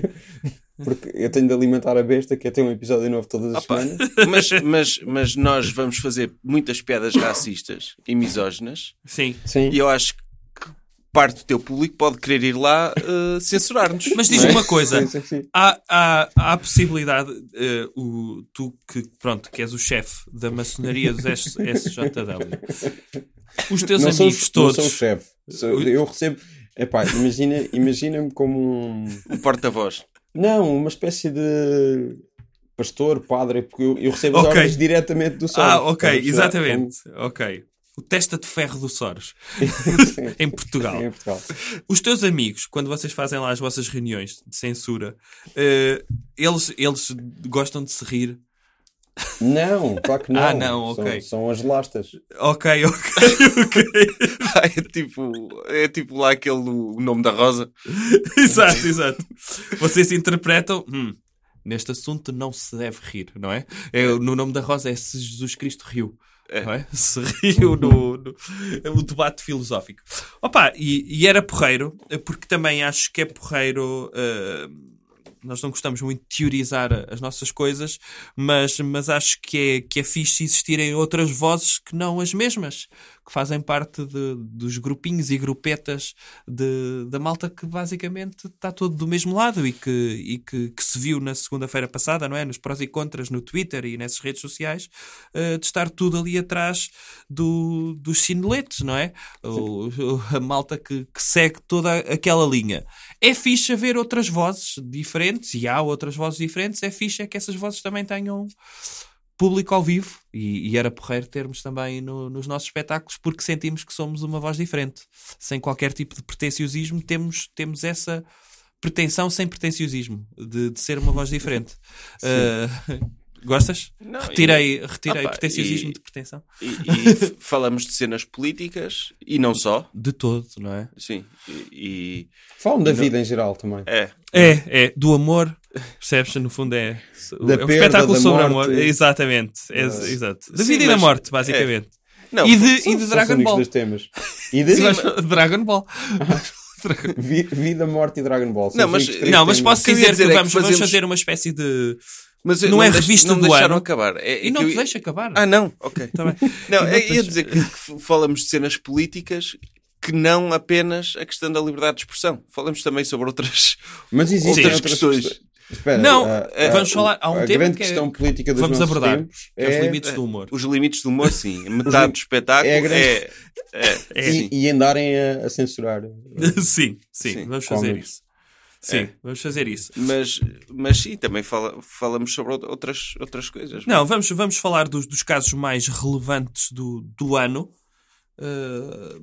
Speaker 1: porque eu tenho de alimentar a besta que é ter um episódio novo todas as
Speaker 3: Opa.
Speaker 1: semanas.
Speaker 3: Ah, Mas, mas, mas nós vamos fazer muitas piadas racistas e misóginas
Speaker 2: Sim.
Speaker 1: Sim.
Speaker 3: e eu acho que parte do teu público pode querer ir lá eh, censurar-nos.
Speaker 2: Mas diz-me
Speaker 3: não é?
Speaker 2: uma coisa.
Speaker 1: Sim, sim, sim.
Speaker 2: Há, há, há a possibilidade, eh, o, tu que, pronto, que és o chefe da maçonaria dos S- SJW, os teus
Speaker 1: não sou,
Speaker 2: amigos todos.
Speaker 1: Não sou o chefe. Sou- eu recebo. Epá, imagina- imagina-me como um.
Speaker 3: Um porta-voz.
Speaker 1: Não, uma espécie de pastor, padre, porque eu, eu recebo as
Speaker 2: Ok.
Speaker 1: ordens diretamente do sol.
Speaker 2: ah, ok,
Speaker 1: Estás a perceber?
Speaker 2: exatamente. Ok. O testa de ferro do Soros,
Speaker 1: é um- Sim,
Speaker 2: em Portugal.
Speaker 1: é em Portugal.
Speaker 2: Os teus amigos, quando vocês fazem lá as vossas reuniões de censura, eh, eles, eles gostam de se rir.
Speaker 1: Não, claro que não.
Speaker 2: Ah, não,
Speaker 1: São-
Speaker 2: ok.
Speaker 1: São, as lastas.
Speaker 2: Ok, ok, ok.
Speaker 3: Ah, é, tipo, é tipo lá aquele o nome da rosa.
Speaker 2: exato, exato. Vocês interpretam. "Hum, neste assunto não se deve rir, não é? É, no nome da Rosa é se Jesus Cristo riu. não é? Se riu no, no- é o debate filosófico. Opa, e, e era porreiro, eh, porque também acho que é porreiro. eh, nós não gostamos muito de teorizar a- as nossas coisas, mas, mas acho que é, que é fixe existirem outras vozes que não as mesmas, que fazem parte de- dos grupinhos e grupetas de- da malta que basicamente está todo do mesmo lado e, que, e que, que se viu na segunda-feira passada, não é? Nos prós e contras no Twitter e nessas redes sociais, eh, de estar tudo ali atrás do, dos sineletes, não é? O- o- a malta que, que segue toda aquela linha. É fixe haver outras vozes diferentes e há outras vozes diferentes, é fixe é que essas vozes também tenham público ao vivo e, e era porreiro termos também no- nos nossos espetáculos porque sentimos que somos uma voz diferente sem qualquer tipo de pretenciosismo temos, temos essa pretensão sem pretenciosismo de, de ser uma voz diferente Ah, gostas?
Speaker 3: Não, e-
Speaker 2: retirei, retirei
Speaker 3: Opa,
Speaker 2: pretenciosismo
Speaker 3: e-
Speaker 2: de pretensão
Speaker 3: E, e f- falamos de cenas políticas e não só.
Speaker 2: de todo, não é?
Speaker 3: Sim. E, e-
Speaker 1: Falam da vida em geral também.
Speaker 3: é.
Speaker 2: É, é, do amor, percebes? No fundo é,
Speaker 1: Da
Speaker 2: é um
Speaker 1: perda,
Speaker 2: espetáculo
Speaker 1: da
Speaker 2: sobre
Speaker 1: morte.
Speaker 2: amor. Exatamente, é,
Speaker 1: Mas-
Speaker 2: exato. Da
Speaker 3: Sim,
Speaker 2: vida e da
Speaker 3: mas- é, um
Speaker 2: morte, basicamente.
Speaker 3: Não,
Speaker 2: E de, e
Speaker 1: São
Speaker 2: de
Speaker 1: os
Speaker 2: Dragon
Speaker 1: únicos
Speaker 2: Ball.
Speaker 1: dois temas. E de
Speaker 2: Sim, mas- Dragon Ball.
Speaker 1: vi- vida, morte e Dragon Ball. São
Speaker 3: Não,
Speaker 1: os
Speaker 3: mas-
Speaker 1: únicos três
Speaker 2: Não, mas
Speaker 1: temas.
Speaker 2: posso
Speaker 3: que eu ia
Speaker 2: dizer,
Speaker 3: dizer é
Speaker 2: que,
Speaker 3: que
Speaker 2: vamos, vamos
Speaker 3: fazemos-
Speaker 2: fazer uma espécie de.
Speaker 3: mas eu-
Speaker 2: não é
Speaker 3: deix-
Speaker 2: revista
Speaker 3: não
Speaker 2: do
Speaker 3: deixaram
Speaker 2: ano.
Speaker 3: acabar. É- é
Speaker 2: e não
Speaker 3: que eu-
Speaker 2: te deixa acabar.
Speaker 3: Ah, não? Ok.
Speaker 2: Tá bem.
Speaker 3: Não,
Speaker 2: Não
Speaker 3: é, ia
Speaker 2: tens-
Speaker 3: dizer que, que falamos de cenas políticas que não apenas a questão da liberdade de expressão. Falamos também sobre outras.
Speaker 1: Mas existem
Speaker 2: Outras
Speaker 1: outras,
Speaker 3: questões.
Speaker 1: questões. Espera,
Speaker 2: Não,
Speaker 1: ah,
Speaker 2: eh,
Speaker 1: ah,
Speaker 2: vamos falar- há um
Speaker 1: a
Speaker 2: tema
Speaker 1: grande
Speaker 2: que é-
Speaker 1: questão política dos
Speaker 2: Vamos
Speaker 1: nossos
Speaker 2: abordar.
Speaker 1: tempos
Speaker 2: É, os
Speaker 1: é,
Speaker 2: limites do humor.
Speaker 3: Os limites do humor, sim. Metade do espetáculo
Speaker 1: é
Speaker 3: é.
Speaker 1: a grande-
Speaker 3: é, é,
Speaker 1: e,
Speaker 3: sim.
Speaker 1: e andarem a, a censurar.
Speaker 2: sim, sim,
Speaker 3: Sim, É.
Speaker 2: vamos fazer
Speaker 1: cómics.
Speaker 2: isso. Sim, vamos fazer isso.
Speaker 3: Mas, mas sim, também fala- falamos sobre out- outras, outras coisas.
Speaker 2: Não, vamos, vamos falar dos, dos casos mais relevantes do, do ano. Eh,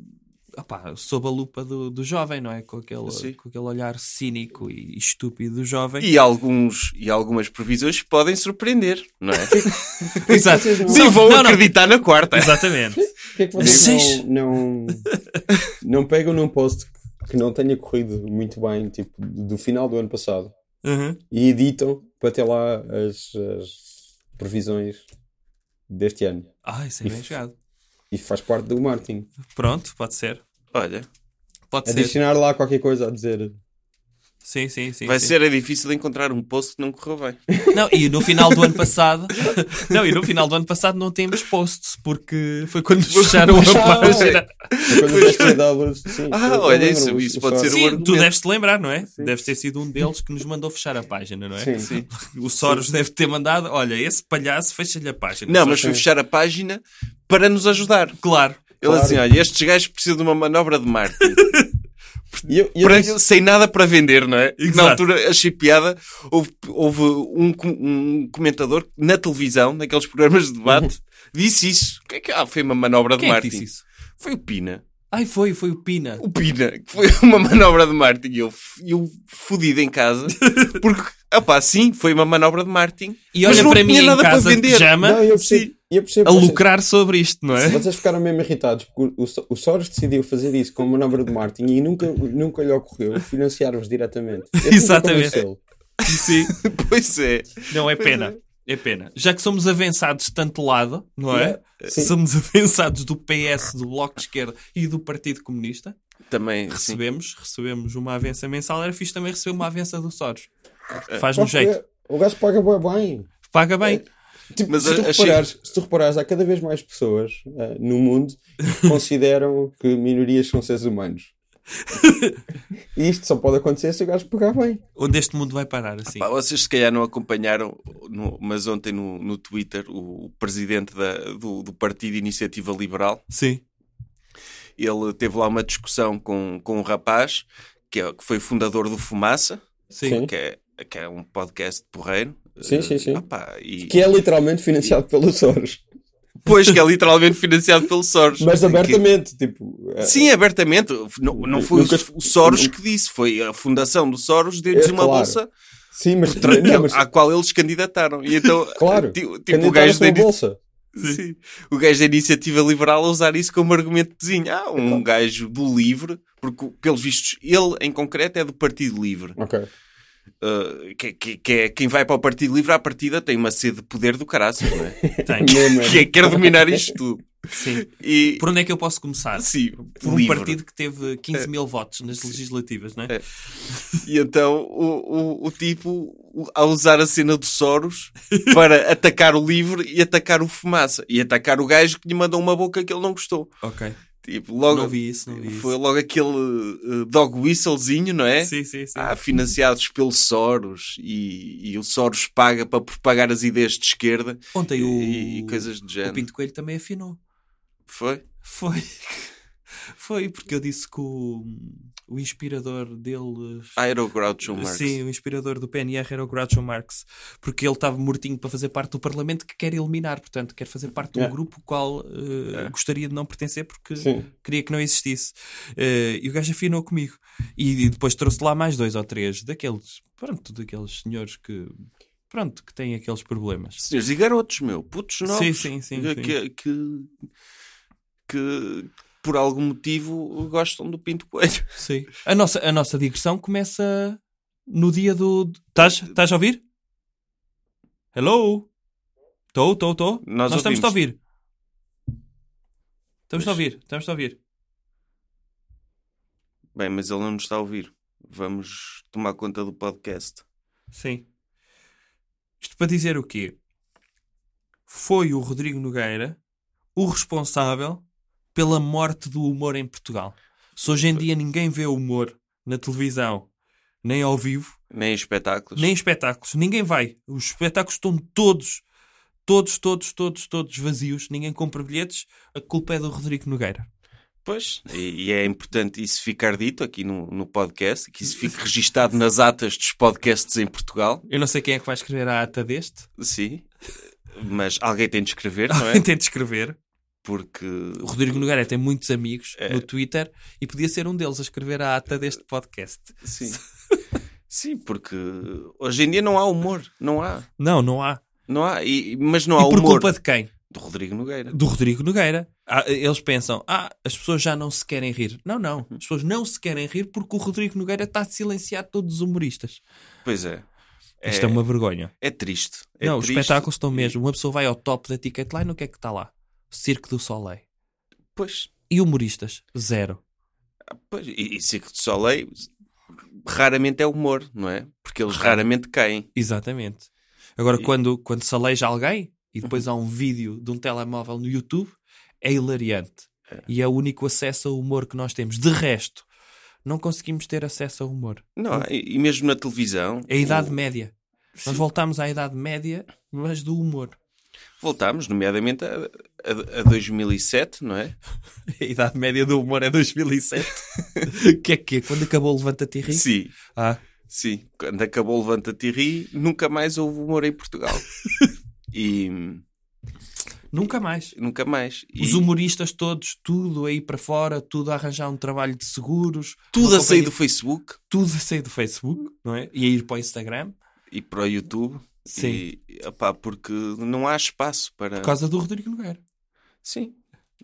Speaker 2: opá, sob a lupa do, do jovem, não é? Com aquele,
Speaker 3: Sim.
Speaker 2: com aquele olhar cínico e estúpido do jovem.
Speaker 3: E, alguns, e algumas previsões podem surpreender, não é?
Speaker 2: Exato.
Speaker 3: Não vão
Speaker 2: Não, não.
Speaker 3: acreditar na quarta.
Speaker 2: Exatamente.
Speaker 1: Porquê é que
Speaker 2: Vocês-
Speaker 1: vocês não, não, não pegam num post que não tenha corrido muito bem, tipo, do final do ano passado,
Speaker 2: Uhum.
Speaker 1: e editam para ter lá as, as previsões deste ano?
Speaker 2: Ah, isso é bem
Speaker 1: Isso.
Speaker 2: jogado.
Speaker 1: E faz parte do marketing.
Speaker 2: Pronto, pode ser.
Speaker 3: Olha, É
Speaker 2: Pode ser.
Speaker 1: Adicionar lá qualquer coisa a dizer.
Speaker 2: Sim, sim, sim.
Speaker 3: vai
Speaker 2: sim.
Speaker 3: ser é difícil encontrar um post que não correu bem.
Speaker 2: Não, e no final do ano passado, não, e no final do ano passado não temos post, porque foi quando nos fecharam a
Speaker 1: Ah,
Speaker 3: é,
Speaker 2: página.
Speaker 1: Uma coisa das TWs, sim,
Speaker 3: Ah,
Speaker 1: eu- eu
Speaker 3: olha,
Speaker 1: lembro-me,
Speaker 3: isso- isso
Speaker 1: eu
Speaker 3: pode
Speaker 1: só-
Speaker 3: ser um-
Speaker 2: Sim, tu
Speaker 3: argumento.
Speaker 2: deves te lembrar, não é? Deves ter sido um deles que nos mandou fechar a página, não é?
Speaker 1: Sim.
Speaker 3: Sim.
Speaker 2: O Soros deve ter mandado, olha, esse palhaço fecha-lhe a página.
Speaker 3: Não,
Speaker 2: Só-
Speaker 3: mas foi fechar a página para nos ajudar.
Speaker 2: claro.
Speaker 3: Ele
Speaker 1: Claro.
Speaker 3: assim, olha, estes gajos precisam de uma manobra de marketing.
Speaker 1: E eu- e eu
Speaker 3: Para-
Speaker 1: disse-
Speaker 3: sem nada para vender, não é?
Speaker 2: Exato.
Speaker 3: Na altura achei piada. Houve, houve um, com- um comentador que na televisão, naqueles programas de debate, disse isso. Que é que- ah, foi uma manobra de
Speaker 2: Quem é que
Speaker 3: marketing.
Speaker 2: disse isso?
Speaker 3: Foi o Pina.
Speaker 2: Ai, foi, foi o Pina.
Speaker 3: O Pina, que foi uma manobra de marketing. E eu, f- eu fodido em casa, porque, opá, sim, foi uma manobra de marketing.
Speaker 2: E
Speaker 3: Mas
Speaker 2: olha
Speaker 3: não
Speaker 2: para mim
Speaker 3: tinha
Speaker 2: em
Speaker 3: nada para
Speaker 2: casa de
Speaker 3: vender.
Speaker 2: pijama
Speaker 1: Não, eu percebo. Eu percebo
Speaker 2: a
Speaker 1: vocês-
Speaker 2: lucrar sobre isto, não é?
Speaker 1: Vocês ficaram mesmo irritados porque o, o- o Soros decidiu fazer isso com uma manobra de marketing e nunca, nunca lhe ocorreu financiar-vos diretamente. Eu tenho que
Speaker 2: Exatamente.
Speaker 1: convencê-lo.
Speaker 2: Sim.
Speaker 3: Pois é.
Speaker 2: Não, é pena. É pena. Já que somos avançados de tanto lado, não é?
Speaker 1: Sim.
Speaker 2: Somos avançados do PS, do Bloco de Esquerda e do Partido Comunista.
Speaker 3: Também, sim.
Speaker 2: Recebemos, recebemos uma avença mensal. Era fixe também receber uma avença do Soros.
Speaker 3: É.
Speaker 2: Faz-nos jeito.
Speaker 1: O gajo paga bué bem.
Speaker 2: Paga bem.
Speaker 1: Tipo,
Speaker 3: Mas
Speaker 1: se, tu
Speaker 3: a- achei-
Speaker 1: reparares, se tu reparares, há cada vez mais pessoas ah, no mundo que consideram que minorias são seres humanos. E isto só pode acontecer se o gajo pagar bem.
Speaker 2: Onde este mundo vai parar, assim.
Speaker 3: Pá, vocês se calhar não acompanharam, no- mas ontem no, no Twitter, o, o presidente da- do, do Partido Iniciativa Liberal,
Speaker 2: Sim.
Speaker 3: ele teve lá uma discussão com, com um rapaz que, é- que foi fundador do Fumaça,
Speaker 2: Sim.
Speaker 1: Sim.
Speaker 3: que é, que é um podcast porreiro.
Speaker 1: Sim, sim, sim.
Speaker 3: Ah, pá, e-
Speaker 1: Que é literalmente financiado pelo Soros.
Speaker 3: Pois, que é literalmente financiado pelo Soros.
Speaker 1: Mas
Speaker 3: Que-
Speaker 1: abertamente, tipo. ah,
Speaker 3: Sim, abertamente. Não, não foi
Speaker 1: Nunca-
Speaker 3: o, o Soros que disse, foi a fundação do Soros deu-lhes
Speaker 1: É,
Speaker 3: uma
Speaker 1: claro.
Speaker 3: bolsa
Speaker 1: Sim, mas.
Speaker 3: que-
Speaker 1: Não, mas
Speaker 3: à qual eles candidataram. E então,
Speaker 1: Claro.
Speaker 3: ti- tipo, o gajo
Speaker 1: Candidataram-se
Speaker 3: da
Speaker 1: uma bolsa.
Speaker 3: Sim. O gajo da iniciativa liberal a usar isso como argumentozinho. Ah,
Speaker 1: Então.
Speaker 3: um gajo do livre, porque, pelos vistos, ele em concreto é do Partido Livre.
Speaker 1: Ok.
Speaker 3: Uh, que, que- que é quem vai para o Partido Livre à partida tem uma sede de poder do caraças, não é?
Speaker 2: Tem.
Speaker 1: Mesmo,
Speaker 3: que é, quer dominar isto tudo.
Speaker 2: Sim.
Speaker 3: E,
Speaker 2: Por onde é que eu posso começar?
Speaker 3: sim,
Speaker 2: Por um
Speaker 3: livre.
Speaker 2: partido que teve 15 mil votos nas legislativas, não é?
Speaker 3: É. E então o, o, o tipo, o- a usar a cena do Soros para atacar o livre e atacar o fumaça. E atacar o gajo que lhe mandou uma boca que ele não gostou.
Speaker 2: Ok.
Speaker 3: Tipo, logo,
Speaker 2: Não vi isso, não vi
Speaker 3: Foi
Speaker 2: isso.
Speaker 3: logo aquele uh, dog whistlezinho, não é?
Speaker 2: Sim, sim, sim.
Speaker 3: Ah, financiados pelo Soros e, e o Soros paga para propagar as ideias de esquerda
Speaker 2: Ontem o,
Speaker 3: e, e coisas do
Speaker 2: o
Speaker 3: género.
Speaker 2: Pinto Coelho também afinou.
Speaker 3: Foi?
Speaker 2: Foi. Foi porque eu disse que o, o inspirador deles.
Speaker 3: Ah, era o Groucho Marx.
Speaker 2: Sim, o inspirador do PNR era o Groucho Marx, porque ele estava mortinho para fazer parte do Parlamento que quer eliminar, portanto, quer fazer parte de um
Speaker 1: É.
Speaker 2: grupo qual eh,
Speaker 3: É.
Speaker 2: gostaria de não pertencer porque
Speaker 1: Sim.
Speaker 2: queria que não existisse. Eh, e o gajo afinou comigo. E, depois trouxe lá mais dois ou três daqueles, pronto, daqueles senhores que, pronto, que têm aqueles problemas.
Speaker 3: Senhores e garotos, meu, putos novos.
Speaker 2: Sim, sim, sim,
Speaker 3: que,
Speaker 2: sim.
Speaker 3: Que, que, que por algum motivo gostam do Pinto Coelho.
Speaker 2: Sim. A nossa, a nossa digressão começa no dia do. Estás estás a ouvir? Hello? Estou, estou, estou.
Speaker 3: Nós
Speaker 2: estamos a
Speaker 3: ouvimos.
Speaker 2: ouvir. Estamos a ouvir, estamos a ouvir.
Speaker 3: Bem, mas ele não nos está a ouvir. Vamos tomar conta do podcast.
Speaker 2: Sim. Isto para dizer o quê? Foi o Rodrigo Nogueira o responsável pela morte do humor em Portugal. Se hoje em dia ninguém vê humor na televisão, nem ao vivo,
Speaker 3: Nem espetáculos.
Speaker 2: Nem espetáculos. Ninguém vai. Os espetáculos estão todos, todos, todos, todos, todos vazios. Ninguém compra bilhetes. A culpa é do Rodrigo Nogueira.
Speaker 3: Pois, e, e é importante isso ficar dito aqui no, no podcast, que isso fique registado nas atas dos podcasts em Portugal.
Speaker 2: Eu não sei quem é que vai escrever a ata deste.
Speaker 3: Sim, mas alguém tem de escrever, não é?
Speaker 2: Alguém tem de escrever.
Speaker 3: Porque
Speaker 2: O Rodrigo Nogueira tem muitos amigos
Speaker 3: É.
Speaker 2: no Twitter e podia ser um deles a escrever a ata deste podcast.
Speaker 3: sim. Sim, porque hoje em dia não há humor, não há,
Speaker 2: Não, não há.
Speaker 3: não há, e, mas não há
Speaker 2: e por
Speaker 3: humor
Speaker 2: culpa de quem?
Speaker 3: do Rodrigo Nogueira.
Speaker 2: Do Rodrigo Nogueira. Ah, eles pensam, ah, as pessoas já não se querem rir. Não, não. As pessoas não se querem rir porque o Rodrigo Nogueira está a silenciar todos os humoristas.
Speaker 3: Pois é. É,
Speaker 2: Isto é uma vergonha.
Speaker 3: é triste. É
Speaker 2: não, os
Speaker 3: triste.
Speaker 2: espetáculos estão mesmo. Uma pessoa vai ao top da Ticketline, o que é que está lá? Circo do Soleil.
Speaker 3: Pois,
Speaker 2: E humoristas? Zero.
Speaker 3: pois. E, e Circo de Soleil raramente é humor, não é? Porque eles raramente caem.
Speaker 2: Exatamente. Agora,
Speaker 3: E-
Speaker 2: quando, quando se aleija alguém e depois há um vídeo de um telemóvel no YouTube, é hilariante. E é o único acesso ao humor que nós temos. De resto, não conseguimos ter acesso ao humor.
Speaker 3: Não, há. e, e mesmo na televisão.
Speaker 2: É a Idade
Speaker 3: o-
Speaker 2: Média.
Speaker 3: Sim.
Speaker 2: Nós voltámos à Idade Média, mas do humor.
Speaker 3: Voltámos, nomeadamente, a, a- a 2007, não é?
Speaker 2: A Idade Média do humor é 2007. que é que é? Quando acabou o Levanta-te e ri?
Speaker 3: Sim,
Speaker 2: Ah,
Speaker 3: sim. Quando acabou o Levanta-te e ri, nunca mais houve humor em Portugal. e
Speaker 2: nunca mais.
Speaker 3: nunca mais. E
Speaker 2: Os hum- humoristas todos, tudo aí para fora, tudo a arranjar um trabalho de seguros,
Speaker 3: tudo
Speaker 2: uma
Speaker 3: a sair
Speaker 2: companhia-
Speaker 3: do Facebook
Speaker 2: tudo a sair do Facebook, não é? E a ir para o Instagram.
Speaker 3: e para o YouTube.
Speaker 2: Sim.
Speaker 3: E, opá, porque não há espaço para.
Speaker 2: Por causa do Rodrigo Nogueira.
Speaker 3: Sim,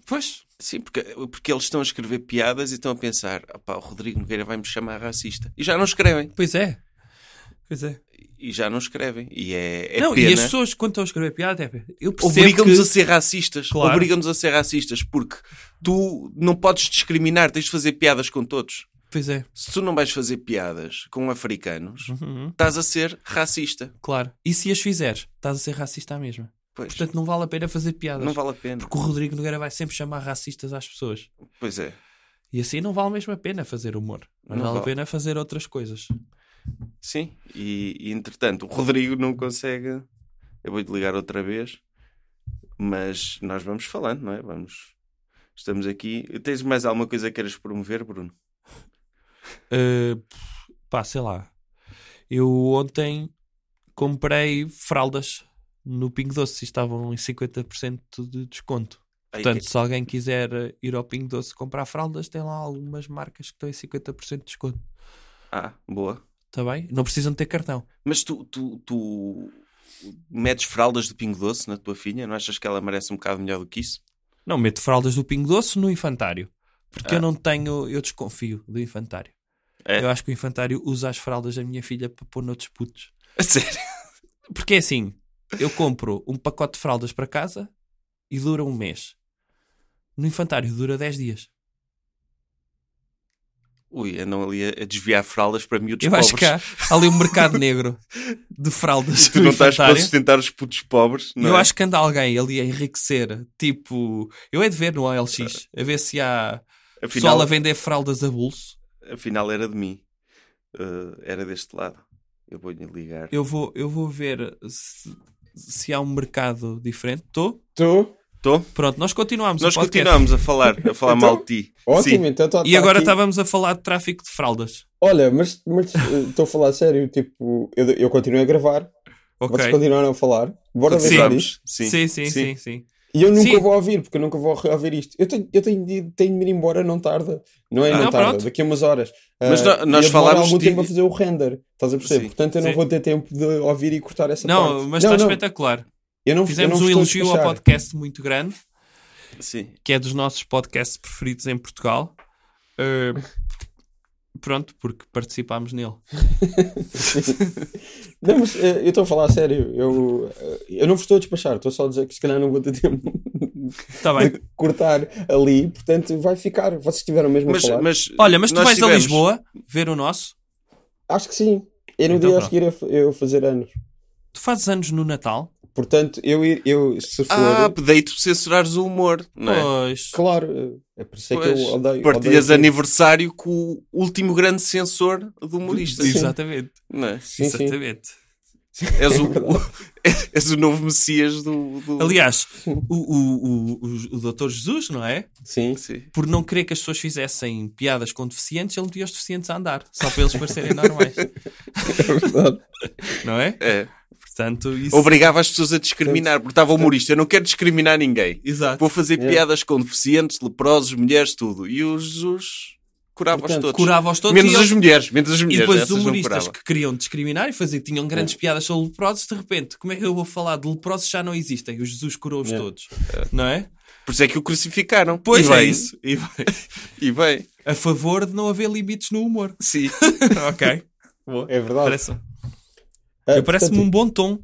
Speaker 2: Pois.
Speaker 3: Sim, porque, porque eles estão a escrever piadas e estão a pensar: opá, o Rodrigo Nogueira vai me chamar racista. E já não escrevem.
Speaker 2: Pois é. Pois é.
Speaker 3: E já não escrevem. E é, é
Speaker 2: não,
Speaker 3: pena.
Speaker 2: e as pessoas, quando estão a escrever piada, até eu percebo
Speaker 3: Obrigam-nos
Speaker 2: que...
Speaker 3: a ser racistas.
Speaker 2: Claro.
Speaker 3: Obrigam-nos a ser racistas porque tu não podes discriminar, tens de fazer piadas com todos.
Speaker 2: Pois é.
Speaker 3: Se tu não vais fazer piadas com africanos,
Speaker 2: Uhum,
Speaker 3: estás a ser racista.
Speaker 2: Claro. E se as fizeres, estás a ser racista à mesma.
Speaker 3: Pois,
Speaker 2: Portanto, não vale a pena fazer piadas.
Speaker 3: não vale a pena.
Speaker 2: Porque o Rodrigo Nogueira vai sempre chamar racistas às pessoas.
Speaker 3: Pois é.
Speaker 2: E assim não vale mesmo a pena fazer humor. Mas
Speaker 3: Não
Speaker 2: vale a
Speaker 3: vale.
Speaker 2: pena fazer outras coisas.
Speaker 3: Sim. E, e, entretanto, o Rodrigo não consegue. Eu vou-lhe ligar outra vez. Mas nós vamos falando, não é? Vamos. Estamos aqui. Tens mais alguma coisa que queiras promover, Bruno?
Speaker 2: Uh, pá, sei lá. Eu ontem comprei fraldas no Pingo Doce e estavam em 50% de desconto.
Speaker 3: Ai,
Speaker 2: Portanto, se alguém quiser eh, ir ao Pingo Doce comprar fraldas, tem lá algumas marcas que estão em 50% de desconto.
Speaker 3: que- Ah, boa.
Speaker 2: Está bem? Não precisam ter cartão.
Speaker 3: Mas tu, tu, tu metes fraldas do Pingo Doce na tua filha? Não achas que ela merece um bocado melhor do que isso?
Speaker 2: Não, meto fraldas do Pingo Doce no infantário. Porque eu não tenho, eu desconfio do infantário.
Speaker 3: É?
Speaker 2: Eu acho que o infantário usa as fraldas da minha filha para pôr noutros putos.
Speaker 3: A sério?
Speaker 2: Porque é assim, eu compro um pacote de fraldas para casa e dura um mês. No infantário dura 10 dias.
Speaker 3: Ui, andam ali a, a desviar fraldas para miúdos
Speaker 2: Eu
Speaker 3: pobres.
Speaker 2: acho que há, há ali um mercado negro de fraldas
Speaker 3: E tu
Speaker 2: no
Speaker 3: não estás para
Speaker 2: infantário.
Speaker 3: sustentar os putos pobres, não
Speaker 2: Eu
Speaker 3: é?
Speaker 2: acho que anda alguém ali a enriquecer, tipo... Eu é de ver no OLX, a ver se há pessoal a vender fraldas a bolso.
Speaker 3: Afinal era de mim. Eh, era deste lado. Eu vou-lhe ligar.
Speaker 2: Eu vou, eu vou ver se, se há um mercado diferente. Estou?
Speaker 1: Tu?
Speaker 3: Tô?
Speaker 2: Pronto, nós continuamos
Speaker 3: Nós
Speaker 2: o podcast.
Speaker 3: continuamos a falar, a falar
Speaker 1: Então,
Speaker 3: mal de ti.
Speaker 1: Ótimo,
Speaker 3: Sim.
Speaker 1: então tá,
Speaker 2: E
Speaker 1: tá
Speaker 2: agora
Speaker 1: aqui.
Speaker 2: estávamos a falar de tráfico de fraldas.
Speaker 1: Olha, mas mas, eh, estou a falar sério, tipo, eu, eu continuei a gravar, vocês
Speaker 2: Ok.
Speaker 1: continuaram a falar, bora
Speaker 2: Sim.
Speaker 1: deixar isto.
Speaker 3: Vamos. Sim.
Speaker 2: sim, sim, sim. sim.
Speaker 1: E eu nunca
Speaker 2: Sim.
Speaker 1: vou ouvir, porque eu nunca vou reouvir isto. Eu tenho, eu tenho, de, tenho de ir embora, não tarda. Não é
Speaker 2: Ah,
Speaker 1: não
Speaker 2: não,
Speaker 1: tarda,
Speaker 2: pronto.
Speaker 1: daqui a umas horas.
Speaker 3: Mas
Speaker 1: Ah,
Speaker 3: nó-
Speaker 1: e
Speaker 3: nós
Speaker 1: eu demoro
Speaker 3: falámos
Speaker 1: algum
Speaker 3: de-
Speaker 1: tempo a fazer o render, estás a perceber?
Speaker 3: Sim.
Speaker 1: Portanto, eu não
Speaker 2: Sim.
Speaker 1: vou ter tempo de ouvir e cortar essa parte.
Speaker 2: Não, mas está
Speaker 1: não,
Speaker 2: espetacular.
Speaker 1: eu não,
Speaker 2: Fizemos
Speaker 1: eu não
Speaker 2: um
Speaker 1: estou a
Speaker 2: elogio ao
Speaker 1: despachar.
Speaker 2: podcast muito grande,
Speaker 3: Sim.
Speaker 2: que é dos nossos podcasts preferidos em Portugal. Uh, pronto, porque participámos nele.
Speaker 1: Não, mas eh, eu estou a falar sério. Eu, eh, eu não vos estou a despachar, estou só a dizer que se calhar não vou ter tempo
Speaker 2: Está
Speaker 1: de
Speaker 2: Tá bem.
Speaker 1: cortar ali. Portanto, vai ficar. Vocês tiveram mesmo
Speaker 3: Mas,
Speaker 1: a falar.
Speaker 3: mas
Speaker 2: Olha, mas tu
Speaker 3: nós
Speaker 2: vais a
Speaker 3: tivemos-
Speaker 2: Lisboa ver o nosso.
Speaker 1: Acho que sim. Eu no
Speaker 2: Então
Speaker 1: dia a
Speaker 2: pronto.
Speaker 1: seguir eu fa- eu fazer anos.
Speaker 2: Tu fazes anos no Natal.
Speaker 1: Portanto, eu, ir- eu se for.
Speaker 3: Ah, pedei-te por censurares o humor, não é?
Speaker 2: Pois.
Speaker 1: Claro, é por isso é que
Speaker 3: Pois,
Speaker 1: eu odeio.
Speaker 3: Partilhas
Speaker 1: odeio
Speaker 3: aniversário com o último grande censor do humorista.
Speaker 2: Exatamente.
Speaker 3: Não é?
Speaker 1: Sim, sim. É
Speaker 2: Exatamente.
Speaker 3: És o, És o novo Messias do. do...
Speaker 2: Aliás, o, o, o, o, o Dr. Jesus, não é?
Speaker 1: Sim.
Speaker 3: Sim.
Speaker 2: Por não querer que as pessoas fizessem piadas com deficientes, ele metia os deficientes a andar, só para eles parecerem normais,
Speaker 1: É verdade.
Speaker 2: não é?
Speaker 3: É.
Speaker 2: Portanto, isso.
Speaker 3: Obrigava as pessoas a discriminar, porque estava humorista. Eu não quero discriminar ninguém.
Speaker 2: Exato.
Speaker 3: Vou fazer piadas com deficientes, leprosos, mulheres, tudo. E o Jesus curava-os
Speaker 1: Portanto,
Speaker 3: todos.
Speaker 2: Curava-os todos
Speaker 3: Menos
Speaker 2: e,
Speaker 3: as
Speaker 2: eles-
Speaker 3: mulheres, menos as
Speaker 2: e
Speaker 3: mulheres.
Speaker 2: depois os
Speaker 3: essas não
Speaker 2: humoristas
Speaker 3: curava.
Speaker 2: que queriam discriminar e fazer, tinham
Speaker 1: É.
Speaker 2: grandes piadas sobre leprosos, de repente, como é que eu vou falar de leprosos já não existem? O Jesus curou-os
Speaker 1: É.
Speaker 2: todos, não é?
Speaker 3: Por isso é que o crucificaram.
Speaker 2: Pois
Speaker 3: E
Speaker 2: é
Speaker 3: bem,
Speaker 2: isso. E bem.
Speaker 3: E bem,
Speaker 2: A favor de não haver limites no humor.
Speaker 3: sim.
Speaker 2: ok.
Speaker 1: É verdade.
Speaker 2: Parece-
Speaker 1: Ah,
Speaker 2: Parece-me
Speaker 1: portanto,
Speaker 2: um bom tom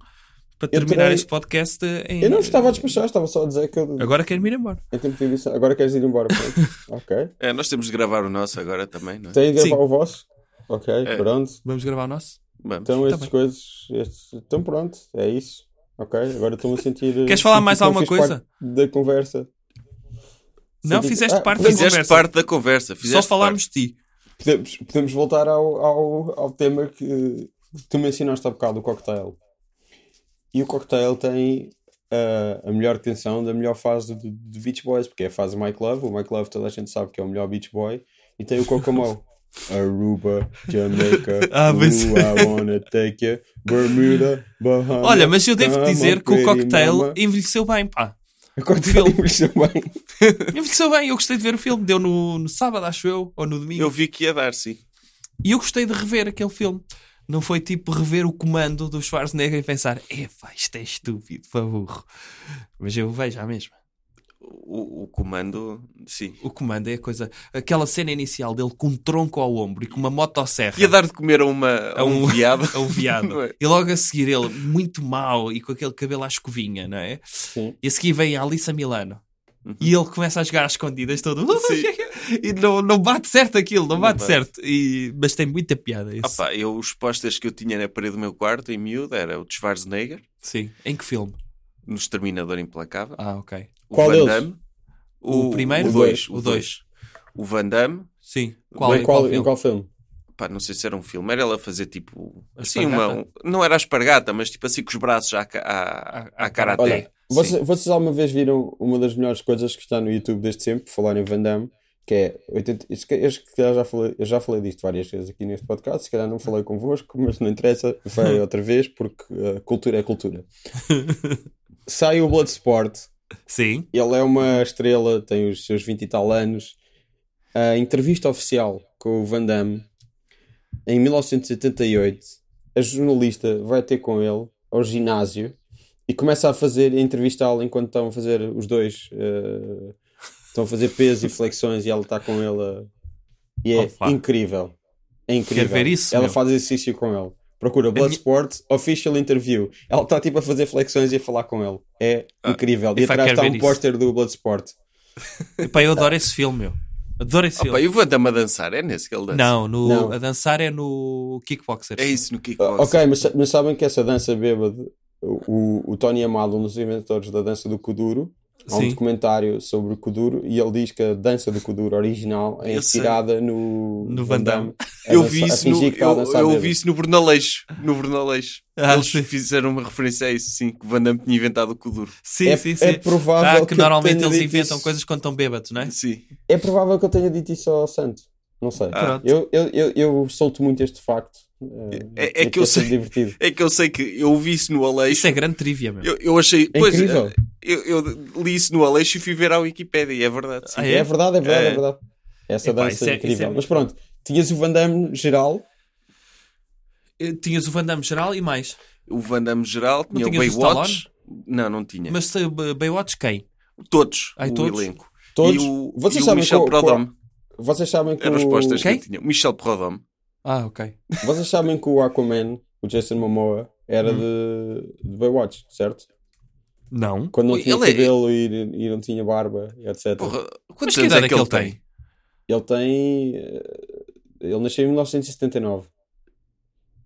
Speaker 2: para
Speaker 1: eu
Speaker 2: terminar
Speaker 1: também-
Speaker 2: este podcast eh, em...
Speaker 1: Eu não estava a despachar, estava só a dizer que eu,
Speaker 2: Agora quero-me ir embora.
Speaker 1: em tempo de edição. Agora queres ir embora. pronto. ok.
Speaker 3: É, nós temos de gravar o nosso agora também, não é?
Speaker 1: Tem de
Speaker 2: Sim.
Speaker 1: gravar o vosso? Ok, pronto.
Speaker 2: Vamos gravar o nosso?
Speaker 3: Vamos.
Speaker 1: Então,
Speaker 2: Tá
Speaker 1: estas
Speaker 2: bem.
Speaker 1: coisas. Estes... Então, pronto, é isso. Ok, agora estou-me a sentir. eh,
Speaker 2: Queres falar
Speaker 1: sinto
Speaker 2: mais
Speaker 1: que não
Speaker 2: alguma
Speaker 1: fiz
Speaker 2: coisa?
Speaker 1: parte Da conversa.
Speaker 2: Não,
Speaker 1: digo-
Speaker 2: fizeste
Speaker 1: Ah,
Speaker 2: parte da
Speaker 3: Fizeste
Speaker 2: conversa.
Speaker 3: parte da conversa.
Speaker 2: Só
Speaker 3: Fizeste
Speaker 2: falámos de ti.
Speaker 1: Podemos, podemos voltar ao, ao, ao tema que tu mencionaste há bocado, o cocktail. E o cocktail tem ah, a melhor canção da melhor fase de, de Beach Boys, porque é a fase Mike Love. O Mike Love toda a gente sabe que é o melhor Beach Boy. E tem o Kokomo. Aruba, Jamaica,
Speaker 2: Ah, mas-
Speaker 1: ooh, I wanna take you, Bermuda, Bahamas.
Speaker 2: Olha, mas eu devo
Speaker 1: come
Speaker 2: dizer
Speaker 1: on,
Speaker 2: que o
Speaker 1: pretty
Speaker 2: cocktail
Speaker 1: mama.
Speaker 2: envelheceu bem, pá.
Speaker 1: O cocktail
Speaker 2: filme.
Speaker 1: envelheceu bem.
Speaker 2: Envelheceu bem, eu gostei de ver o filme. Deu no, no sábado, acho eu, ou no domingo.
Speaker 3: Eu vi que ia dar, sim.
Speaker 2: E eu gostei de rever aquele filme. Não foi tipo rever o comando do Schwarzenegger e pensar, epá, isto é estúpido, pá, burro. Mas eu vejo à mesma.
Speaker 3: O, o comando, sim.
Speaker 2: O comando é a coisa. Aquela cena inicial dele com um tronco ao ombro e com uma motosserra.
Speaker 3: Ia dar de comer a uma a
Speaker 2: A
Speaker 3: um
Speaker 2: um-
Speaker 3: viado.
Speaker 2: a um
Speaker 3: Não é?
Speaker 2: viado. e logo a seguir ele, muito mau e com aquele cabelo à escovinha, não é?
Speaker 1: Sim.
Speaker 2: E a seguir vem a Alissa Milano. E ele começa a jogar às escondidas todo.
Speaker 3: Sim.
Speaker 2: e não, não bate certo aquilo, não,
Speaker 3: Não
Speaker 2: bate,
Speaker 3: bate.
Speaker 2: certo. E, mas tem muita piada
Speaker 3: Ah
Speaker 2: isso.
Speaker 3: pá, eu, os posters que eu tinha na parede do meu quarto, em miúdo, era o de Schwarzenegger,
Speaker 2: Sim. Em que filme?
Speaker 3: no Exterminador Implacável,
Speaker 2: Ah, ok.
Speaker 3: o
Speaker 1: Qual
Speaker 3: Van
Speaker 1: deles?
Speaker 3: Damme,
Speaker 2: O primeiro?
Speaker 3: o dois,
Speaker 2: O
Speaker 3: o dois. O Van Damme,
Speaker 2: Sim. Qual,
Speaker 1: Em
Speaker 2: é,
Speaker 1: qual,
Speaker 2: qual,
Speaker 1: em
Speaker 2: filme?
Speaker 1: qual filme?
Speaker 3: pá, não sei se era um filme, era ela fazer tipo,
Speaker 2: A
Speaker 3: assim, uma, um-
Speaker 2: espargata?
Speaker 3: não era a espargata, mas tipo assim com os braços à, ca- à,
Speaker 2: À-
Speaker 3: à,
Speaker 2: à
Speaker 3: karaté.
Speaker 1: Olha,
Speaker 3: Sim.
Speaker 1: vocês, vocês alguma vez viram uma das melhores coisas que está no YouTube desde sempre, por falar em Van Damme, que é 80, isto que- eu, se calhar já falei, eu já falei disto várias vezes aqui neste podcast, se calhar não falei convosco, mas não interessa, vai outra vez, porque uh, cultura é cultura. Sai o Bloodsport,
Speaker 2: Sim.
Speaker 1: ele é uma estrela, tem os seus 20 e tal anos. A entrevista oficial com o Van Damme em 1978, a jornalista vai ter com ele ao ginásio e começa a fazer a entrevistá-lo enquanto estão a fazer os dois eh, estão a fazer peso e flexões e ela está com ele a- e é
Speaker 2: Opa.
Speaker 1: incrível. É incrível.
Speaker 2: Quero ver isso,
Speaker 1: ela
Speaker 2: meu.
Speaker 1: faz exercício com ele. Procura Bloodsport Official Interview. Ela está tipo a fazer flexões e a falar com ele. É incrível. E
Speaker 2: Epá, Ah,
Speaker 1: atrás
Speaker 2: quero
Speaker 1: está
Speaker 2: ver
Speaker 1: um
Speaker 2: isso.
Speaker 1: póster do Bloodsport.
Speaker 2: Epá, eu adoro esse filme, meu. Adoro esse
Speaker 3: Ah pá,
Speaker 2: filme.
Speaker 3: e o Van Damme a dançar, é nesse que ele dança?
Speaker 2: Não, no,
Speaker 1: Não.
Speaker 2: a dançar é no Kickboxer.
Speaker 3: É isso no
Speaker 1: Ah,
Speaker 3: kickboxing.
Speaker 1: ok, mas, mas sabem que essa dança bêbada, o, o Tony Amado, um dos inventores da dança do Kuduro, há um
Speaker 2: Sim.
Speaker 1: documentário sobre o Kuduro e ele diz que a dança do Kuduro original é
Speaker 3: Eu sei.
Speaker 1: inspirada no,
Speaker 2: No Van Damme.
Speaker 1: a
Speaker 3: Eu
Speaker 1: dança-
Speaker 3: vi
Speaker 1: a
Speaker 3: isso no,
Speaker 1: fingir que está a
Speaker 3: eu,
Speaker 1: dançar
Speaker 3: eu
Speaker 1: bêbado.
Speaker 3: vi isso no Brunaleixo. No Brunaleixo.
Speaker 2: Ah,
Speaker 3: Eles
Speaker 2: sim.
Speaker 3: fizeram uma referência a isso, sim, que o Van Damme tinha inventado o Kuduro.
Speaker 2: Sim,
Speaker 1: é,
Speaker 2: sim, sim.
Speaker 1: é provável
Speaker 2: ah, que
Speaker 1: eu
Speaker 2: normalmente
Speaker 1: tenha
Speaker 2: eles
Speaker 1: dito
Speaker 2: inventam
Speaker 1: isso-
Speaker 2: coisas quando estão bêbados, não é?
Speaker 3: Sim.
Speaker 1: É provável que eu tenha dito isso ao Santo. Não sei.
Speaker 2: Ah.
Speaker 1: Eu, eu, eu, eu solto muito este facto. eh,
Speaker 3: É- é que eu
Speaker 1: sempre
Speaker 3: sei.
Speaker 1: divertido.
Speaker 3: É que eu sei que eu vi isso no Aleixo.
Speaker 2: Isso é grande trivia, meu.
Speaker 3: Eu, eu achei.
Speaker 1: É
Speaker 3: pois,
Speaker 1: incrível.
Speaker 3: eh, eu, eu li isso no Aleixo e fui ver à Wikipédia, e é verdade. Sim.
Speaker 2: Ah,
Speaker 1: É? verdade, é verdade, é,
Speaker 3: É.
Speaker 1: verdade. Essa
Speaker 2: Epá,
Speaker 1: dança
Speaker 2: isso é-
Speaker 1: é
Speaker 2: isso é
Speaker 1: incrível.
Speaker 2: muito
Speaker 1: Mas pronto, tinhas o Van Damme geral.
Speaker 2: Eh, Tinhas o Van Damme geral e mais.
Speaker 3: O Van Damme geral tinha o
Speaker 2: tinhas o
Speaker 3: Baywatch. não, não tinha.
Speaker 2: Mas eh, B- Baywatch quem?
Speaker 3: todos.
Speaker 2: Ai,
Speaker 3: o
Speaker 2: todos?
Speaker 3: elenco.
Speaker 1: Todos.
Speaker 3: E o,
Speaker 1: Vocês
Speaker 3: e o
Speaker 1: sabem
Speaker 3: Michel
Speaker 1: qual- qual-
Speaker 3: Prodome.
Speaker 1: Vocês sabem que
Speaker 3: Eram as postas
Speaker 1: o,
Speaker 2: Quem?
Speaker 3: que eu tinha. O Michel Prodome.
Speaker 2: Ah, ok.
Speaker 1: vocês sabem que o Aquaman, o Jason Momoa,
Speaker 3: Hum.
Speaker 1: era de, de Baywatch, certo?
Speaker 2: Não.
Speaker 1: Quando não
Speaker 3: Ui,
Speaker 1: tinha
Speaker 3: ele é-
Speaker 1: cabelo e, e não tinha barba, etc.
Speaker 3: Porra,
Speaker 2: Mas
Speaker 3: quantos
Speaker 2: que
Speaker 3: anos
Speaker 2: idade
Speaker 3: é que ele tem?
Speaker 1: Ele tem. eh, Ele nasceu em 1979.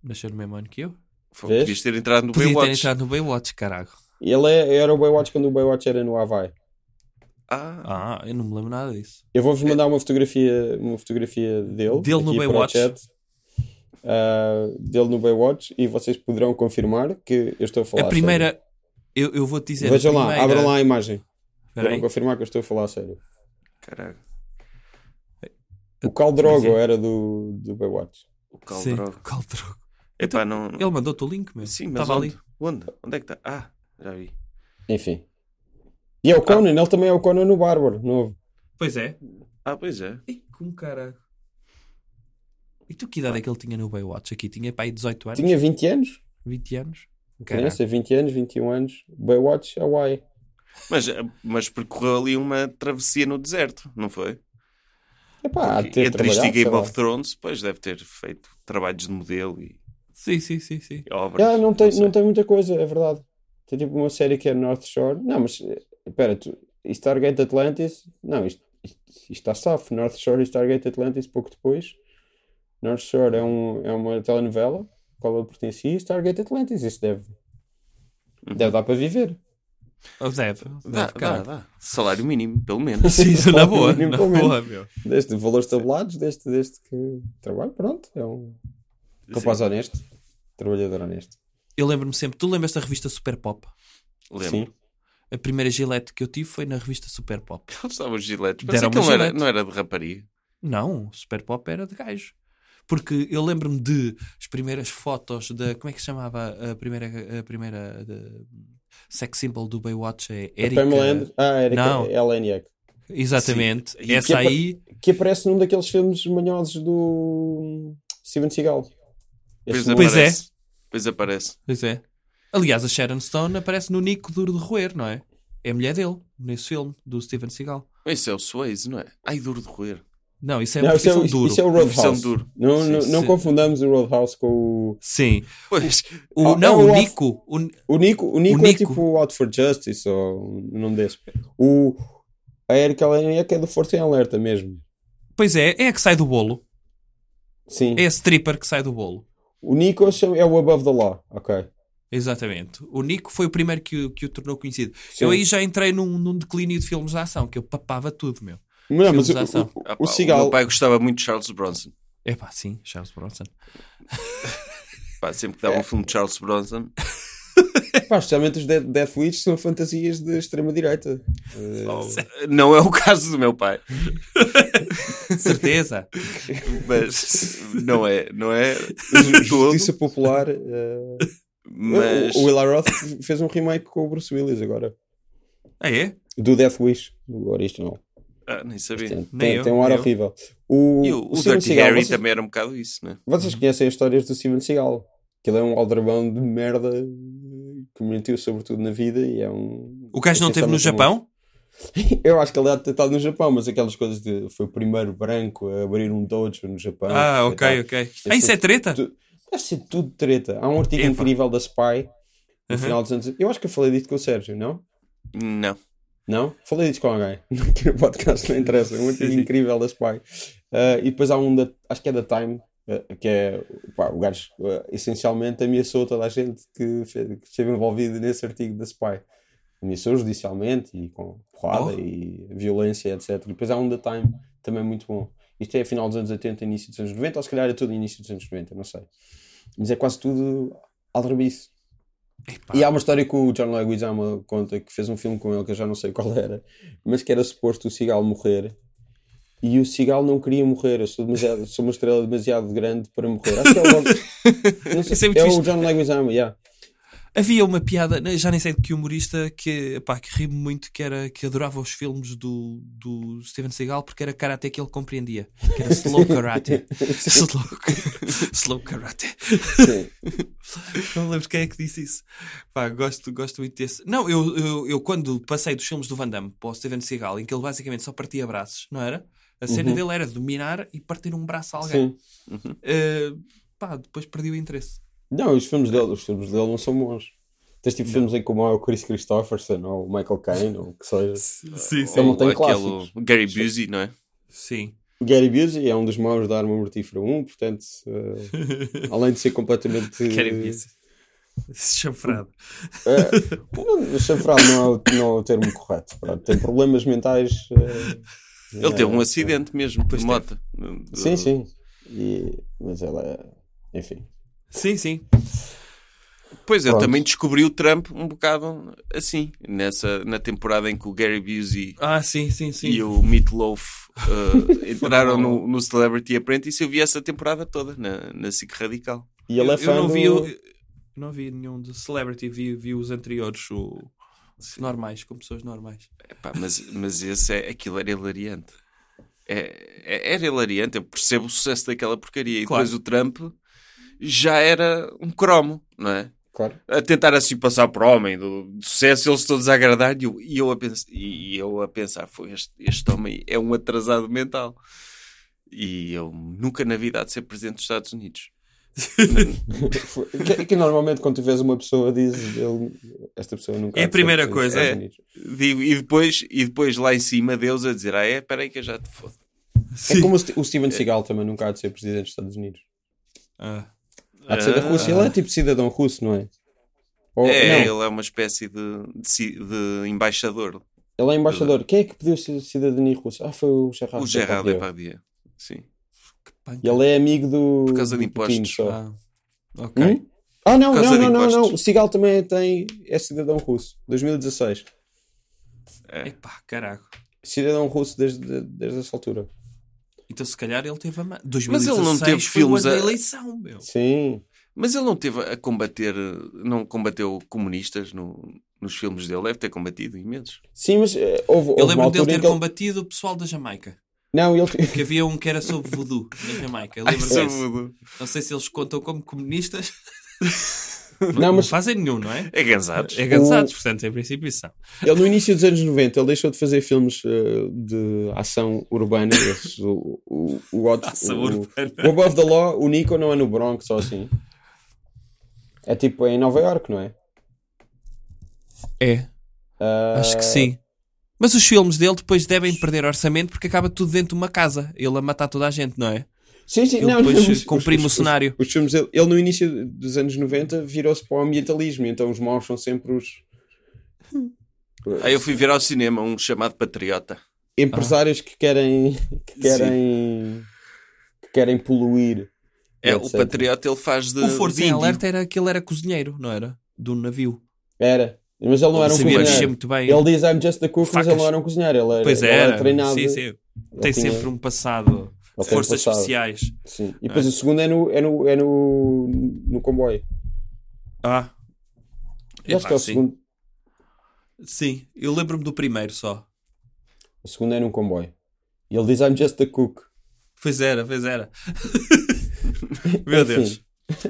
Speaker 2: Nasceu é no mesmo ano que eu.
Speaker 3: Foi,
Speaker 1: Vês?
Speaker 3: Devias ter entrado no
Speaker 2: Podia ter
Speaker 3: Baywatch.
Speaker 2: entrado no Baywatch, caralho.
Speaker 1: Ele é- era o Baywatch quando o Baywatch era no Havaí.
Speaker 3: Ah,
Speaker 2: Ah, eu não me lembro nada disso.
Speaker 1: Eu vou-vos mandar uma fotografia, uma fotografia dele.
Speaker 2: Dele no
Speaker 1: aqui para o
Speaker 2: Baywatch?
Speaker 1: chat. ah, dele no Baywatch e vocês poderão confirmar que eu estou a falar
Speaker 2: A primeira. Eu, eu vou te dizer.
Speaker 1: sério. Vejam
Speaker 2: a
Speaker 1: lá,
Speaker 2: primeira-
Speaker 1: abram lá a imagem.
Speaker 2: Espera aí.
Speaker 1: Poderão confirmar que eu estou a falar a sério.
Speaker 3: Caralho.
Speaker 1: O Cal Drogo era do, do Baywatch.
Speaker 3: O
Speaker 2: Sim,
Speaker 3: Caldrogo.
Speaker 2: Caldrogo.
Speaker 3: Epá, não...
Speaker 2: Ele mandou-te o link, meu.
Speaker 3: Sim, mas
Speaker 2: Estava
Speaker 3: onde?
Speaker 2: ali.
Speaker 3: Onde? Onde é que está? Ah, já vi.
Speaker 1: Enfim. E é o Conan, ele também é o Conan no Bárbaro, novo.
Speaker 2: Pois é.
Speaker 3: Ah, pois é.
Speaker 2: Ei, como caralho. E tu que idade é que ele tinha no Baywatch aqui? Tinha para aí 18 anos?
Speaker 1: Tinha 20 anos,
Speaker 2: 20 anos? Caralho.
Speaker 1: criança, 20 anos, 21 anos. Baywatch, Hawaii.
Speaker 3: Mas, mas percorreu ali uma travessia no deserto, não foi?
Speaker 1: Epá, há de
Speaker 3: Porque
Speaker 1: ter
Speaker 3: Entre isto e
Speaker 1: trabalhado, sei
Speaker 3: Game
Speaker 1: lá.
Speaker 3: of Thrones, pois deve ter feito trabalhos de modelo e
Speaker 2: Sim, sim, sim, sim.
Speaker 3: obras.
Speaker 1: Ah, não tem,
Speaker 3: sei.
Speaker 1: não tem muita coisa, é verdade. Tem tipo uma série que é North Shore. Não, mas eh, espera, tu, e Stargate Atlantis. Não, isto, isto, isto está safo. North Shore e Stargate Atlantis pouco depois. North Shore é, um, é uma telenovela à qual ele pertencia e Stargate Atlantis. Isso deve, deve dar para viver.
Speaker 2: Oh, Deve, deve,
Speaker 3: Dá, dá,
Speaker 2: caralho.
Speaker 3: dá. Salário mínimo, pelo menos.
Speaker 2: Sim, isso na boa,
Speaker 1: Mínimo,
Speaker 2: na
Speaker 1: pelo menos.
Speaker 2: boa, meu.
Speaker 1: Desde valores tabulados, desde, desde que trabalho, pronto. É um rapaz honesto, trabalhador honesto.
Speaker 2: Eu lembro-me sempre, tu lembras da revista Super Pop?
Speaker 3: Lembro.
Speaker 1: Sim.
Speaker 2: A primeira gilete que eu tive foi na revista Super Pop.
Speaker 3: Eles estavam os giletes.
Speaker 2: Deram
Speaker 3: Pensei que ele
Speaker 2: uma
Speaker 3: não era,
Speaker 2: gilete.
Speaker 3: não era de rapariga.
Speaker 2: Não, Super Pop era de gajo. Porque eu lembro-me de as primeiras fotos da. Como é que se chamava a primeira. A primeira de- sex symbol do Baywatch? É
Speaker 1: A
Speaker 2: Erika.
Speaker 1: Pamela Andrews. Ah,
Speaker 2: Não.
Speaker 1: Erika Eleniak.
Speaker 2: Exatamente.
Speaker 3: Sim. E
Speaker 2: Essa
Speaker 1: que é pa-
Speaker 2: aí.
Speaker 1: que aparece num daqueles filmes manhosos do Steven Seagal.
Speaker 3: Pois, é.
Speaker 1: Esse
Speaker 2: Pois
Speaker 1: não-
Speaker 3: aparece. Pois aparece.
Speaker 2: Pois é. Aliás, a Sharon Stone aparece no Nico Duro de Roer, não é? É a mulher dele, nesse filme, do Steven Seagal.
Speaker 3: Esse é o Swayze, não é? Ai, duro de roer.
Speaker 2: Não, isso é
Speaker 1: Não,
Speaker 2: a
Speaker 1: isso, é,
Speaker 2: profissão
Speaker 1: o-
Speaker 2: duro.
Speaker 1: isso é o
Speaker 3: Profissão
Speaker 1: Roadhouse.
Speaker 3: duro.
Speaker 1: Não,
Speaker 3: Sim,
Speaker 1: não, não
Speaker 2: sim.
Speaker 1: confundamos o Roadhouse com o.
Speaker 2: Sim.
Speaker 3: Pois,
Speaker 2: O,
Speaker 1: Ah,
Speaker 2: não,
Speaker 1: é o
Speaker 2: o
Speaker 1: Af-
Speaker 2: Nico. o-
Speaker 1: O Nico, o Nico,
Speaker 2: O Nico.
Speaker 1: é tipo Out for Justice ou um nome desse. O, a Erika Eleniak é do Força em Alerta mesmo.
Speaker 2: Pois é, é a que sai do bolo.
Speaker 1: Sim.
Speaker 2: É a stripper que sai do bolo.
Speaker 1: O Nico chama- é o Above the Law. Ok.
Speaker 2: Exatamente. O Nico foi o primeiro que, o- que o tornou conhecido.
Speaker 1: Sim.
Speaker 2: Eu aí já entrei num, num declínio de filmes de ação, que eu papava tudo, meu.
Speaker 1: Não,
Speaker 2: filmes
Speaker 1: mas
Speaker 2: de
Speaker 1: o,
Speaker 2: ação.
Speaker 1: o,
Speaker 3: Ah,
Speaker 1: o
Speaker 3: pá,
Speaker 1: Seagal.
Speaker 3: O meu pai gostava muito de Charles Bronson.
Speaker 2: É pá, sim, Charles Bronson.
Speaker 3: Pá, sempre que
Speaker 1: É.
Speaker 3: dava um filme de Charles Bronson,
Speaker 1: Pá, especialmente os Death, Death Wish são fantasias de extrema-direita. Eh,
Speaker 3: não é o caso do meu pai.
Speaker 2: Certeza.
Speaker 3: Mas não é, não é de todo,
Speaker 1: Justiça Popular. eh,
Speaker 3: mas
Speaker 1: O, o Will Roth fez um remake com o Bruce Willis agora.
Speaker 2: ah, é?
Speaker 1: Do Death Wish, do original.
Speaker 3: ah, nem sabia.
Speaker 1: Tem, tem,
Speaker 2: eu,
Speaker 1: tem um ar
Speaker 2: nem eu.
Speaker 1: horrível. O,
Speaker 3: E o, o
Speaker 1: Steven
Speaker 3: Dirty
Speaker 1: Seagal,
Speaker 3: Harry
Speaker 1: vocês,
Speaker 3: também era um bocado isso, né?
Speaker 1: vocês conhecem as histórias do Steven Seagal. Que ele é um aldrabão de merda que mentiu sobretudo na vida e é um...
Speaker 2: O gajo não teve no Japão?
Speaker 1: Eu acho que ele deve ter estado no Japão, mas aquelas coisas de... Foi o primeiro branco a abrir um dojo no Japão.
Speaker 2: Ah,
Speaker 1: etc.
Speaker 2: ok, ok. Ah, isso é treta?
Speaker 1: Tu- Deve ser tudo treta. Há um artigo
Speaker 2: Epa.
Speaker 1: incrível da Spy no
Speaker 2: Uhum.
Speaker 1: final dos anos... Eu acho que eu falei disto com o Sérgio, não?
Speaker 3: Não.
Speaker 1: Não? Falei disso com alguém. Aqui no podcast não interessa. É muito
Speaker 2: Sim, sim.
Speaker 1: incrível da Spy. Ah, e depois há um da. Acho que é da Time. ah, que é. Pá, o gajo ah, essencialmente ameaçou toda a gente que, fe- que esteve envolvida nesse artigo da Spy. Ameaçou judicialmente e com porrada
Speaker 2: Oh.
Speaker 1: e violência, etc. E depois há um da Time também muito bom. Isto é final dos anos 80, início dos anos 90, ou se calhar é tudo início dos anos 90, não sei. Mas é quase tudo aldrabice.
Speaker 2: Epá.
Speaker 1: E há uma história que o John Leguizamo conta que fez um filme com ele que eu já não sei qual era, mas que era suposto o Cigal morrer. E o Cigal não queria morrer, eu sou, demasiado- sou uma estrela demasiado grande para morrer. Acho que é o, não sei,
Speaker 2: Isso é muito
Speaker 1: é
Speaker 2: fixe.
Speaker 1: o John Leguizamo, yeah.
Speaker 2: Havia uma piada, né, já nem sei de que humorista, que, pá, que ri-me muito, que era que adorava os filmes do, do Steven Seagal porque era karate que ele compreendia. Que era slow karate. slow, slow karate.
Speaker 1: Sim.
Speaker 2: Não lembro quem é que disse isso. Pá, gosto, gosto muito desse. Não, eu, eu, eu quando passei dos filmes do Van Damme para o Steven Seagal, em que ele basicamente só partia braços, não era? A cena
Speaker 1: Uhum.
Speaker 2: dele era dominar e partir um braço a alguém.
Speaker 1: Sim.
Speaker 2: Eh, pá, depois perdi o interesse.
Speaker 1: Não, os filmes dele, os filmes dele não são bons. Tens tipo filmes em como é o Chris Christopherson ou o Michael Caine ou o que seja.
Speaker 2: Sim,
Speaker 1: sim. Ele não tem
Speaker 3: aquele Gary Busey, não é?
Speaker 2: Sim.
Speaker 1: O Gary Busey é um dos maus da Arma Mortífera 1, portanto, eh, além de ser completamente.
Speaker 2: Querem isso. Chanfrado.
Speaker 1: Uh, chanfrado não é, o, não é o termo correto. Pronto, tem problemas mentais. eh,
Speaker 3: Ele teve um acidente mesmo, de moto.
Speaker 1: Sim, sim. E- mas ela Enfim.
Speaker 2: Sim, sim.
Speaker 3: Pois, eu
Speaker 1: Pronto.
Speaker 3: também descobri o Trump um bocado assim, nessa, na temporada em que o Gary Busey
Speaker 2: Ah, sim, sim, sim.
Speaker 3: e o Meatloaf eh, entraram no, no Celebrity Apprentice e eu vi essa temporada toda na, na SIC Radical.
Speaker 1: E ele é
Speaker 2: eu,
Speaker 1: fã
Speaker 2: eu não
Speaker 1: do-
Speaker 2: vi, eu, eu não vi nenhum de Celebrity, vi, vi os anteriores, o- os normais, com pessoas normais.
Speaker 3: Epá, mas, mas esse é, aquilo era hilariante. É, é- era hilariante, eu percebo o sucesso daquela porcaria. E
Speaker 2: Claro.
Speaker 3: depois o Trump já era um cromo, não é?
Speaker 1: Claro.
Speaker 3: a tentar assim passar para o homem do, do sucesso, eles todos a agradar e eu, e eu a pensar, e eu a pensar foi este, este homem é um atrasado mental. E eu nunca na vida há de ser presidente dos Estados Unidos.
Speaker 1: que, que normalmente quando tu vês uma pessoa dizes ele- esta pessoa nunca.
Speaker 2: É a
Speaker 1: há de ser
Speaker 2: primeira
Speaker 1: presidente
Speaker 2: coisa,
Speaker 1: dos
Speaker 3: é.
Speaker 1: Estados Unidos.
Speaker 3: Digo, e, depois, e depois lá em cima Deus a dizer, ah é, peraí que eu já te fodo.
Speaker 1: É
Speaker 2: Sim.
Speaker 1: como o Ste- o Steven Seagal também nunca há de ser presidente dos Estados Unidos.
Speaker 2: Ah,
Speaker 1: Há de ser da Rússia. Ele é tipo cidadão russo, não é? Ou,
Speaker 3: É,
Speaker 1: não,
Speaker 3: ele é uma espécie de, de, ci- de embaixador.
Speaker 1: ele é embaixador. Quem é que pediu ci- cidadania russa? Ah, foi o Gerard.
Speaker 3: o Gerard Depardieu. Sim.
Speaker 2: que panca.
Speaker 1: E ele é amigo do.
Speaker 3: Por causa de
Speaker 1: do Putin
Speaker 3: impostos.
Speaker 1: só.
Speaker 2: então, Ah, ok.
Speaker 1: Hum? Ah, não,
Speaker 3: Por
Speaker 1: não,
Speaker 3: causa de
Speaker 1: não, não, não.
Speaker 3: impostos.
Speaker 1: O Seagal também tem, é cidadão russo. 2016.
Speaker 2: Epá, caraca.
Speaker 1: Cidadão russo desde, desde essa altura.
Speaker 2: Então se calhar ele teve a mão.
Speaker 3: Mas ele não teve
Speaker 2: foi o ano
Speaker 3: filmes
Speaker 2: da
Speaker 3: a-
Speaker 2: eleição, meu.
Speaker 1: Sim.
Speaker 3: Mas ele não teve a combater, não combateu comunistas no- nos filmes dele, deve ter combatido imensos.
Speaker 1: Sim, mas eh, houve,
Speaker 2: Eu
Speaker 1: houve uma
Speaker 2: lembro dele
Speaker 1: altura
Speaker 2: ter
Speaker 1: em que ele...
Speaker 2: combatido o pessoal da Jamaica.
Speaker 1: Não, ele...
Speaker 2: Que havia um que era sobre voodoo na Jamaica. Eu
Speaker 3: Ai,
Speaker 2: lembro
Speaker 3: sou
Speaker 2: desse.
Speaker 3: mudo.
Speaker 2: Não sei se eles contam como comunistas.
Speaker 1: Não, mas
Speaker 2: fazem nenhum, não é?
Speaker 3: É gansados.
Speaker 2: É cansados, portanto, em princípio são.
Speaker 1: ele no início dos anos 90 ele deixou de fazer filmes eh, de ação urbana. esses, o, o, o, Out-
Speaker 2: Ação
Speaker 1: o-
Speaker 2: urbana.
Speaker 1: o Above the Law, o Nico não é no Bronx ou assim. É tipo em Nova York, não é?
Speaker 2: É,
Speaker 1: Ah,
Speaker 2: acho que sim. Mas os filmes dele depois devem perder orçamento porque acaba tudo dentro de uma casa. Ele a matar toda a gente, não é?
Speaker 1: Sim, sim,
Speaker 2: Ele
Speaker 1: não,
Speaker 2: depois
Speaker 1: não, os-
Speaker 2: comprime o
Speaker 1: os- os-
Speaker 2: cenário.
Speaker 1: Os filmes dele, ele no início dos anos 90 virou-se para o ambientalismo, então os maus são sempre os
Speaker 3: Aí eu fui ver ao cinema um chamado Patriota.
Speaker 1: empresários que querem que querem que querem poluir.
Speaker 3: É, o
Speaker 1: etc.
Speaker 3: Patriota ele faz de.
Speaker 2: O Força
Speaker 3: de
Speaker 2: em
Speaker 3: índio.
Speaker 2: Alerta era que ele era cozinheiro, não era? Do navio.
Speaker 1: Era, mas ele não era um
Speaker 2: Sabia
Speaker 1: cozinheiro.
Speaker 2: mexer muito bem.
Speaker 1: Ele diz I'm just the cook,
Speaker 2: Facas.
Speaker 1: mas ele não era um cozinheiro, ele era,
Speaker 2: Pois
Speaker 1: ele
Speaker 2: era.
Speaker 1: treinado.
Speaker 2: Sim, sim.
Speaker 1: Ele
Speaker 2: Tem
Speaker 1: tinha-
Speaker 2: sempre um passado.
Speaker 1: Ele tem
Speaker 2: Forças
Speaker 1: passado.
Speaker 2: especiais.
Speaker 1: Sim. E depois o segundo é no, é no, é no, no comboio.
Speaker 2: Ah.
Speaker 1: Eu acho
Speaker 2: Epá,
Speaker 1: que é o
Speaker 2: sim.
Speaker 1: segundo.
Speaker 2: Sim, eu lembro-me do primeiro só.
Speaker 1: O segundo é num comboio. E ele diz I'm just the cook.
Speaker 2: Pois era, pois era. Meu Deus.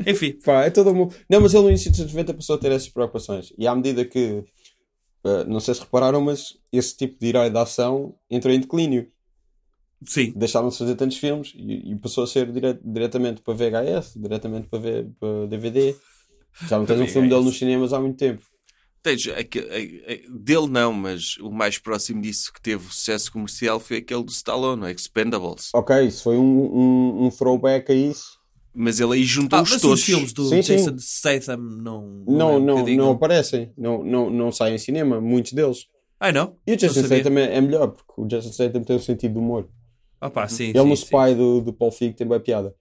Speaker 2: Enfim,
Speaker 1: Pá, é todo o mundo. Não, mas ele no início dos anos 90 passou a ter essas preocupações. E à medida que. eh, não sei se repararam, mas esse tipo de herói da ação entrou em declínio.
Speaker 2: sim.
Speaker 1: Deixaram de fazer tantos filmes e, e passou a ser dire- diretamente para VHS, diretamente para, V- para DVD. Já não tens um filme dele nos cinemas há muito tempo.
Speaker 3: Tens aque- a- a- dele não, mas o mais próximo disso que teve sucesso comercial foi aquele do Stallone, Expendables.
Speaker 1: Ok, isso foi um, um, um throwback a isso.
Speaker 3: Mas ele aí juntou
Speaker 2: Ah,
Speaker 3: os
Speaker 2: mas
Speaker 3: todos.
Speaker 2: os filmes do
Speaker 1: Sim, sim.
Speaker 2: Jason Statham não.
Speaker 1: Não,
Speaker 2: é um
Speaker 1: não, não,
Speaker 2: bocadinho-
Speaker 1: aparecem. Não, não, não saem em cinema, muitos deles.
Speaker 2: Ah, não?
Speaker 1: E o Jason
Speaker 2: Não sabia.
Speaker 1: Statham é é melhor, porque o Jason Statham tem um sentido de humor.
Speaker 2: Ah, pá, sim.
Speaker 1: Uhum. Ele
Speaker 2: sim,
Speaker 1: no
Speaker 2: sim.
Speaker 1: Spy do, do Paul Feig tem bem piada.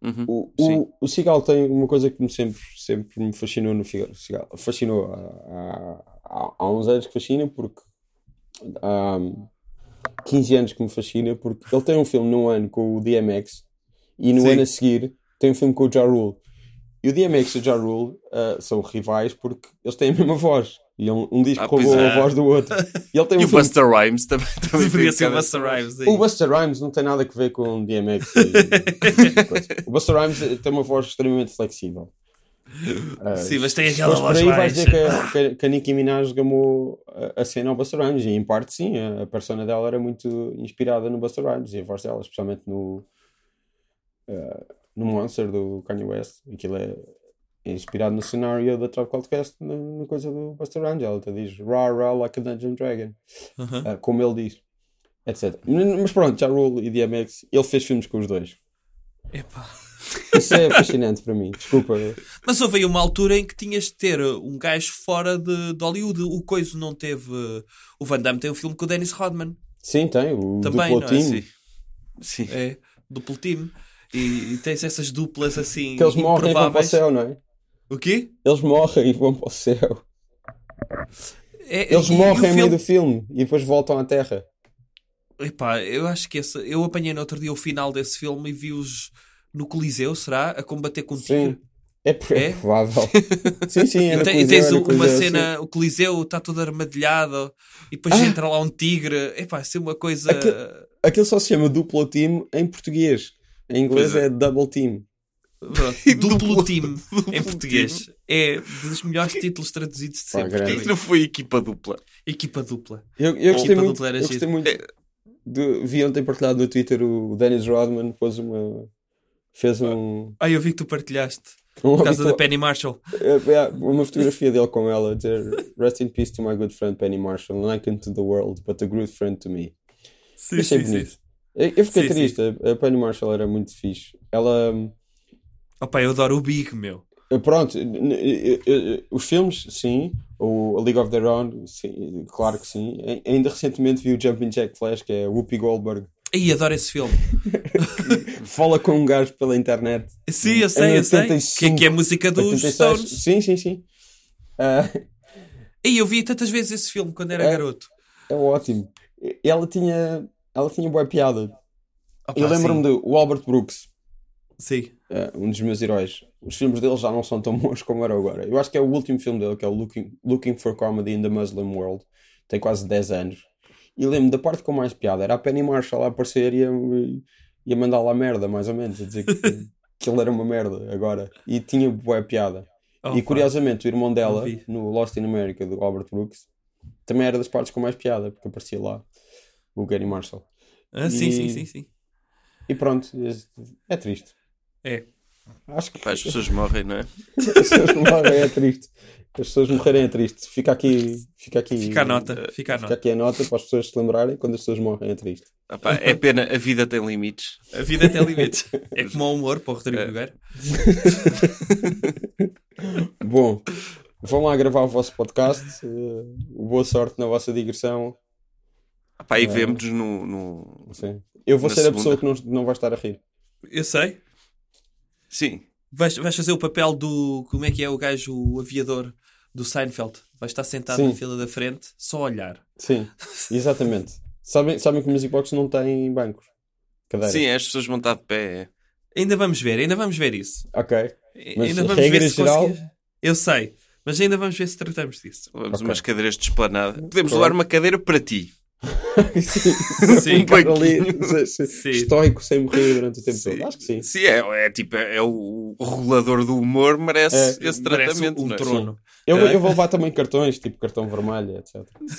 Speaker 3: Uhum,
Speaker 1: O,
Speaker 3: sim.
Speaker 1: o, o Seagal tem uma coisa que me sempre, sempre me fascinou no Figa- Seagal. Fascinou há, há, há uns anos que fascina, porque há 15 anos que me fascina, porque ele tem um filme num ano com o DMX e no
Speaker 3: Sim.
Speaker 1: ano a seguir tem um filme com o Ja Rule. E o DMX e o Ja Rule ah, são rivais porque eles têm a mesma voz. E um, um diz que
Speaker 3: Ah, pois
Speaker 1: roubou
Speaker 3: é.
Speaker 1: a voz do outro. E ele tem um
Speaker 3: E o
Speaker 1: filme
Speaker 3: Buster Rhymes também. também
Speaker 2: Deveria
Speaker 3: tem
Speaker 2: ser o
Speaker 3: cada-
Speaker 2: Buster Rhymes. aí.
Speaker 1: o Buster Rhymes não tem nada a ver com DMX. e- e coisa. o Buster Rhymes eh, tem uma voz extremamente flexível. Ah,
Speaker 2: Sim, mas tem
Speaker 1: se
Speaker 2: aquela
Speaker 1: fores
Speaker 2: voz
Speaker 1: por aí vais
Speaker 2: mais.
Speaker 1: dizer que, a- que, a- que a Nicki Minaj gamou a, a cena ao Buster Rhymes e em parte sim, a, a persona dela era muito inspirada no Buster Rhymes e a voz dela, especialmente no ah, no Monster do Kanye West aquilo é é inspirado no cenário da Tribe Called Quest na, na coisa do Buster Rhymes, ela até diz rah rah like a Dungeon Dragon
Speaker 2: Aham.
Speaker 1: ah, como ele diz, etc. N- Mas pronto, Ja Rule e DMX, ele fez filmes com os dois. é-
Speaker 2: Epá.
Speaker 1: Isso é fascinante para mim, desculpa.
Speaker 2: Mas houve aí uma altura em que tinhas de ter um gajo fora de, de Hollywood. O Coiso não teve. O Van Damme tem um filme com o Dennis Rodman.
Speaker 1: Sim, tem, o
Speaker 2: Também,
Speaker 1: duplo
Speaker 2: não é?
Speaker 1: team.
Speaker 3: Sim. Sim.
Speaker 2: É, duplo time. E, e tens essas duplas assim.
Speaker 1: Que eles morrem e vão para o
Speaker 2: improváveis.
Speaker 1: céu, não é?
Speaker 2: O quê?
Speaker 1: Eles morrem e vão para o céu.
Speaker 2: É-
Speaker 1: Eles
Speaker 2: e- e o
Speaker 1: morrem em meio
Speaker 2: filme-
Speaker 1: do filme e depois voltam à Terra.
Speaker 2: Epá, eu acho que esse. Eu apanhei no outro dia o final desse filme e vi-os no Coliseu, será? A combater com
Speaker 1: Sim.
Speaker 2: tigre.
Speaker 1: É, pro- é
Speaker 2: É?
Speaker 1: provável. sim, é sim,
Speaker 2: E,
Speaker 1: era
Speaker 2: te- e
Speaker 1: Coliseu,
Speaker 2: tens
Speaker 1: era
Speaker 2: o- uma
Speaker 1: Coliseu, sim. Ah!
Speaker 2: cena, o Coliseu está todo armadilhado e depois entra lá um tigre. Epá, isso é uma coisa.
Speaker 1: Aquilo- Aquilo só se chama duplo team em português. Em inglês
Speaker 3: Pois é.
Speaker 1: é double team.
Speaker 2: Pronto, duplo time em português. É dos melhores títulos traduzidos de sempre.
Speaker 1: Pá, grande.
Speaker 3: Porquê que não foi equipa dupla?
Speaker 2: Equipa dupla.
Speaker 1: Eu, eu gostei
Speaker 2: Equipa
Speaker 1: muito.
Speaker 2: dupla era
Speaker 1: Eu gostei
Speaker 2: é giro.
Speaker 1: muito de- vi ontem partilhado no Twitter o Dennis Rodman pôs uma. Fez um.
Speaker 2: Ah, eu vi que tu partilhaste.
Speaker 1: um
Speaker 2: Por causa da
Speaker 1: obituário-
Speaker 2: Penny Marshall.
Speaker 1: É, é, uma fotografia dele com ela a dizer Rest in peace to my good friend Penny Marshall, an icon to the world, but a good friend to me.
Speaker 2: Sim,
Speaker 1: Achei bonito. Eu, eu fiquei
Speaker 2: Sim, sim.
Speaker 1: triste, a- a Penny Marshall era muito fixe. Ela. hum,
Speaker 2: Opa, Oh, eu adoro o Big, meu.
Speaker 1: Pronto, n- n- eh, eh, os filmes, sim. O a League of Their Own, sim, claro que sim. A- Ainda recentemente vi o Jumping Jack Flash, que é Whoopi Goldberg.
Speaker 2: Ai, adoro esse filme.
Speaker 1: Fala com um gajo pela internet.
Speaker 2: Sim, eu sei,
Speaker 1: Em
Speaker 2: eu sei.
Speaker 1: 85,
Speaker 2: Que, que é a música dos
Speaker 1: 86.
Speaker 2: Stones.
Speaker 1: Sim, sim, sim. Ah,
Speaker 2: Ai, eu vi tantas vezes esse filme quando era
Speaker 1: É.
Speaker 2: garoto.
Speaker 1: é ótimo. Ela tinha, ela tinha boa piada.
Speaker 2: Opa,
Speaker 1: Eu lembro-me do Albert Brooks,
Speaker 2: Sim. Sim.
Speaker 1: eh, um dos meus heróis. Os filmes dele já não são tão bons como eram agora. Eu acho que é o último filme dele, que é o Looking, Looking for Comedy in the Muslim World. Tem quase 10 anos. E lembro da parte com mais piada. Era a Penny Marshall a aparecer e a, e a mandar lá merda, mais ou menos. A dizer que, que ele era uma merda agora. E tinha boa piada.
Speaker 2: Opa,
Speaker 1: e curiosamente, o irmão dela,
Speaker 2: Oh, vi.
Speaker 1: no Lost in America, do Albert Brooks, também era das partes com mais piada, porque aparecia lá o Gary Marshall.
Speaker 2: Ah, sim,
Speaker 1: e-
Speaker 2: sim, sim, sim.
Speaker 1: E pronto, é triste.
Speaker 2: É.
Speaker 1: Acho que
Speaker 3: Pá, as pessoas morrem, não é?
Speaker 1: as pessoas morrerem é triste. As pessoas morrerem é triste. Fica aqui, fica aqui,
Speaker 2: Fica a nota, fica a
Speaker 1: Fica
Speaker 2: nota.
Speaker 1: aqui a nota para as pessoas se lembrarem quando as pessoas morrem é triste.
Speaker 3: Ah, pá, é pena, a vida tem limites.
Speaker 2: A vida tem limites. É como o humor para o Rodrigo Nogueira.
Speaker 1: Bom, vão lá gravar o vosso podcast. eh, boa sorte na vossa digressão.
Speaker 3: Ah, pá,
Speaker 1: É.
Speaker 3: e vemos-nos no, no-
Speaker 1: Sim. Eu vou
Speaker 3: Na
Speaker 1: ser a
Speaker 3: segunda.
Speaker 1: pessoa que não, não vai estar a rir.
Speaker 2: Eu sei.
Speaker 3: Sim,
Speaker 2: Vais, vais fazer o papel do. Como é que é o gajo, o aviador do Seinfeld? Vais estar sentado
Speaker 1: Sim.
Speaker 2: na fila da frente, só a olhar.
Speaker 1: Sim, exatamente. Sabem, sabem que o Music Box não tem bancos. Cadeiras.
Speaker 3: sim, é, as pessoas vão estar de pé. é.
Speaker 2: Ainda vamos ver, ainda vamos ver isso.
Speaker 1: Ok.
Speaker 2: A-
Speaker 1: Mas
Speaker 2: ainda vamos
Speaker 1: regra
Speaker 2: ver se
Speaker 1: geral-
Speaker 2: conseguir- Eu sei, mas ainda vamos ver se tratamos disso.
Speaker 3: Levamos
Speaker 1: Ok.
Speaker 3: umas cadeiras de esplanada. Podemos
Speaker 1: Ok.
Speaker 3: doar uma cadeira para ti.
Speaker 1: sim,
Speaker 3: Um
Speaker 1: ficar ali,
Speaker 2: Sim.
Speaker 1: estoico sem morrer durante o tempo
Speaker 3: Sim.
Speaker 1: todo. Acho que sim.
Speaker 3: Sim, é, é tipo, é, é o regulador do humor, merece
Speaker 1: É,
Speaker 2: Parece
Speaker 3: esse tratamento.
Speaker 2: um
Speaker 3: não é?
Speaker 2: trono.
Speaker 1: Eu,
Speaker 3: É.
Speaker 1: eu vou levar também cartões, tipo cartão vermelho, etc.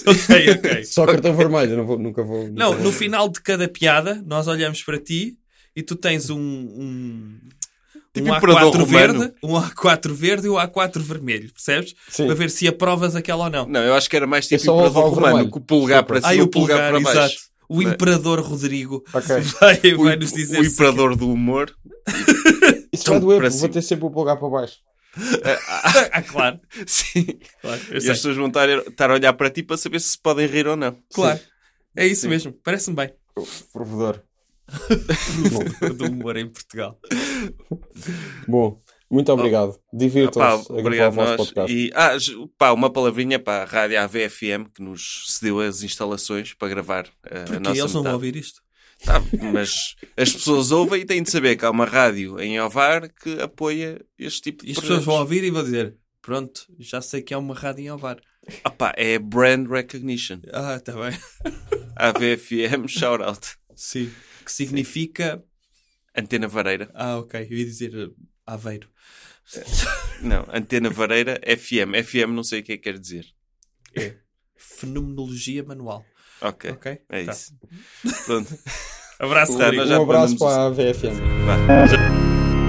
Speaker 2: ok, ok.
Speaker 1: Só cartão é vermelho, eu não vou, nunca vou. nunca
Speaker 2: Não,
Speaker 1: vou-
Speaker 2: no final de cada piada, nós olhamos para ti e tu tens um. um...
Speaker 3: Tipo
Speaker 2: um
Speaker 3: imperador
Speaker 2: A4
Speaker 3: romano.
Speaker 2: verde, um A4 verde e um A4 vermelho, percebes?
Speaker 1: Sim.
Speaker 2: Para ver se aprovas aquela ou não.
Speaker 3: Não, eu acho que era mais
Speaker 1: Eu
Speaker 3: tipo
Speaker 1: É só ouvo
Speaker 3: imperador
Speaker 1: ao
Speaker 3: romano,
Speaker 1: vermelho.
Speaker 3: com o polegar para cima
Speaker 1: Desculpa.
Speaker 3: Ah, e o polegar para baixo.
Speaker 2: exato. O
Speaker 3: Não é? Ah,
Speaker 2: imperador Rodrigo
Speaker 1: Ok.
Speaker 2: vai,
Speaker 3: O,
Speaker 2: vai nos dizer
Speaker 3: o
Speaker 2: se-
Speaker 3: imperador do humor.
Speaker 1: Isso vai
Speaker 3: Então, para
Speaker 1: doer, porque
Speaker 3: cima.
Speaker 1: vou ter sempre o polegar para baixo.
Speaker 2: Ah, claro.
Speaker 3: Sim.
Speaker 2: Claro, eu
Speaker 3: E as
Speaker 2: sei.
Speaker 3: pessoas vão estar, estar a olhar para ti para saber se se podem rir ou não.
Speaker 2: Claro. É isso mesmo. Parece-me bem.
Speaker 1: Provedor.
Speaker 2: do humor em Portugal.
Speaker 1: Bom, muito obrigado.
Speaker 3: Oh, Pá,
Speaker 1: Divirtam-se a gravar o
Speaker 3: obrigado
Speaker 1: vosso
Speaker 3: nós.
Speaker 1: podcast.
Speaker 3: E, ah, j- pá, uma palavrinha para a rádio AVFM que nos cedeu as instalações para gravar eh, a
Speaker 2: Porque
Speaker 3: nossa
Speaker 2: eles não vão
Speaker 3: metade.
Speaker 2: ouvir isto.
Speaker 3: Tá, mas as pessoas ouvem e têm de saber que há uma rádio em Ovar que apoia este tipo
Speaker 2: E
Speaker 3: de
Speaker 2: as pessoas
Speaker 3: projetos.
Speaker 2: vão ouvir e vão dizer: Pronto, já sei que há uma rádio em Alvar.
Speaker 3: Ah pá, é brand recognition.
Speaker 2: Ah, está bem.
Speaker 3: AVFM, shout out.
Speaker 2: Sim. Que significa.
Speaker 3: Antena Vareira.
Speaker 2: Ah, ok. Eu ia dizer eh, Aveiro.
Speaker 3: Não, Antena Vareira FM. FM não sei o que é que quer dizer.
Speaker 2: Fenomenologia manual.
Speaker 3: Ok.
Speaker 2: Ok?
Speaker 3: É
Speaker 2: Tá.
Speaker 3: isso. Pronto.
Speaker 2: Abraço,
Speaker 3: Tá,
Speaker 2: Rodrigo.
Speaker 3: nós já
Speaker 1: Um abraço
Speaker 3: mandamos
Speaker 1: para a VFM.
Speaker 3: Vá.